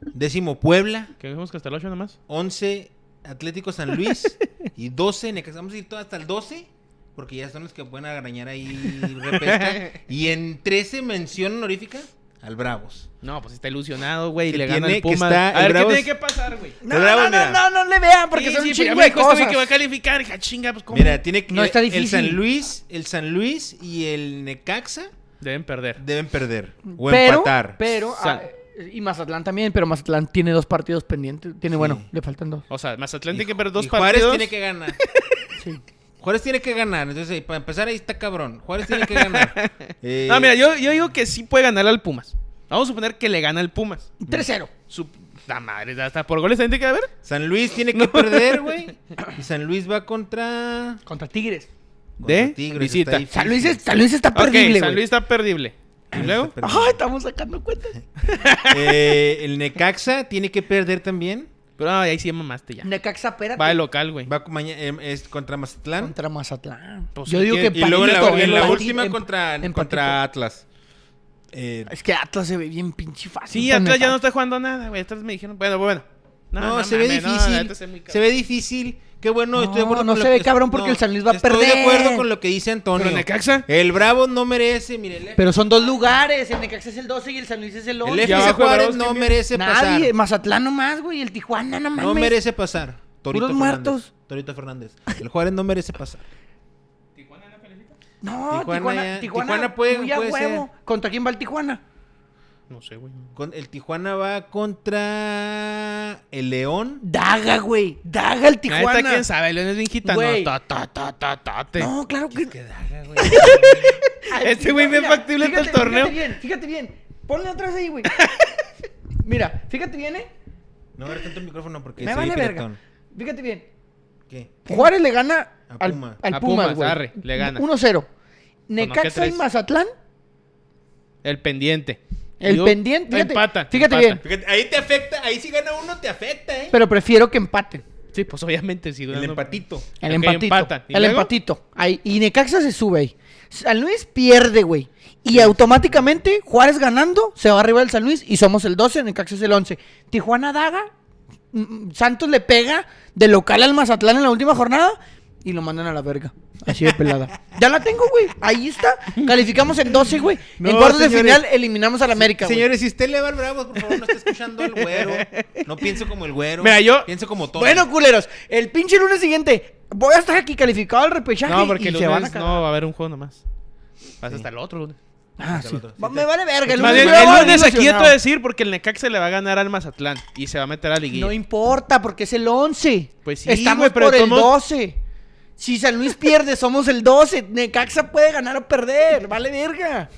Speaker 1: Décimo Puebla.
Speaker 2: ¿Qué dijimos que hasta el 8 nomás?
Speaker 1: 11 Atlético San Luis. y 12 Necaxa. Vamos a ir todo hasta el 12. Porque ya son los que pueden arañar ahí repesca. y en 13 mención honorífica al Bravos.
Speaker 2: No, pues está ilusionado, güey.
Speaker 1: Que
Speaker 2: Le gana
Speaker 1: tiene
Speaker 2: el
Speaker 1: que
Speaker 2: Puma.
Speaker 1: está-
Speaker 2: a
Speaker 1: el
Speaker 2: ver, ¿qué
Speaker 1: Bravos-
Speaker 2: tiene que pasar, güey?
Speaker 3: No,
Speaker 1: El
Speaker 3: no,
Speaker 1: Bravos,
Speaker 3: no,
Speaker 1: mira.
Speaker 3: no, no le vean porque
Speaker 2: Sí,
Speaker 3: son
Speaker 2: sí,
Speaker 3: un
Speaker 2: pero ya
Speaker 3: chingo
Speaker 2: me
Speaker 3: de
Speaker 2: dijo este güey
Speaker 3: cosas.
Speaker 2: que va a calificar. Dije, "Ah, chinga, pues cómo.
Speaker 1: Mira, tiene que
Speaker 3: No está
Speaker 1: el
Speaker 3: difícil.
Speaker 1: San Luis, el San Luis y el Necaxa
Speaker 2: Deben perder.
Speaker 1: deben perder o
Speaker 3: pero,
Speaker 1: empatar.
Speaker 3: Pero,
Speaker 2: O sea-
Speaker 3: ah, y Mazatlán también, pero Mazatlán tiene dos partidos pendientes. Tiene,
Speaker 1: Sí.
Speaker 3: bueno, le faltan dos.
Speaker 2: O sea, Mazatlán tiene
Speaker 1: Y-
Speaker 2: que perder dos
Speaker 1: y Juárez
Speaker 2: partidos.
Speaker 1: tiene que ganar. Juárez tiene que ganar. Entonces, para empezar, ahí está cabrón. Juárez tiene que ganar. Eh,
Speaker 2: No, Ah, mira, yo, yo digo que sí puede ganar al Pumas. Vamos a suponer que le gana al Pumas.
Speaker 3: 3-0.
Speaker 2: Su... La madre, hasta por goles también tiene que haber.
Speaker 1: Eh, San Luis tiene que perder, güey. Y San Luis va contra.
Speaker 3: Contra Tigres.
Speaker 1: contra
Speaker 2: De
Speaker 1: Tigres,
Speaker 2: visita.
Speaker 1: está difícil.
Speaker 3: San Luis, es- San Luis está
Speaker 2: Ok,
Speaker 3: perdible,
Speaker 2: San
Speaker 3: güey.
Speaker 2: Luis está perdible. ¿Y luego?
Speaker 1: Está perdido.
Speaker 3: Ay, estamos sacando cuentas.
Speaker 1: Eh, el Necaxa tiene que perder también.
Speaker 2: Pero ay, ahí sí mamaste ya.
Speaker 3: Necaxa, espérate.
Speaker 2: Va de local, güey.
Speaker 1: Va con maña- em, es contra Mazatlán.
Speaker 3: Contra Mazatlán.
Speaker 2: Pues,
Speaker 3: Yo digo
Speaker 2: ¿qué?
Speaker 3: que
Speaker 1: y luego en la,
Speaker 3: empatito,
Speaker 1: en la
Speaker 3: empati-
Speaker 1: última
Speaker 3: emp-
Speaker 1: contra,
Speaker 3: empatito.
Speaker 1: contra Atlas. Eh,
Speaker 3: Es que Atlas se ve bien pinche fácil.
Speaker 2: Sí,
Speaker 3: con
Speaker 2: Atlas ya no
Speaker 3: Necaxa.
Speaker 2: está jugando nada, güey. Atlas me dijeron, bueno, bueno.
Speaker 1: no, se ve
Speaker 2: mames, no, la
Speaker 3: este
Speaker 1: difícil.
Speaker 2: neta se ve muy cabrón.
Speaker 1: se ve difícil. Qué bueno, estoy de
Speaker 3: No,
Speaker 1: acuerdo
Speaker 3: no
Speaker 1: con
Speaker 3: se
Speaker 1: lo
Speaker 3: ve
Speaker 1: que-
Speaker 3: cabrón porque el San Luis va a
Speaker 1: Estoy de
Speaker 3: perder.
Speaker 1: acuerdo con lo que dice Antonio.
Speaker 2: Pero Necaxa.
Speaker 1: El Bravo no merece, mire. El,
Speaker 3: Pero son dos lugares. El Necaxa es el 12 y el San Luis es el 11.
Speaker 1: el
Speaker 2: Ya
Speaker 1: FC
Speaker 2: abajo de
Speaker 1: Juárez
Speaker 2: Bravos,
Speaker 1: no
Speaker 2: ¿quién viene?
Speaker 1: merece pasar.
Speaker 3: Nadie. Mazatlán nomás, güey. El Tijuana no mames.
Speaker 1: No merece pasar. Torito Fernández.
Speaker 3: Puros muertos.
Speaker 1: Torito Fernández. El Juárez no merece pasar. Tijuana
Speaker 3: No, Tijuana,
Speaker 1: ya-
Speaker 3: Tijuana,
Speaker 1: Tijuana puede-
Speaker 3: muy a
Speaker 1: puede
Speaker 3: huevo. ¿Contra quién va el Tijuana?
Speaker 2: No sé, güey.
Speaker 1: Con, el Tijuana va contra el León.
Speaker 3: Daga, güey. Daga el
Speaker 2: La neta,
Speaker 3: Tijuana.
Speaker 2: quién sabe, León es bien gitano.
Speaker 3: Güey.
Speaker 2: Ta, ta, ta, ta, ta, te.
Speaker 3: no, claro que
Speaker 1: Qué daga, güey.
Speaker 2: Este güey bien
Speaker 3: Mira,
Speaker 2: factible todo el
Speaker 3: fíjate,
Speaker 2: torneo.
Speaker 3: Fíjate bien, fíjate bien. Ponle otra vez ahí, güey. Mira, fíjate bien, ¿eh?
Speaker 1: No ver tanto el micrófono porque
Speaker 3: Me
Speaker 1: soy
Speaker 3: vale verga.
Speaker 1: piratón.
Speaker 3: Fíjate bien.
Speaker 1: ¿Qué?
Speaker 3: Juárez le gana
Speaker 1: A
Speaker 3: al,
Speaker 1: Puma.
Speaker 3: al
Speaker 2: A Pumas,
Speaker 3: Pumas,
Speaker 2: arre,
Speaker 3: güey.
Speaker 2: le gana.
Speaker 3: 1-0.
Speaker 2: ¿qué
Speaker 3: Necaxa y
Speaker 2: tres?
Speaker 3: Mazatlán.
Speaker 2: El pendiente.
Speaker 3: El
Speaker 2: Yo-
Speaker 3: pendiente, fíjate,
Speaker 2: empatan,
Speaker 3: fíjate
Speaker 2: empatan.
Speaker 1: Fíjate, ahí te afecta, ahí si gana uno te afecta, ¿eh?
Speaker 3: Pero prefiero que empaten.
Speaker 2: Sí, pues obviamente sí.
Speaker 1: El empatito.
Speaker 3: El
Speaker 2: Ok,
Speaker 3: empatito.
Speaker 2: empatan. ¿Y
Speaker 3: El
Speaker 2: luego?
Speaker 3: empatito. Ahí, y Necaxa se sube ahí. San Luis pierde, güey. Y automáticamente Juárez ganando se va arriba del San Luis y somos el 12, Necaxa es el 11. Tijuana daga, mm, Santos le pega de local al Mazatlán en la última jornada y lo mandan a la verga. Así de pelada. ya la tengo, güey. Ahí está. Calificamos en 12, güey. en
Speaker 1: No,
Speaker 3: cuartos de
Speaker 1: señores.
Speaker 3: final eliminamos al América, güey.
Speaker 1: Señores, si usted le va al Bravos, por favor, no esté escuchando al güero. No pienso como el güero.
Speaker 2: Mira, yo-
Speaker 1: Pienso como todo.
Speaker 3: Bueno, culeros, el pinche lunes siguiente voy a estar aquí calificado al repechaje
Speaker 2: No, porque
Speaker 3: y
Speaker 2: el
Speaker 3: se van a
Speaker 2: lunes
Speaker 3: cagar.
Speaker 2: no va a haber un juego nomás. Vas hasta el otro lunes.
Speaker 3: Ah,
Speaker 1: Hasta el
Speaker 3: sí.
Speaker 1: otro.
Speaker 3: Va-
Speaker 1: Sí,
Speaker 3: me
Speaker 1: te-
Speaker 3: vale verga. El
Speaker 2: Más bien,
Speaker 3: me
Speaker 2: el
Speaker 3: voy
Speaker 2: lunes aquí yo te
Speaker 3: ilusionado.
Speaker 2: voy a decir porque el Necaxa le va a ganar al Mazatlán y se va a meter a liguilla.
Speaker 3: No importa, porque es el 11.
Speaker 2: Pues sí,
Speaker 3: Estamos
Speaker 2: güey, pero
Speaker 3: por el
Speaker 2: somos-
Speaker 3: 12. Si San Luis pierde, somos el 12. Necaxa puede ganar o perder. Vale verga.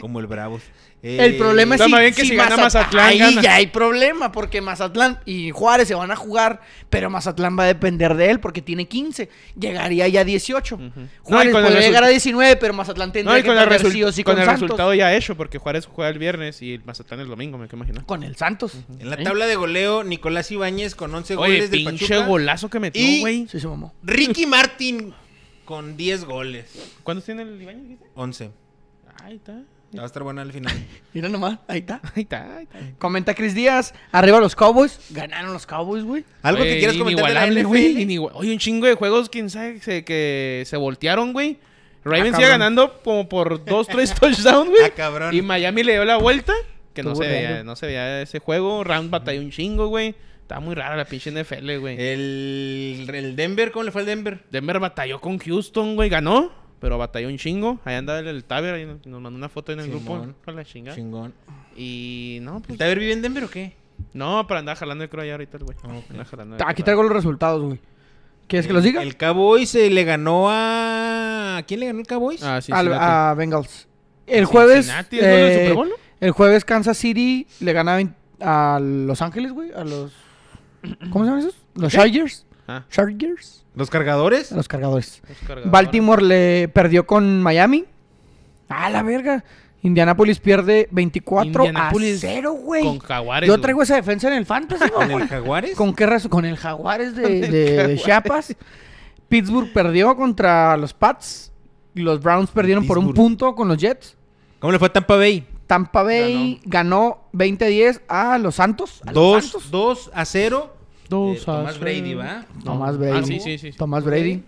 Speaker 1: Como el Bravos.
Speaker 3: El problema es
Speaker 2: no,
Speaker 3: si,
Speaker 2: más bien que si gana Mazatlán,
Speaker 3: Ahí
Speaker 2: gana.
Speaker 3: ya hay problema, porque Mazatlán y Juárez se van a jugar, pero Mazatlán va a depender de él, porque tiene 15. Llegaría ya a 18.
Speaker 2: No, y
Speaker 3: Juárez
Speaker 2: con el
Speaker 3: podría llegar
Speaker 2: resu-
Speaker 3: a 19, pero Mazatlán tendría
Speaker 2: No, y
Speaker 3: que
Speaker 2: con el,
Speaker 3: perder
Speaker 2: resul-
Speaker 3: sí o sí
Speaker 2: con
Speaker 3: con,
Speaker 2: el
Speaker 3: Santos.
Speaker 2: resultado ya hecho, porque Juárez juega el viernes y el Mazatlán el domingo, me que imaginar.
Speaker 3: Con el Santos.
Speaker 1: Eh, En la tabla de goleo, Nicolás Ibáñez con 11
Speaker 2: Oye,
Speaker 1: goles del
Speaker 2: pinche
Speaker 1: Pachuca.
Speaker 2: golazo que metió,
Speaker 1: Y-
Speaker 2: güey.
Speaker 3: Sí, se mamó.
Speaker 1: Ricky Martin con 10 goles.
Speaker 2: ¿Cuántos tiene el Ibañez? dijiste?
Speaker 1: 11.
Speaker 2: Ahí está.
Speaker 1: Va a estar buena al final.
Speaker 3: Mira nomás, ahí está.
Speaker 2: Ahí está, ahí está.
Speaker 3: Comenta Chris Díaz, arriba los Cowboys. Ganaron los Cowboys, güey.
Speaker 1: ¿Algo
Speaker 2: Oye,
Speaker 1: que quieras comentar de la
Speaker 2: inigualable,
Speaker 1: NFL?
Speaker 2: güey, inigua- Oye, un chingo de juegos, quién sabe, se- que se voltearon, güey. Ravens
Speaker 3: Ah,
Speaker 2: iba
Speaker 3: cabrón.
Speaker 2: ganando como por dos, tres touchdowns, güey.
Speaker 1: Ah, cabrón.
Speaker 2: Y Miami le dio la vuelta, que no
Speaker 3: Estuvo
Speaker 2: se,
Speaker 3: raro.
Speaker 2: veía, no se veía ese juego. Round batalló un chingo, güey. Estaba muy rara la pinche NFL, güey.
Speaker 1: Eh. El, el Denver, ¿cómo le fue al Denver?
Speaker 2: Denver batalló con Houston, güey, ganó. Pero batalló un chingo. Ahí andaba el, el Taver, ahí nos mandó una foto en el
Speaker 1: Simón.
Speaker 2: grupo. Con la chingada.
Speaker 1: Chingón.
Speaker 2: Y no,
Speaker 1: ¿El
Speaker 2: pues.
Speaker 1: Taver vive en Denver o qué?
Speaker 2: No, pero andaba jalando el creo allá ahorita el güey.
Speaker 1: Ah, ok.
Speaker 2: Andaba jalando el
Speaker 3: Aquí
Speaker 2: creo.
Speaker 3: traigo los resultados, güey. ¿Quieres que los diga?
Speaker 1: El Cowboys se le ganó a... ¿A quién le ganó el Cowboys?
Speaker 2: Ah, sí,
Speaker 3: Al-
Speaker 2: sí.
Speaker 3: a Bengals. El jueves.
Speaker 2: Cincinnati, ¿es lo del
Speaker 3: eh,
Speaker 2: Super Bowl, no?
Speaker 3: El jueves Kansas City le gana vein- a Los Ángeles, güey. A los. ¿Cómo se llaman esos? Los Chargers.
Speaker 2: Ah,
Speaker 3: Chargers.
Speaker 1: ¿Los cargadores?
Speaker 3: A los cargadores.
Speaker 2: los cargadores.
Speaker 3: Baltimore le perdió con Miami. A la verga. Indianapolis pierde 24
Speaker 2: Indianapolis
Speaker 3: a 0, güey.
Speaker 2: Con Jaguares.
Speaker 3: Yo
Speaker 2: güey.
Speaker 3: traigo esa defensa en el fantasy, ¿no,
Speaker 1: ¿Con
Speaker 3: güey?
Speaker 1: el Jaguares?
Speaker 3: ¿Con qué razón? Con el Jaguares de,
Speaker 2: el
Speaker 3: de- de
Speaker 2: Jaguares.
Speaker 3: Chiapas. Pittsburgh perdió contra los Pats. Los Browns perdieron por un
Speaker 1: Pittsburgh.
Speaker 3: punto con los Jets.
Speaker 1: ¿Cómo le fue a Tampa Bay?
Speaker 3: Tampa Bay ganó, 20-10 a los Santos. A los
Speaker 1: 2
Speaker 3: Santos.
Speaker 1: 2 a 0.
Speaker 2: Dos
Speaker 1: Eh,
Speaker 2: a
Speaker 1: Tomás
Speaker 2: cero.
Speaker 1: Brady, ¿va?
Speaker 3: Tomás
Speaker 2: Ah,
Speaker 3: Brady.
Speaker 2: sí, sí, sí, sí.
Speaker 3: Tomás Brady.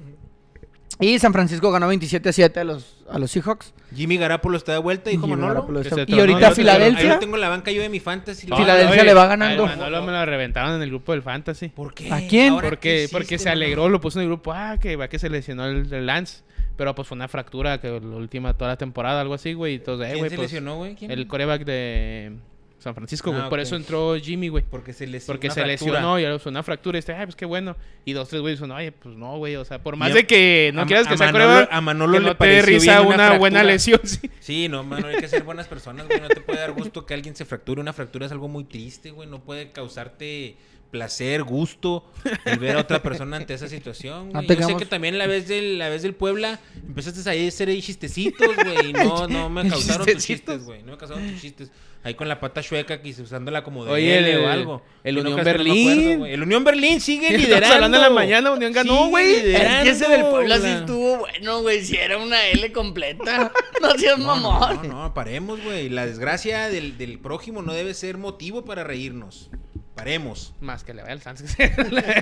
Speaker 3: Y San Francisco ganó 27 a 7 a los, a los Seahawks.
Speaker 1: Jimmy Garapolo está de vuelta, dijo
Speaker 3: Jimmy
Speaker 1: Manolo.
Speaker 3: Garapolo está-
Speaker 2: Que se
Speaker 3: Y
Speaker 2: tronó.
Speaker 1: Ahí pues lo
Speaker 3: ahorita
Speaker 1: tengo- Ahí
Speaker 3: Filadelfia. Ah,
Speaker 1: lo tengo en la banca yo de mi fantasy.
Speaker 2: No,
Speaker 3: Filadelfia
Speaker 2: oye,
Speaker 3: le va ganando.
Speaker 2: a Manolo me lo reventaron en el grupo del Fantasy.
Speaker 1: ¿Por qué?
Speaker 3: ¿A quién?
Speaker 1: ¿Ahora qué
Speaker 2: Porque,
Speaker 1: hiciste,
Speaker 2: porque se
Speaker 1: Manolo?
Speaker 2: alegró, lo puso en el grupo. Ah, que va que se lesionó el, el Lance. Pero pues fue una fractura que la última, toda la temporada, algo así, güey. Entonces, eh,
Speaker 1: ¿Quién
Speaker 2: güey,
Speaker 1: se
Speaker 2: pues,
Speaker 1: lesionó, güey? ¿Quién?
Speaker 2: el coreback de San Francisco, güey.
Speaker 1: Ah,
Speaker 2: Por
Speaker 1: ok.
Speaker 2: eso entró Jimmy, güey.
Speaker 1: Porque se lesionó.
Speaker 2: Porque
Speaker 1: una
Speaker 2: se
Speaker 1: fractura.
Speaker 2: lesionó y ahora fue una fractura. Y este, ay, pues qué bueno. Y dos, tres güeyes dicen, oye, pues no, güey. O sea, por más
Speaker 1: Y a-
Speaker 2: de que no
Speaker 1: a-
Speaker 2: quieras
Speaker 1: a
Speaker 2: que sea
Speaker 1: Manolo-
Speaker 2: coreback,
Speaker 1: a Manolo
Speaker 2: que
Speaker 1: le
Speaker 2: no te dé
Speaker 1: pareció
Speaker 2: risa
Speaker 1: bien una
Speaker 2: una, buena
Speaker 1: fractura.
Speaker 2: lesión, sí.
Speaker 1: Sí, no, mano, hay que ser buenas personas, güey. No te puede dar gusto que alguien se fracture. Una fractura es algo muy triste, güey. No puede causarte placer, gusto, el ver a otra persona ante esa situación,
Speaker 3: No
Speaker 1: güey. Yo sé
Speaker 3: tengamos-
Speaker 1: que también la vez del, la vez del Puebla empezaste a hacer ahí chistecitos, güey. Y no, no me causaron tus
Speaker 3: Chistecitos.
Speaker 1: chistes, güey. No me causaron tus chistes. Ahí con la pata chueca, que usándola como de
Speaker 2: Oye,
Speaker 1: L
Speaker 2: el-
Speaker 1: o algo.
Speaker 2: el
Speaker 1: Yo no
Speaker 2: Unión
Speaker 1: casi no me
Speaker 2: Berlín.
Speaker 1: acuerdo, güey. el Unión Berlín sigue
Speaker 2: Estamos
Speaker 1: liderando.
Speaker 2: hablando en la mañana, Unión ganó,
Speaker 1: Sigue
Speaker 2: güey. Es que
Speaker 1: liderando,
Speaker 6: ese del Puebla sí
Speaker 1: la-
Speaker 6: estuvo bueno, güey. Si era una L completa. No seas
Speaker 1: No, no,
Speaker 6: mamón.
Speaker 1: No, no, paremos, güey. La desgracia del, del prójimo no debe ser motivo para reírnos. Paremos.
Speaker 2: Más que le vaya al Sanz.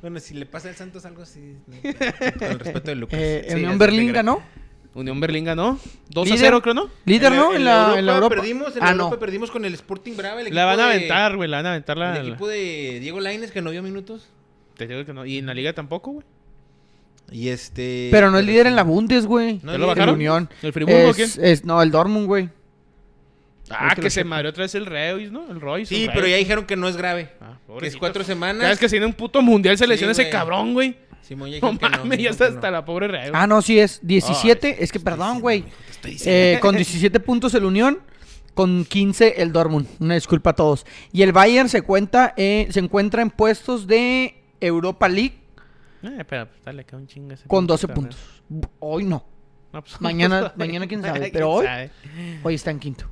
Speaker 1: Bueno, si le pasa al Santos algo así. no, Con el respeto de Lucas.
Speaker 3: Eh,
Speaker 1: Sí,
Speaker 3: Unión
Speaker 1: es
Speaker 3: Berlín
Speaker 1: desgra-
Speaker 3: ganó.
Speaker 2: Unión Berlín ganó. 2 a
Speaker 3: Líder.
Speaker 2: 0, creo, ¿no?
Speaker 3: Líder, ¿no? En la, en la Europa.
Speaker 1: Perdimos, en
Speaker 3: ah,
Speaker 1: la Europa
Speaker 3: no.
Speaker 1: perdimos con el Sporting Brava. El
Speaker 2: La van a
Speaker 1: equipo de-
Speaker 2: aventar, güey. La van a aventar la.
Speaker 1: El equipo de Diego Laines que no vio minutos.
Speaker 2: Te digo que no. Y en la liga tampoco, güey.
Speaker 1: Y este.
Speaker 3: Pero no es líder
Speaker 1: sí.
Speaker 3: en la Bundes, güey.
Speaker 1: No,
Speaker 2: ¿Ya
Speaker 1: el
Speaker 2: lo
Speaker 1: líder.
Speaker 2: bajaron?
Speaker 3: El Unión.
Speaker 2: ¿El Friburgo o
Speaker 3: Es-
Speaker 2: quién?
Speaker 3: es- no, el Dortmund, güey.
Speaker 2: Ah,
Speaker 3: es que
Speaker 2: que,
Speaker 3: lo
Speaker 2: se
Speaker 3: checo.
Speaker 2: madrió otra vez el Reus, ¿no? El Royce.
Speaker 1: Sí,
Speaker 2: el
Speaker 1: pero ya
Speaker 2: Reus.
Speaker 1: dijeron que no es grave.
Speaker 2: Ah,
Speaker 1: que es
Speaker 2: pobrecito.
Speaker 1: cuatro
Speaker 2: Cada vez
Speaker 1: semanas.
Speaker 2: que se viene un puto mundial se
Speaker 1: Sí,
Speaker 2: lesiona ese
Speaker 1: güey.
Speaker 2: cabrón, güey.
Speaker 1: Simón
Speaker 2: No
Speaker 1: dijeron que
Speaker 2: mames, ya
Speaker 1: dijeron
Speaker 2: está
Speaker 1: que no.
Speaker 2: hasta la pobre Reus.
Speaker 3: Ah, no, sí es. 17. es que, perdón, güey. Eh, con 17 puntos el Unión. Con 15 el Dortmund. Una disculpa a todos. Y el Bayern se cuenta, eh, se encuentra en puestos de Europa League
Speaker 2: Eh, pero pues, dale, que un chingo ese
Speaker 3: con
Speaker 2: pinche
Speaker 3: 12
Speaker 2: torneo.
Speaker 3: puntos. Hoy no.
Speaker 2: No, pues,
Speaker 3: Mañana- mañana quién sabe, pero hoy- Hoy está en quinto.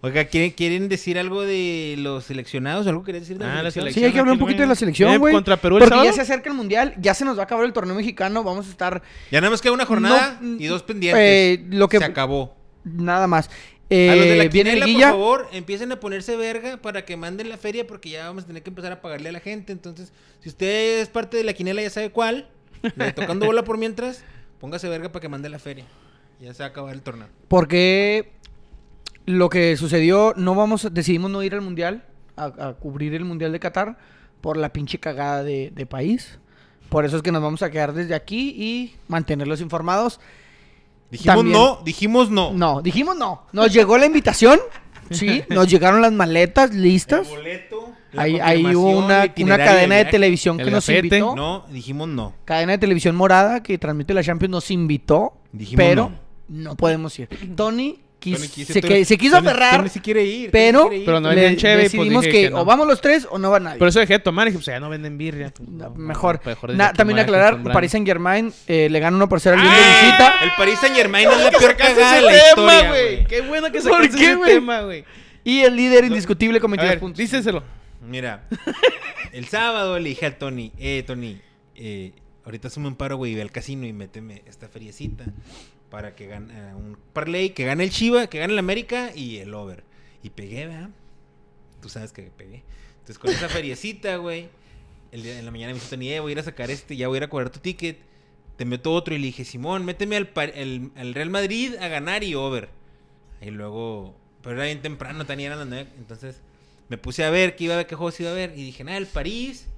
Speaker 1: Oiga, ¿quieren, ¿quieren decir algo de los seleccionados? ¿Algo querían decir de
Speaker 2: Ah, la
Speaker 3: Sí, hay que hablar un poquito de la selección,
Speaker 2: Eh,
Speaker 3: güey.
Speaker 2: contra Perú el
Speaker 3: Porque ya
Speaker 2: sábado.
Speaker 3: se acerca el Mundial, ya se nos va a acabar el torneo mexicano, vamos a estar
Speaker 1: Ya nada más queda una jornada
Speaker 3: No, mm,
Speaker 1: y dos pendientes.
Speaker 3: eh, lo que-
Speaker 1: Se acabó.
Speaker 3: nada más.
Speaker 1: a los de la
Speaker 3: Eh, viene el
Speaker 1: quinela, por
Speaker 3: Guilla.
Speaker 1: favor, empiecen a ponerse verga para que manden la feria porque ya vamos a tener que empezar a pagarle a la gente. Entonces, si usted es parte de la quinela, ya sabe cuál. la de tocando bola por mientras, póngase verga para que mande la feria. Ya se va a acabar el torneo.
Speaker 3: Porque lo que sucedió, no vamos, decidimos no ir al mundial, a, a cubrir el mundial de Qatar por la pinche cagada de, de país. Por eso es que nos vamos a quedar desde aquí y mantenerlos informados.
Speaker 1: Dijimos
Speaker 3: También.
Speaker 1: no, dijimos no.
Speaker 3: No, dijimos no. Nos llegó la invitación, sí, nos llegaron las maletas listas.
Speaker 1: boleto, la
Speaker 3: Ahí, ahí hubo
Speaker 1: confirmación,
Speaker 3: una,
Speaker 1: el
Speaker 3: una
Speaker 1: itinerario
Speaker 3: cadena de
Speaker 1: viaje.
Speaker 3: televisión
Speaker 2: el
Speaker 3: que nos
Speaker 2: gafete.
Speaker 3: invitó.
Speaker 1: No, dijimos no.
Speaker 3: Cadena de televisión morada que transmite la Champions nos invitó,
Speaker 1: Dijimos
Speaker 3: pero
Speaker 1: no.
Speaker 3: no. podemos ir. Tony, quis-
Speaker 1: Tony quiso-
Speaker 3: se,
Speaker 1: Tony-
Speaker 3: que- se quiso
Speaker 1: Tony-
Speaker 3: aferrar.
Speaker 1: Tony sí quiere ir.
Speaker 3: pero-
Speaker 1: Tony quiere ir.
Speaker 2: Pero no
Speaker 3: Le-
Speaker 2: vendían cheve, pues,
Speaker 3: decidimos
Speaker 2: dije
Speaker 3: que,
Speaker 2: que no.
Speaker 3: o vamos los tres o no va nadie.
Speaker 2: Por eso dejé de tomar y dije, pues ya no venden birria. pues,
Speaker 3: Na-
Speaker 2: no,
Speaker 3: mejor.
Speaker 2: desde
Speaker 3: Na-
Speaker 2: aquí
Speaker 3: también
Speaker 2: me voy a
Speaker 3: aclarar,
Speaker 2: acostumbrar.
Speaker 3: Paris Saint Germain le gana 1 por 0 al Lyon de
Speaker 1: ¡Ah!
Speaker 3: visita.
Speaker 1: El Paris Saint Germain es la peor cagada de la historia, güey.
Speaker 2: Qué bueno que
Speaker 3: ¿Por
Speaker 2: sacaste
Speaker 3: qué,
Speaker 2: ese
Speaker 3: güey?
Speaker 2: tema, güey.
Speaker 3: Y el líder indiscutible con
Speaker 2: A
Speaker 3: 22
Speaker 2: ver,
Speaker 3: puntos.
Speaker 2: díceselo.
Speaker 1: Mira, el sábado le dije a Tony, eh, Tony, eh, ahorita sume un paro, güey, ve al casino y méteme esta feriecita para que gane eh, un parlay, que gane el Chiva, que gane el América y el over. Y pegué, ¿verdad? Tú sabes que pegué. Entonces con esa feriecita, güey, el día- en la mañana me dijo Tony, eh, voy a ir a sacar este, ya voy a ir a cobrar tu ticket. Te meto otro y le dije, Simón, méteme al, par- el- al Real Madrid a ganar y over. Y luego, pero era bien temprano, tenía eran las nueve, entonces me puse a ver qué iba a ver, qué juegos iba a ver. Y dije, nada, el París.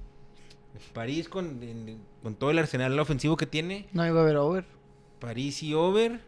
Speaker 1: El París con, en- con todo el arsenal ofensivo que tiene.
Speaker 3: No iba a haber over.
Speaker 1: París y over.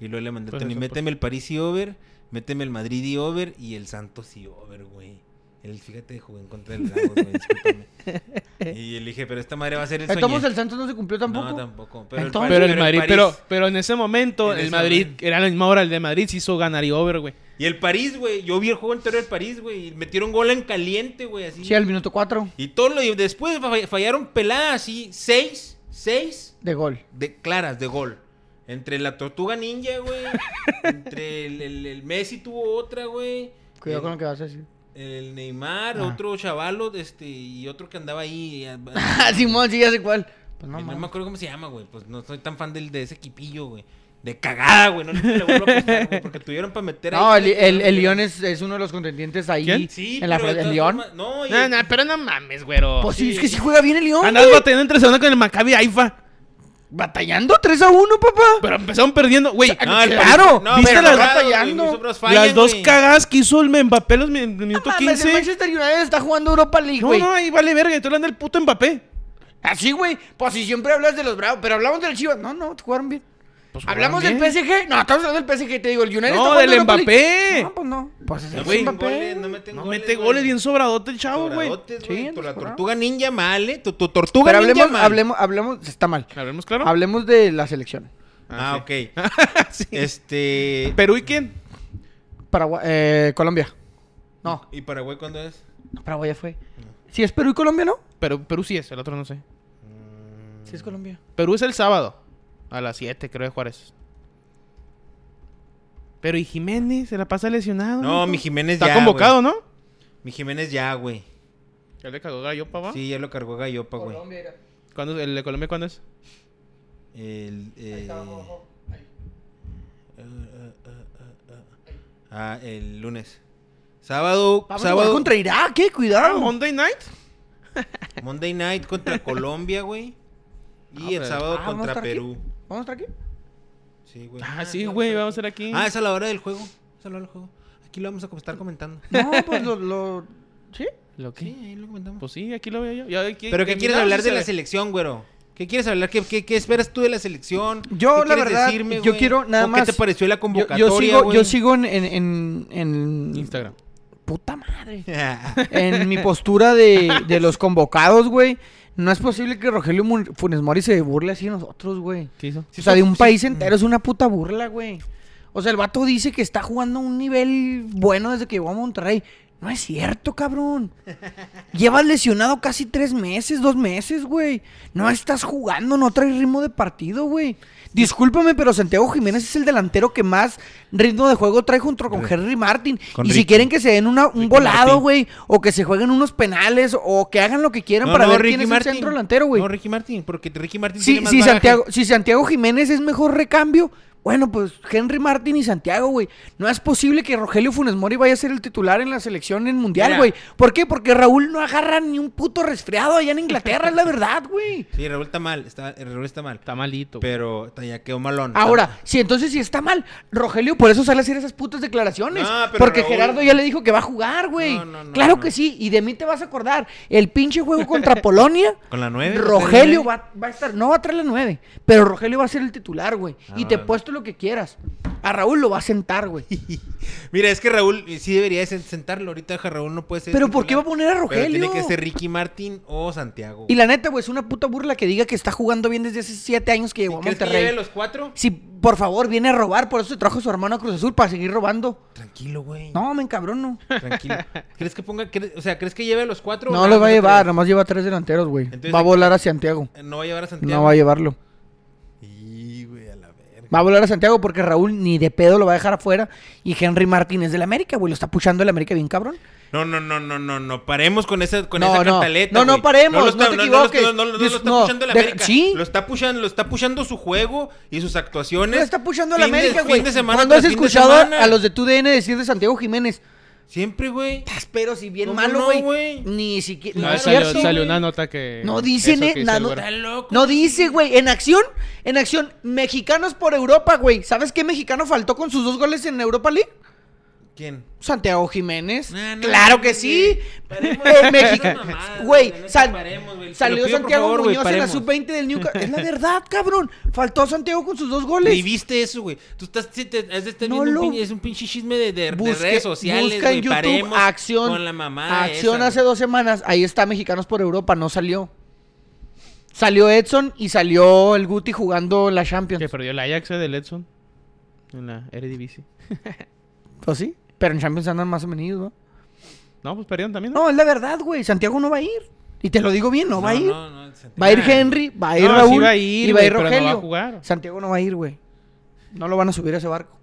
Speaker 1: Y luego le mandé a
Speaker 2: Pues
Speaker 1: Tony,
Speaker 2: eso,
Speaker 1: méteme el París y over. Méteme el Madrid y over. Y el Santos y over, güey. El, fíjate, jugué en contra del Santos, güey, discúlpame. Y le dije, pero esta madre va a ser el
Speaker 3: Eh, Tomás
Speaker 1: soñé.
Speaker 3: el Santos no se cumplió tampoco.
Speaker 1: No, tampoco. Pero
Speaker 3: Entonces-
Speaker 2: Pero el Madrid, pero,
Speaker 1: París-
Speaker 2: pero en ese momento,
Speaker 1: En
Speaker 2: el
Speaker 1: ese
Speaker 2: Madrid,
Speaker 1: momento.
Speaker 2: era la misma hora, el de Madrid se hizo ganar y over, güey.
Speaker 1: Y el París, güey. Yo vi el juego entero del París, güey. y Metieron gol en caliente, güey. Así.
Speaker 3: Sí, al minuto 4
Speaker 1: Y todo lo, y después fa- fallaron peladas así, seis, seis
Speaker 3: de gol.
Speaker 1: de claras de gol. Entre la tortuga ninja, güey. entre el, el- el Messi tuvo otra, güey.
Speaker 3: Cuidado
Speaker 1: el,
Speaker 3: con lo que vas a decir.
Speaker 1: El Neymar,
Speaker 3: Ah.
Speaker 1: otro chavalo, este, y otro que andaba ahí. eh, a- a-
Speaker 3: Ah, Simón, sí, ya sé cuál. Pues no,
Speaker 1: no,
Speaker 3: mames.
Speaker 1: me acuerdo cómo se llama, güey. Pues no soy tan fan del, de ese equipillo, güey. De cagada, güey. No le le vuelvo a apostar, güey, Porque tuvieron para meter
Speaker 3: No, el, el, el Lyon
Speaker 1: León
Speaker 3: es, es uno de los contendientes ahí.
Speaker 2: ¿Quién?
Speaker 1: Sí,
Speaker 3: en la
Speaker 1: pero de
Speaker 3: Fran- el
Speaker 1: todas
Speaker 3: Lyon.
Speaker 1: formas- No, y-
Speaker 2: No, no, pero no mames, güero.
Speaker 3: Pues sí, es que sí juega bien el Lyon.
Speaker 2: Andas batiendo entre semana con el Maccabi Haifa.
Speaker 3: Batallando 3 a 1, papá.
Speaker 2: Pero empezaron perdiendo, güey.
Speaker 1: No, el-
Speaker 3: claro,
Speaker 1: no,
Speaker 3: viste
Speaker 1: pero
Speaker 3: las-
Speaker 1: claro, güey,
Speaker 3: batallando.
Speaker 1: muchos otros fallan,
Speaker 2: las dos
Speaker 1: güey.
Speaker 2: cagadas que hizo el Mbappé en los mi- en el minuto
Speaker 3: Mames, el
Speaker 2: 15.
Speaker 3: Manchester United está jugando Europa League,
Speaker 2: No,
Speaker 3: güey.
Speaker 2: no, ahí vale verga. Tú hablando del puto Mbappé.
Speaker 3: Así, güey. Pues si siempre hablas de los Bravos, pero hablamos del Chivas. No, no, jugaron bien.
Speaker 2: Pues,
Speaker 3: ¿Hablamos
Speaker 2: jugaron
Speaker 3: del
Speaker 2: bien.
Speaker 3: PSG? No, estamos hablando del PSG, te digo, el United está
Speaker 2: No,
Speaker 3: jugando
Speaker 2: del
Speaker 3: Europa League.
Speaker 2: Mbappé.
Speaker 3: No, pues no. Pues es
Speaker 1: No
Speaker 3: el
Speaker 1: meten
Speaker 3: Mbappé.
Speaker 1: goles, no meten
Speaker 2: No
Speaker 1: goles,
Speaker 2: mete
Speaker 1: güey.
Speaker 2: goles bien sobradote el chavo, güey.
Speaker 1: Sobradotes,
Speaker 3: Sí,
Speaker 1: güey. Tu- La
Speaker 3: sobrado.
Speaker 1: tortuga ninja mal, eh. Tu, tu tortuga
Speaker 3: Pero
Speaker 1: ninja
Speaker 3: hablemos,
Speaker 1: mal.
Speaker 3: hablemos, hablemos, está mal.
Speaker 2: ¿Hablemos claro?
Speaker 3: Hablemos de la selección.
Speaker 1: Ah, ok.
Speaker 2: Sí.
Speaker 1: Este.
Speaker 2: ¿Perú y quién?
Speaker 3: Paraguay, eh, Colombia. No,
Speaker 1: ¿Y Paraguay cuándo es?
Speaker 3: no, Paraguay ya fue. Si es Perú y Colombia, ¿no?
Speaker 2: Perú, Perú sí es, el otro no sé.
Speaker 3: Sí es Colombia.
Speaker 2: Perú es el sábado. A las 7, creo, de Juárez. Pero y Jiménez se la pasa lesionado.
Speaker 1: No,
Speaker 2: hijo?
Speaker 1: mi Jiménez
Speaker 2: Está
Speaker 1: ya.
Speaker 2: convocado, ¿no?
Speaker 1: güey. Mi Jiménez ya, güey.
Speaker 2: Ya le cagó gallo, papá.
Speaker 1: Sí, ya lo cargó Gallopa, güey.
Speaker 3: era.
Speaker 2: ¿Cuándo, ¿El de Colombia cuándo es?
Speaker 1: El. eh, eh, eh, eh, eh, eh. Ah, el lunes. Sábado,
Speaker 3: Vamos a
Speaker 1: sábado,
Speaker 3: jugar contra Irak, ¿qué?
Speaker 2: Ah,
Speaker 3: Cuidado.
Speaker 2: Monday Night.
Speaker 1: Monday Night contra Colombia, güey.
Speaker 2: Ah,
Speaker 1: Y el
Speaker 2: pero-
Speaker 1: sábado
Speaker 3: Ah, ¿vamos a
Speaker 1: contra
Speaker 3: estar aquí?
Speaker 1: Perú.
Speaker 3: ¿Vamos a estar aquí?
Speaker 1: Sí, güey.
Speaker 2: Ah, sí, güey, vamos a ser aquí.
Speaker 1: Ah, es a la hora del juego. Es a la hora del juego. Aquí lo vamos a estar comentando.
Speaker 3: No, pues lo, lo- ¿Sí?
Speaker 2: ¿Lo qué?
Speaker 1: Sí, ahí lo comentamos.
Speaker 2: Pues sí, aquí lo veo yo. Ya, aquí-
Speaker 1: Pero ¿qué
Speaker 2: aquí-
Speaker 1: quieres
Speaker 2: ah,
Speaker 1: hablar
Speaker 2: sí
Speaker 1: de
Speaker 2: se
Speaker 1: la
Speaker 2: ve.
Speaker 1: selección, güero? ¿Qué quieres hablar? ¿Qué, qué, qué esperas tú de la selección?
Speaker 3: Yo,
Speaker 1: ¿Qué
Speaker 3: la
Speaker 1: quieres
Speaker 3: verdad, yo
Speaker 1: güey?
Speaker 3: quiero nada
Speaker 1: ¿O
Speaker 3: más-
Speaker 1: ¿Qué te pareció la
Speaker 3: Yo,
Speaker 1: convocatoria,
Speaker 3: yo sigo,
Speaker 1: güey?
Speaker 3: yo sigo en, en, en, en-
Speaker 2: Instagram.
Speaker 3: Puta madre.
Speaker 1: Ah,
Speaker 3: En mi postura de, de los convocados, güey. No es posible que Rogelio Mun- Funes Mori se burle así de nosotros, güey.
Speaker 2: ¿Qué hizo?
Speaker 1: Sí,
Speaker 3: o sea,
Speaker 1: son-
Speaker 3: de un
Speaker 1: sí.
Speaker 3: país entero es una puta burla, güey. O sea, el vato dice que está jugando a un nivel bueno desde que llegó a Monterrey. No es cierto, cabrón. Llevas lesionado casi tres meses, dos meses, güey. No estás jugando, no traes ritmo de partido, güey. Discúlpame, pero Santiago Jiménez es el delantero que más ritmo de juego trae junto con Henry Martin.
Speaker 1: Eh, con
Speaker 3: y si
Speaker 1: Ricky.
Speaker 3: quieren que se den una- un
Speaker 1: Ricky
Speaker 3: volado,
Speaker 1: Martin.
Speaker 3: güey, o que se jueguen unos penales, o que hagan lo que quieran para ver quién es el centro delantero, güey.
Speaker 1: No, Ricky Martin, porque Ricky Martin
Speaker 3: Sí,
Speaker 1: tiene más
Speaker 3: sí,
Speaker 1: bagaje.
Speaker 3: Santiago, si Santiago Jiménez es mejor recambio, bueno, pues Henry Martin y Santiago, güey. No es posible que Rogelio Funes Mori vaya a ser el titular en la selección en mundial,
Speaker 1: Mira.
Speaker 3: güey. ¿Por qué? Porque Raúl no agarra ni un puto resfriado allá en Inglaterra, es la verdad, güey.
Speaker 1: Sí, Raúl está mal, está, Raúl está mal.
Speaker 2: Está malito. güey.
Speaker 1: Pero está- ya quedó malón.
Speaker 3: Ahora, si entonces si está mal, Rogelio por eso sale a hacer esas putas declaraciones.
Speaker 1: No, pero
Speaker 3: porque
Speaker 1: Raúl-
Speaker 3: Gerardo ya le dijo que va a jugar, güey.
Speaker 1: No, no, no,
Speaker 3: claro
Speaker 1: no.
Speaker 3: que sí, y de mí te vas a acordar. El pinche juego contra Polonia.
Speaker 1: Con la nueve.
Speaker 3: Rogelio
Speaker 1: ¿no?
Speaker 3: va, va a estar, no va a traer la 9, pero Rogelio va a ser el titular, güey. y
Speaker 1: Ah,
Speaker 3: te
Speaker 1: vale.
Speaker 3: puesto lo que quieras. A Raúl lo va a sentar, güey.
Speaker 1: Mira, es que Raúl eh, sí debería de sen- sentarlo. Ahorita Raúl no puede ser.
Speaker 3: Pero ¿por qué va a
Speaker 1: titular.
Speaker 3: poner a
Speaker 1: Pero
Speaker 3: Rogelio?
Speaker 1: tiene que ser Ricky Martin o Santiago.
Speaker 3: Y la neta, güey, es una puta burla que diga que está jugando bien desde hace 7 años que llegó a
Speaker 1: ¿Crees que lleve
Speaker 3: Monterrey.
Speaker 1: los cuatro?
Speaker 3: Si, por favor, viene a robar, por eso se trajo a su hermano a Cruz Azul para seguir robando.
Speaker 1: Tranquilo, güey.
Speaker 3: No, me encabrono.
Speaker 1: Tranquilo. ¿Crees que ponga, cre- o sea, crees que lleve a los cuatro? o
Speaker 3: No
Speaker 1: nada
Speaker 3: lo
Speaker 1: más
Speaker 3: va a llevar,
Speaker 1: tres?
Speaker 3: nomás lleva tres delanteros, güey.
Speaker 1: Entonces-
Speaker 3: Va a volar a Santiago.
Speaker 1: Eh, No va a llevar a Santiago.
Speaker 3: No va a llevarlo.
Speaker 1: Y, güey, a la verga.
Speaker 3: Va a volar a Santiago porque Raúl ni de pedo lo va a dejar afuera. Y Henry Martínez del América, güey, lo está puchando el América bien cabrón.
Speaker 1: No, no, no, no, no, no. Paremos con esa, con
Speaker 3: No,
Speaker 1: esa
Speaker 3: no.
Speaker 1: cantaleta.
Speaker 3: No, no,
Speaker 1: güey.
Speaker 3: paremos,
Speaker 1: lo
Speaker 3: no
Speaker 1: está-
Speaker 3: te
Speaker 1: lo está-
Speaker 3: equivoques.
Speaker 1: No, no, no lo
Speaker 3: Dis-
Speaker 1: está
Speaker 3: no,
Speaker 1: pushando la
Speaker 3: de-
Speaker 1: América.
Speaker 3: sí.
Speaker 1: Lo está pushando, lo está pushando su juego y sus actuaciones.
Speaker 3: No está puchando a la
Speaker 1: Fin de-
Speaker 3: América, güey.
Speaker 1: Fin de semana
Speaker 3: ¿Cuándo has
Speaker 1: tras fin de
Speaker 3: escuchado
Speaker 1: semana.
Speaker 3: a los de tu DN decir de Santiago Jiménez?
Speaker 1: Siempre, güey.
Speaker 3: "Tas, Pero si bien
Speaker 1: ¿Cómo
Speaker 3: malo,
Speaker 1: no,
Speaker 3: güey.
Speaker 1: güey?
Speaker 3: ni siquiera.
Speaker 2: No,
Speaker 3: No, es
Speaker 2: salió,
Speaker 3: cierto.
Speaker 2: salió una nota que.
Speaker 3: No dicen,
Speaker 2: eso
Speaker 3: eh,
Speaker 2: que dice
Speaker 3: na-
Speaker 2: el
Speaker 3: no-
Speaker 2: güero.
Speaker 1: loco.
Speaker 3: No dice, güey. En acción, en acción. Mexicanos por Europa, güey. ¿Sabes qué mexicano faltó con sus dos goles en Europa League?
Speaker 1: ¿Quién?
Speaker 3: Santiago Jiménez.
Speaker 1: No, no,
Speaker 3: claro
Speaker 1: no,
Speaker 3: que
Speaker 1: güey.
Speaker 3: sí.
Speaker 1: Paremos
Speaker 3: Eh,
Speaker 1: con
Speaker 3: México-
Speaker 1: esas mamadas,
Speaker 3: Güey,
Speaker 1: güey, la
Speaker 3: sal-
Speaker 1: neta, paremos, güey. Te lo
Speaker 3: salió
Speaker 1: pido, por
Speaker 3: Santiago
Speaker 1: favor, güey,
Speaker 3: Muñoz en la
Speaker 1: paremos.
Speaker 3: sub-20 del Newcastle. es la verdad, cabrón. Faltó Santiago con sus dos goles.
Speaker 1: Ni viste eso, güey. Tú estás, sí, te- es, de estar viendo
Speaker 3: No
Speaker 1: un
Speaker 3: lo-
Speaker 1: pinche- es un pinche chisme de, de- de
Speaker 3: Busque-
Speaker 1: redes sociales,
Speaker 3: busca en
Speaker 1: güey.
Speaker 3: YouTube
Speaker 1: Paremos
Speaker 3: acción.
Speaker 1: con la mamada
Speaker 3: acción
Speaker 1: esa,
Speaker 3: hace
Speaker 1: güey.
Speaker 3: dos semanas. Ahí está Mexicanos por Europa, no salió. Salió Edson y salió el Guti jugando la Champions.
Speaker 2: Que perdió el Ajax eh, del Edson. En la Eredivisie.
Speaker 3: ¿O Pues sí? Pero en Champions andan más o menos, ¿no?
Speaker 2: No, pues perdieron también.
Speaker 3: No, es la verdad, güey. Santiago no va a ir. Y te lo digo bien, no, va a ir.
Speaker 1: No, no, no,
Speaker 3: Va a ir
Speaker 2: Nah.
Speaker 3: Henry, va a ir
Speaker 2: No, sí
Speaker 3: Raúl
Speaker 2: va a ir,
Speaker 3: y va a
Speaker 2: güey,
Speaker 3: ir
Speaker 2: pero no va a
Speaker 3: Rogelio.
Speaker 2: jugar.
Speaker 3: Santiago no va a ir, güey. No lo van a subir a ese barco.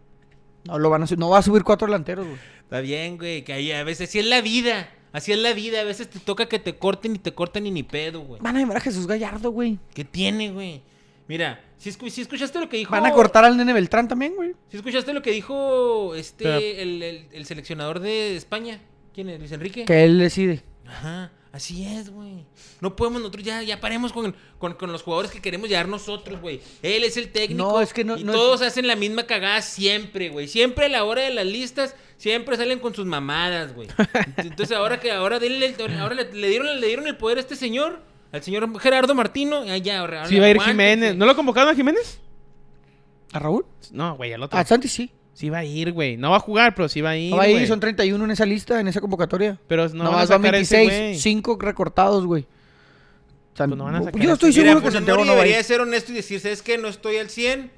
Speaker 3: No lo van a subir. No va a subir cuatro delanteros, güey.
Speaker 1: Está bien, güey, que ahí a veces así es la vida. Así es la vida, a veces te toca que te corten y te cortan y ni pedo, güey.
Speaker 3: Van a llevar a Jesús Gallardo, güey.
Speaker 1: ¿Qué tiene, güey? Mira, si, escu- si escuchaste lo que dijo...
Speaker 3: Van a cortar al Nene Beltrán también, güey.
Speaker 1: Si escuchaste lo que dijo este,
Speaker 2: Pero-
Speaker 1: el, el- el seleccionador de España. ¿Quién es? Luis Enrique.
Speaker 3: Que él decide.
Speaker 1: Ajá.
Speaker 6: Así es, güey. No podemos nosotros, ya, ya paremos con, con, con los jugadores que queremos llevar nosotros, güey. Él es el técnico.
Speaker 3: No, es que no-
Speaker 6: Y
Speaker 3: no es-
Speaker 6: todos hacen la misma cagada siempre, güey. Siempre a la hora de las listas, siempre salen con sus mamadas, güey. Entonces ahora que ahora, denle el- ahora le, le dieron, le dieron el poder a este señor, al señor Gerardo Martino. Ya, ya, ahora-
Speaker 2: Sí, va a ir
Speaker 6: aguántense.
Speaker 2: Jiménez. ¿No lo convocaron a Jiménez?
Speaker 3: ¿A Raúl?
Speaker 2: No, güey, al otro.
Speaker 3: A Santi sí.
Speaker 2: Sí va a ir, güey. No va a jugar, pero sí va a ir.
Speaker 3: Ah, No va a ir,
Speaker 2: güey.
Speaker 3: son 31 en esa lista, en esa convocatoria.
Speaker 2: Pero no van a
Speaker 3: Nomás van
Speaker 2: sacar a ese
Speaker 3: 26,
Speaker 2: güey.
Speaker 3: 5 recortados, güey. San-
Speaker 2: Pues no van a sacar
Speaker 3: Yo
Speaker 2: a
Speaker 3: estoy
Speaker 2: ese-
Speaker 6: Mira,
Speaker 3: seguro que
Speaker 6: Funes
Speaker 3: Santiago
Speaker 6: Mori
Speaker 3: no va a ir.
Speaker 6: debería ser honesto y decir, ¿sabes qué? No estoy al 100,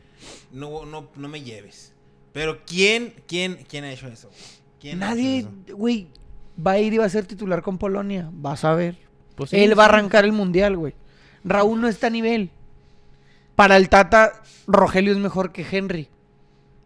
Speaker 6: no, no, no me lleves. Pero ¿quién, quién, quién ha hecho eso? güey? ¿Quién ha
Speaker 3: Nadie,
Speaker 6: hecho eso?
Speaker 3: güey, va a ir y va a ser titular con Polonia. Vas a ver.
Speaker 2: Pues sí,
Speaker 3: Él va a
Speaker 2: sí.
Speaker 3: arrancar el mundial, güey. Raúl no está a nivel. Para el Tata, Rogelio es mejor que Henry.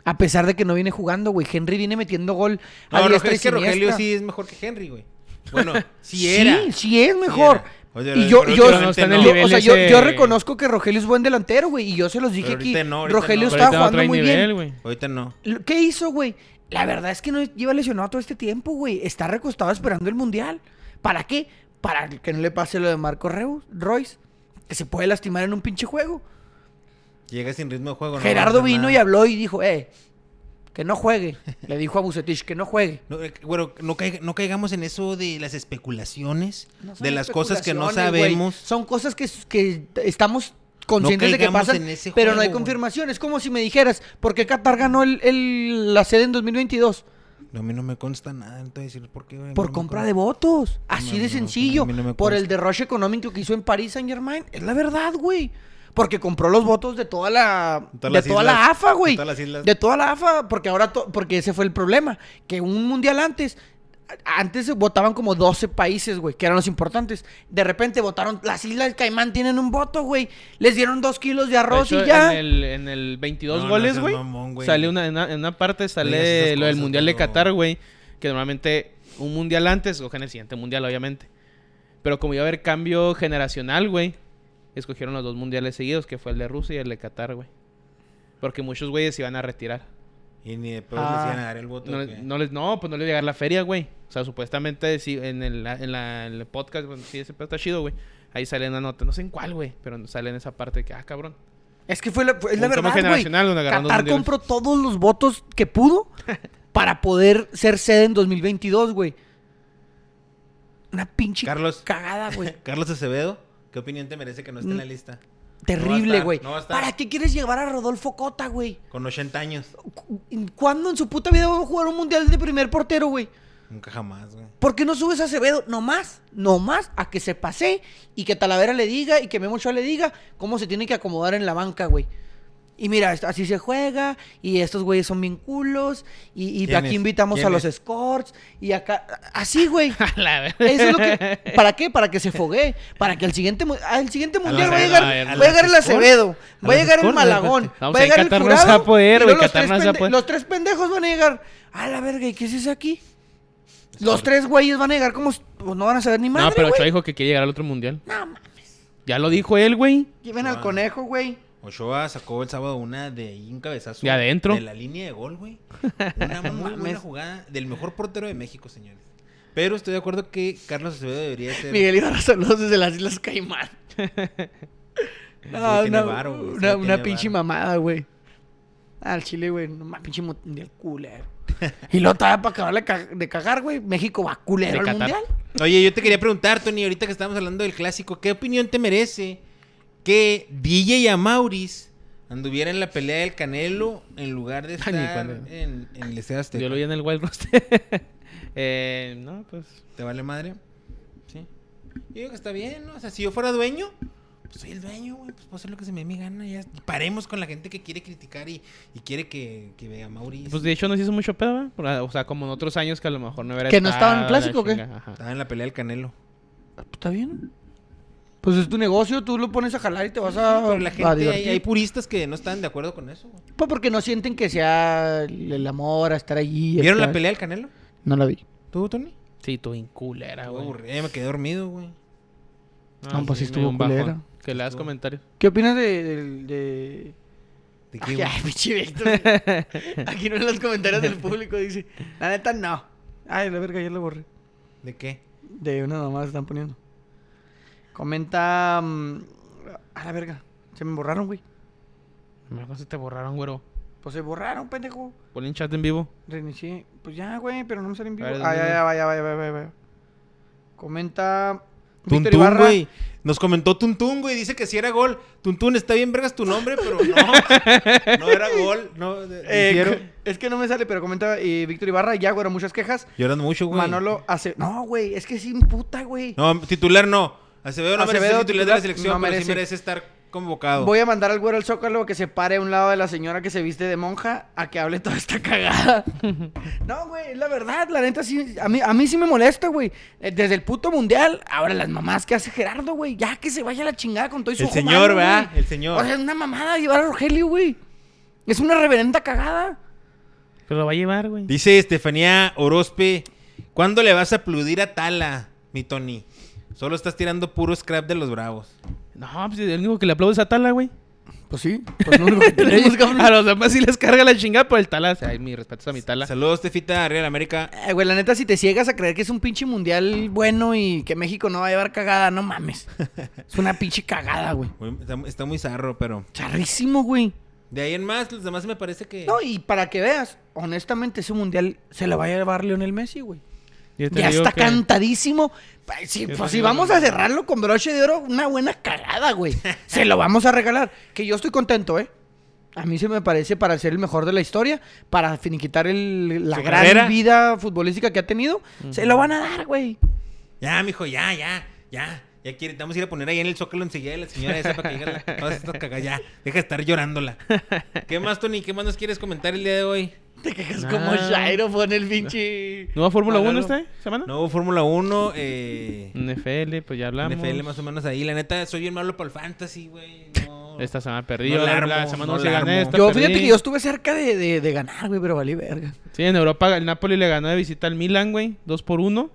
Speaker 3: A pesar de que no viene jugando, güey. Henry viene metiendo gol. a
Speaker 6: No,
Speaker 3: diestra
Speaker 6: Rogelio,
Speaker 3: y
Speaker 6: es que Rogelio
Speaker 3: siniestra.
Speaker 6: sí es mejor que Henry, güey. Bueno, sí
Speaker 3: Sí,
Speaker 6: era.
Speaker 3: Sí, es mejor.
Speaker 6: era. O sea,
Speaker 3: y yo,
Speaker 6: pero
Speaker 3: yo-
Speaker 6: últimamente
Speaker 3: yo-
Speaker 2: no.
Speaker 3: yo- o sea, yo,
Speaker 2: Nivel
Speaker 3: yo
Speaker 2: ese-
Speaker 3: reconozco que Rogelio es buen delantero, güey. Y yo se los dije
Speaker 6: Pero
Speaker 3: aquí.
Speaker 6: ahorita no, ahorita
Speaker 3: Rogelio
Speaker 6: no.
Speaker 2: Pero
Speaker 3: estaba
Speaker 2: ahorita no
Speaker 3: jugando
Speaker 2: trae
Speaker 3: muy
Speaker 2: nivel,
Speaker 3: bien.
Speaker 2: güey.
Speaker 6: Ahorita no.
Speaker 3: Lo- ¿Qué hizo, güey? La verdad es que no lleva lesionado todo este tiempo, güey. Está recostado esperando el mundial. ¿Para qué? Para que no le pase lo de Marco Reus, Royce, que se puede lastimar en un pinche juego.
Speaker 6: Llega sin ritmo de juego. no
Speaker 3: Gerardo
Speaker 6: avanza
Speaker 3: vino
Speaker 6: nada.
Speaker 3: y habló y dijo, eh, que no juegue. le dijo a Bucetich que no juegue.
Speaker 6: No, eh, bueno, no, caiga- no caigamos en eso de las especulaciones,
Speaker 3: No son
Speaker 6: de las cosas que no
Speaker 3: especulaciones, güey.
Speaker 6: sabemos.
Speaker 3: Son cosas que, que estamos conscientes de que
Speaker 6: caigamos
Speaker 3: pasan,
Speaker 6: en ese
Speaker 3: pero no hay
Speaker 6: juego, güey.
Speaker 3: confirmación. Es como si me dijeras, ¿por qué Qatar ganó el, el- la sede en 2022?
Speaker 6: No, A mí no me consta nada, entonces decir por qué. güey, a mí
Speaker 3: Por
Speaker 6: no me
Speaker 3: compra
Speaker 6: consta.
Speaker 3: de votos.
Speaker 6: No,
Speaker 3: Así
Speaker 6: no,
Speaker 3: de
Speaker 6: no, a
Speaker 3: sencillo.
Speaker 6: mí no me
Speaker 3: por el
Speaker 6: consta.
Speaker 3: derroche económico que hizo en París Saint Germain. Es la verdad, güey. Porque compró los votos de toda la
Speaker 6: todas
Speaker 3: de
Speaker 6: las
Speaker 3: toda
Speaker 6: islas,
Speaker 3: la AFA,
Speaker 6: de
Speaker 3: güey.
Speaker 6: todas las islas.
Speaker 3: De toda la AFA, porque ahora to- porque ese fue el problema, que un mundial antes a- antes votaban como 12 países, güey, que eran los importantes. De repente votaron las Islas Caimán tienen un voto, güey. Les dieron dos kilos de
Speaker 2: De
Speaker 3: arroz
Speaker 2: hecho,
Speaker 3: y ya.
Speaker 2: En el, en el 22
Speaker 6: No, no
Speaker 2: goles,
Speaker 6: seas
Speaker 2: güey.
Speaker 6: mamón, güey.
Speaker 2: sale una, en, una, en una parte
Speaker 6: No digas
Speaker 2: sale
Speaker 6: esas
Speaker 2: lo del
Speaker 6: cosas,
Speaker 2: Mundial de
Speaker 6: pero-
Speaker 2: Qatar, güey. Que normalmente un mundial antes, o en el siguiente mundial, obviamente. Pero como iba a haber cambio generacional, güey, escogieron los dos mundiales seguidos, que fue el de Rusia y el de Qatar, güey. Porque muchos güeyes se iban a retirar.
Speaker 6: Y ni después
Speaker 3: Ah.
Speaker 6: les iban a dar el voto.
Speaker 2: No,
Speaker 6: ¿o
Speaker 2: le-
Speaker 6: qué?
Speaker 2: no les, no, pues no les iba a llegar la feria, güey. O sea, supuestamente sí, en, el, en la- en el podcast, bueno, sí, ese pedo está chido, güey. Ahí sale una nota, no sé en cuál, güey, pero sale en esa parte que, ah, cabrón.
Speaker 3: Es que fue la, fue- es la
Speaker 2: Un cambio
Speaker 3: verdad, güey.
Speaker 2: generacional donde agarraron los
Speaker 3: Qatar
Speaker 2: mundiales.
Speaker 3: compró todos los votos que pudo para poder ser sede en 2022, güey. Una pinche
Speaker 6: Carlos.
Speaker 3: cagada, güey.
Speaker 6: Carlos Acevedo, ¿qué opinión te merece que no esté en la
Speaker 3: Mm.
Speaker 6: lista? No va a
Speaker 3: Terrible,
Speaker 6: estar,
Speaker 3: güey.
Speaker 6: no va a estar.
Speaker 3: ¿Para qué quieres llevar a Rodolfo Cota, güey?
Speaker 6: Con 80 años.
Speaker 3: Cu- ¿Cuándo en su puta vida va a jugar un mundial de primer portero, güey?
Speaker 6: Nunca jamás, güey.
Speaker 3: ¿Por qué no subes a Acevedo? Nomás, nomás a que se pase y que Talavera le diga y que Memo Ochoa le diga cómo se tiene que acomodar en la banca, güey. Y mira, est- así se juega, y estos güeyes son bien culos, y, y
Speaker 6: ¿Quién
Speaker 3: aquí
Speaker 6: es?
Speaker 3: invitamos
Speaker 6: ¿Quién
Speaker 3: a los
Speaker 6: es?
Speaker 3: escorts, y acá. Así, güey.
Speaker 2: A la verga.
Speaker 3: Eso es lo que. ¿Para qué? Para que se foguee. Para que al siguiente, mu- al siguiente mundial va a
Speaker 6: Acevedo,
Speaker 3: llegar,
Speaker 2: a ver, a
Speaker 3: va a
Speaker 2: las
Speaker 3: llegar el
Speaker 2: Sports,
Speaker 3: Acevedo,
Speaker 2: a
Speaker 3: va a
Speaker 2: las
Speaker 3: llegar el
Speaker 2: Sports,
Speaker 3: Malagón,
Speaker 2: vamos
Speaker 3: va a
Speaker 2: a
Speaker 3: llegar el
Speaker 2: Qatar no se va
Speaker 3: jurado.
Speaker 2: a poder,
Speaker 3: y
Speaker 2: güey,
Speaker 3: luego los
Speaker 2: Qatar
Speaker 3: tres
Speaker 2: no se va a
Speaker 3: pende-
Speaker 2: poder.
Speaker 3: Los tres pendejos van a llegar. A la verga, ¿y qué es eso aquí? Los tres güeyes van a llegar como. s- Pues no van a saber ni
Speaker 2: No,
Speaker 3: madre,
Speaker 2: pero Ochoa
Speaker 3: güey.
Speaker 2: dijo que quiere llegar al otro mundial.
Speaker 3: No, mames.
Speaker 2: Ya lo dijo él, güey.
Speaker 3: Lleven
Speaker 6: Ah.
Speaker 3: al conejo, güey.
Speaker 6: Ochoa sacó el sábado una de ahí, un cabezazo.
Speaker 2: De adentro.
Speaker 6: De la línea de gol, güey. Una muy buena
Speaker 3: Mames.
Speaker 6: jugada del mejor portero de México, señores. Pero estoy de acuerdo que Carlos Acevedo debería ser.
Speaker 3: Miguel Ibarra, saludos desde las Islas Caimán.
Speaker 6: No,
Speaker 3: No, una,
Speaker 6: tiene varo, güey, sí
Speaker 3: una,
Speaker 6: tiene
Speaker 3: una
Speaker 6: varo.
Speaker 3: pinche mamada, güey. Al Chile, güey, no más pinche mundial culero. Y lo estaba para acabar de ca- de cagar, güey. México va
Speaker 2: De
Speaker 3: culero al
Speaker 2: Qatar.
Speaker 3: mundial.
Speaker 6: Oye, yo te quería preguntar, Tony, ahorita que estamos hablando del clásico, ¿qué opinión te merece que DJ Amauris anduviera en la pelea del Canelo en lugar de
Speaker 2: Ni
Speaker 6: estar
Speaker 2: cuando-
Speaker 6: en, en el Estadio Azteca?
Speaker 2: Yo lo vi en el Wild Roster. eh, no, pues.
Speaker 6: ¿Te vale madre? Sí. Yo digo que está bien, ¿no? O sea, si yo fuera dueño, pues soy el dueño, güey. Pues puedo hacer lo que se me dé mi gana. Ya paremos con la gente que quiere criticar y, y quiere que, que vea a Mauricio.
Speaker 2: Pues de hecho nos hizo mucho pedo, ¿verdad? Por la- O sea, como en otros años que a lo mejor no hubiera
Speaker 3: ¿Que no estaba en el
Speaker 2: estado la
Speaker 3: clásico o qué?
Speaker 2: chinga, ajá.
Speaker 6: Estaba en la pelea del Canelo.
Speaker 3: Está bien.
Speaker 7: Pues es tu negocio,
Speaker 3: Tú lo pones a jalar y te vas a.
Speaker 6: Pero la
Speaker 3: a
Speaker 6: gente, hay,
Speaker 3: divertir.
Speaker 6: hay puristas que no están de acuerdo con eso, güey.
Speaker 3: Pues porque no sienten que sea el el amor a estar allí.
Speaker 6: ¿Vieron la
Speaker 3: estar-
Speaker 6: pelea del Canelo? Ah,
Speaker 3: No la vi.
Speaker 6: ¿Tú, Tony?
Speaker 2: Sí, tu inculera,
Speaker 6: Estuvo
Speaker 2: güey.
Speaker 6: aburrido, ya eh, me quedé dormido, güey.
Speaker 3: No, pues sí
Speaker 2: me dio
Speaker 3: estuvo
Speaker 2: un bajón.
Speaker 3: culera.
Speaker 2: Que le das
Speaker 6: Estuvo.
Speaker 2: comentarios.
Speaker 3: ¿Qué opinas de. de, de-
Speaker 6: ¿De qué,
Speaker 3: Ay,
Speaker 6: güey?
Speaker 3: ay, pinche Víctor. Aquí no en los comentarios del público dice. La neta, no. Ay, la verga, ya lo borré.
Speaker 6: ¿De qué?
Speaker 3: De una nomás están poniendo. Comenta. mm, a la verga. Se me borraron, güey.
Speaker 2: Me acuerdo si te borraron, güero.
Speaker 3: Pues se borraron, pendejo.
Speaker 2: Pon en chat en vivo.
Speaker 3: Reinicié. Pues ya, güey, pero no me sale en vivo.
Speaker 2: A ver,
Speaker 3: Ah, ya,
Speaker 2: dime.
Speaker 3: ya, vaya, vaya, vaya, vaya. Comenta. Víctor
Speaker 6: Tuntún,
Speaker 3: Ibarra.
Speaker 6: güey. Nos comentó Tuntún, güey. Dice que si era gol. Tuntún, está bien vergas tu nombre, pero no. No era gol. No, de-
Speaker 3: Eh,
Speaker 6: difiero.
Speaker 3: es que no me sale, pero comenta eh, Víctor Ibarra. Ya, güey, muchas quejas.
Speaker 6: Lloran mucho, güey.
Speaker 3: Manolo hace. No, güey, es que sin puta, güey.
Speaker 6: No, titular no. Acevedo no merece
Speaker 3: Acevedo,
Speaker 6: ser titular de la
Speaker 3: titular,
Speaker 6: selección,
Speaker 3: no
Speaker 6: pero sí
Speaker 3: merece.
Speaker 6: merece estar convocado.
Speaker 3: Voy a mandar al güero al zócalo a que se pare a un lado de la señora que se viste de monja a que hable toda esta cagada. no, güey, la verdad, la neta sí. A mí, a mí sí me molesta, güey. Eh, Desde el puto mundial, ahora las mamás que hace Gerardo, güey. Ya que se vaya a la chingada con todo y su
Speaker 6: El
Speaker 3: ojo
Speaker 6: señor,
Speaker 3: malo,
Speaker 6: ¿verdad?
Speaker 3: güey.
Speaker 6: El señor.
Speaker 3: O sea, es una mamada llevar a Rogelio, güey. Es una reverenda cagada.
Speaker 2: Pero lo va a llevar, güey.
Speaker 6: Dice Estefanía Orozpe, ¿cuándo le vas a aplaudir a Tala, mi Tony? Solo estás tirando puro scrap de los bravos.
Speaker 2: No, pues el único que le aplaude es a Tala, güey.
Speaker 3: Pues sí, pues lo único que tenemos que hablar.
Speaker 2: a los demás sí les carga la chingada por el Tala. Ay, mi respeto a mi Tala.
Speaker 6: Saludos, Tefita, arriba de la América.
Speaker 3: Eh, güey, la neta, si te ciegas a creer que es un pinche mundial bueno y que México no va a llevar cagada, no mames. Es una pinche cagada, güey.
Speaker 6: Muy- Está, está muy zarro, pero...
Speaker 3: Charrísimo, güey.
Speaker 6: De ahí en más, los demás me parece que...
Speaker 3: No, y para que veas, honestamente, ese mundial se lo va a llevar Lionel Messi, güey.
Speaker 2: Yo te
Speaker 3: Ya
Speaker 2: digo
Speaker 3: está
Speaker 2: que-
Speaker 3: cantadísimo. Pa- Si,
Speaker 2: Yo
Speaker 3: pues
Speaker 2: te
Speaker 3: si
Speaker 2: digo
Speaker 3: vamos
Speaker 2: que-
Speaker 3: a cerrarlo con broche de oro, una buena cagada, güey. se lo vamos a regalar. Que yo estoy contento, ¿eh? A mí se me parece para ser el mejor de la historia, para finiquitar el- la
Speaker 6: Su
Speaker 3: gran
Speaker 6: carrera.
Speaker 3: vida futbolística que ha tenido. Se lo van a dar, güey.
Speaker 6: Ya, mijo, ya, ya, ya. Ya quiere, vamos a ir a poner ahí en el zócalo enseguida de la señora esa para que diga la- todas estas cagadas. Ya, deja de estar llorándola. ¿Qué más, Tony? ¿Qué más nos quieres comentar el día de hoy?
Speaker 3: Te quejas
Speaker 2: Ah.
Speaker 3: como Shairo con el pinche.
Speaker 2: ¿Nueva Fórmula este.
Speaker 3: No, no,
Speaker 2: 1 esta eh, semana?
Speaker 6: No hubo Fórmula 1, eh...
Speaker 2: NFL, pues ya hablamos.
Speaker 6: NFL más o menos ahí. La neta, soy bien malo para el fantasy, güey. No.
Speaker 2: Esta semana perdí.
Speaker 6: No
Speaker 2: la-
Speaker 6: la armo,
Speaker 2: la semana
Speaker 6: no
Speaker 2: no se
Speaker 6: la
Speaker 2: gané
Speaker 6: armo.
Speaker 2: esta.
Speaker 3: Yo, fíjate
Speaker 2: perdí.
Speaker 3: que yo estuve cerca de, de- de ganar, güey, pero valí verga.
Speaker 2: Sí, en Europa el Napoli le ganó de visita al Milan, güey. 2 por 1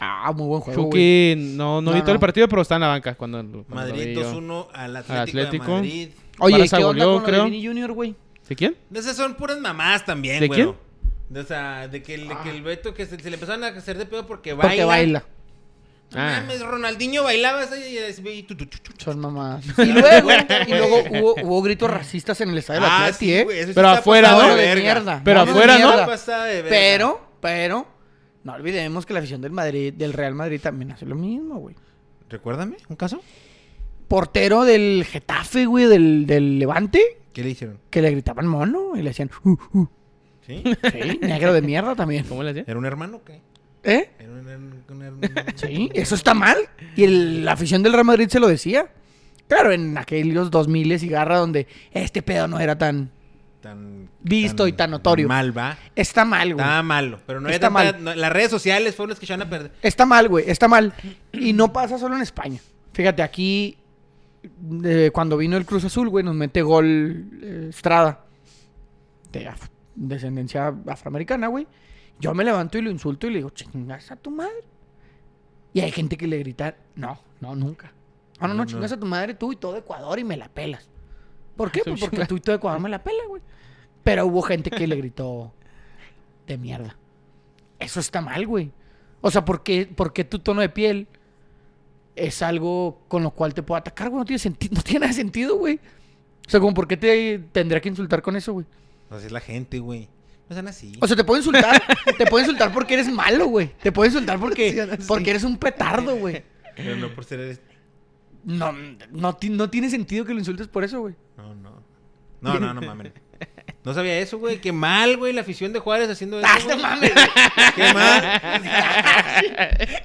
Speaker 3: Ah, muy buen juego, güey.
Speaker 2: Chucky no,
Speaker 3: No,
Speaker 2: no, vi todo
Speaker 3: no.
Speaker 2: el partido, pero está en la banca cuando, cuando lo vi
Speaker 6: Madrid
Speaker 2: yo.
Speaker 6: 2-1 al Atlético,
Speaker 2: Atlético.
Speaker 6: de Madrid.
Speaker 3: Oye,
Speaker 2: Barça
Speaker 3: ¿qué onda
Speaker 2: goleó,
Speaker 3: con lo de
Speaker 2: creo.
Speaker 3: Vini Junior, güey?
Speaker 2: ¿Sí quién?
Speaker 6: Esas son puras mamás también,
Speaker 2: ¿De
Speaker 6: güey. O sea, de que, el- de que el Beto que se, se le empezaron a hacer de pedo porque baila.
Speaker 3: Ah. Porque baila.
Speaker 6: No
Speaker 2: Ah.
Speaker 6: mames, Ronaldinho bailaba esa- y- y- y- tu- tu- tu- tu-
Speaker 3: Son mamás. Y luego, y luego hubo, hubo gritos racistas en el estadio de la
Speaker 6: Ah,
Speaker 3: Atleti,
Speaker 6: sí,
Speaker 3: ¿eh?
Speaker 6: güey, eso sí
Speaker 2: Pero
Speaker 6: está
Speaker 2: afuera,
Speaker 6: pasado
Speaker 2: ¿no?
Speaker 6: de
Speaker 3: De
Speaker 6: verga.
Speaker 3: mierda.
Speaker 2: Pero
Speaker 6: Eso sí
Speaker 2: afuera,
Speaker 6: está
Speaker 3: ¿no?
Speaker 6: pasada de verga.
Speaker 3: Pero, pero, no olvidemos que la afición del Madrid, del Real Madrid también hace lo mismo, güey.
Speaker 6: Recuérdame, un caso.
Speaker 3: Portero del Getafe, güey, del, del Levante,
Speaker 6: ¿Qué le hicieron?
Speaker 3: que le gritaban mono y le hacían, "Uh, uh".
Speaker 6: ¿Sí?
Speaker 3: Sí, negro de mierda también.
Speaker 2: ¿Cómo le decía?
Speaker 6: ¿Era un hermano o qué?
Speaker 3: ¿Eh?
Speaker 6: Era un, era un- un hermano.
Speaker 3: Sí, eso está mal. Y el- la afición del Real Madrid se lo decía. Claro, en aquellos 2000 y garra donde este pedo no era tan...
Speaker 6: Tan,
Speaker 3: Visto y tan notorio.
Speaker 6: Mal, va.
Speaker 3: Está mal, güey.
Speaker 6: Estaba malo. Pero no
Speaker 3: Está
Speaker 6: era tanta-
Speaker 3: mal.
Speaker 6: no- las redes sociales fueron las que echaron a perder.
Speaker 3: Está mal, güey, está mal. Y no pasa solo en España. Fíjate, aquí, eh, cuando vino el Cruz Azul, güey, nos mete gol eh, Estrada, de af- descendencia afroamericana, güey. Yo me levanto y lo insulto y le digo, chingas a tu madre. Y hay gente que le grita, no, no, nunca. "Ah, No, no,
Speaker 6: No,
Speaker 3: no,
Speaker 6: no.
Speaker 3: chingas a tu madre tú y todo Ecuador y me la pelas. ¿Por qué?
Speaker 2: Su
Speaker 3: Pues porque
Speaker 2: chinga-
Speaker 3: tú y todo Ecuador me la pela, güey. Pero hubo gente que le gritó de mierda. Eso está mal, güey. O sea, ¿por qué, por qué tu tono de piel es algo con lo cual te puedo atacar, güey? No tiene, senti- no tiene nada de sentido, güey. O sea, como, ¿por qué te tendría que insultar con eso, güey?
Speaker 6: Así es la gente, güey. No sean así.
Speaker 3: O sea, te puedo insultar, te puedo insultar porque eres malo, güey. Te puedo insultar porque, porque eres un petardo, güey.
Speaker 6: pero no por ser.
Speaker 3: No, no, ti- no tiene sentido que lo insultes por eso, güey.
Speaker 6: No, no. No, no, no mames. No sabía eso, güey. Qué mal, güey, la afición de Juárez haciendo eso.
Speaker 3: ¡Ah, no
Speaker 6: güey.
Speaker 3: mames!
Speaker 6: Qué mal.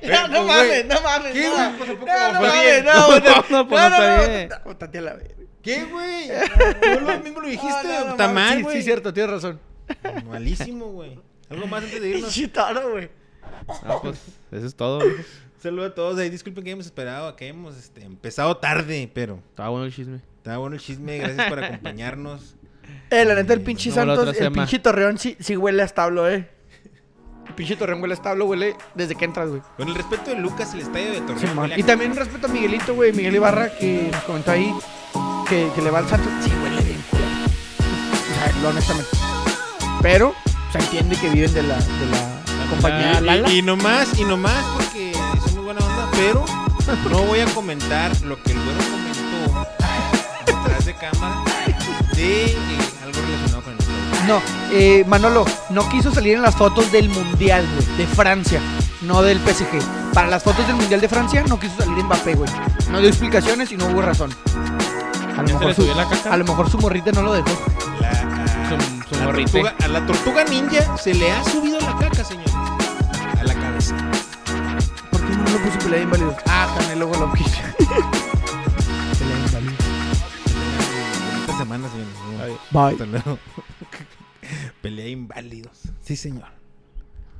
Speaker 3: No, no
Speaker 6: Pues, güey.
Speaker 3: mames, no mames.
Speaker 6: ¿Qué,
Speaker 3: no.
Speaker 6: güey? Pues, ¿a poco
Speaker 3: No, no
Speaker 6: fue
Speaker 3: mames,
Speaker 6: bien?
Speaker 3: no,
Speaker 2: No,
Speaker 3: güey, no,
Speaker 2: no, pues,
Speaker 3: no,
Speaker 2: no está
Speaker 3: no,
Speaker 2: bien.
Speaker 3: no, Tate a la verga.
Speaker 6: ¿Qué, güey? Tú lo mismo lo dijiste.
Speaker 3: No, no, no,
Speaker 6: Está
Speaker 3: mames,
Speaker 6: mal,
Speaker 3: sí,
Speaker 6: güey.
Speaker 3: Sí, cierto, tienes razón.
Speaker 6: Malísimo, güey. Algo más antes de irnos.
Speaker 3: Chitaro, güey.
Speaker 2: No, pues eso es todo. güey.
Speaker 6: Saludo a todos. Ahí disculpen que hemos esperado, que hemos este, empezado tarde, pero
Speaker 2: Estaba bueno el chisme.
Speaker 6: está bueno el chisme. Gracias por acompañarnos.
Speaker 3: Eh, la neta, el
Speaker 6: Sí,
Speaker 3: pinche
Speaker 2: no, la
Speaker 3: Santos,
Speaker 2: otra
Speaker 3: el
Speaker 2: semana.
Speaker 3: pinche Torreón sí, sí huele a establo, eh. El pinche Torreón huele a establo, huele desde que entras, güey.
Speaker 6: Con el respeto de Lucas, el estadio de Torreón.
Speaker 3: Simón.
Speaker 6: huele a
Speaker 3: y también respeto a Miguelito, güey, Miguel Ibarra, que nos comentó ahí que, que le va al Santos. Sí, huele bien, culero. O sea, lo honestamente. Pero se entiende que viven de la, de la compañía
Speaker 2: verdad,
Speaker 6: Y-
Speaker 3: Lala.
Speaker 6: Y, nomás, y nomás porque pero no voy a comentar lo que el güero comentó detrás de cámara de eh, algo relacionado con el fútbol.
Speaker 3: No, eh, Manolo, no quiso salir en las fotos del Mundial, güey, de Francia, no del PSG. Para las fotos del Mundial de Francia no quiso salir Mbappé, güey. No dio explicaciones y no hubo razón. A lo,
Speaker 2: Ya se
Speaker 3: mejor
Speaker 2: le
Speaker 3: su,
Speaker 2: subió la caca.
Speaker 3: a lo mejor su morrita no lo dejó.
Speaker 6: La, a,
Speaker 2: Su- su
Speaker 6: la
Speaker 2: morrite.
Speaker 6: tortuga, a la tortuga ninja se le ha subido la caca, señores. A la cabeza.
Speaker 3: ¿Por qué no lo puso pelea de inválidos? Ah, Canelo Golovkin. pelea de inválidos.
Speaker 6: Esta semana, señores.
Speaker 2: Ay.
Speaker 3: Bye.
Speaker 6: Hasta luego. Pelea de inválidos. Sí, señor.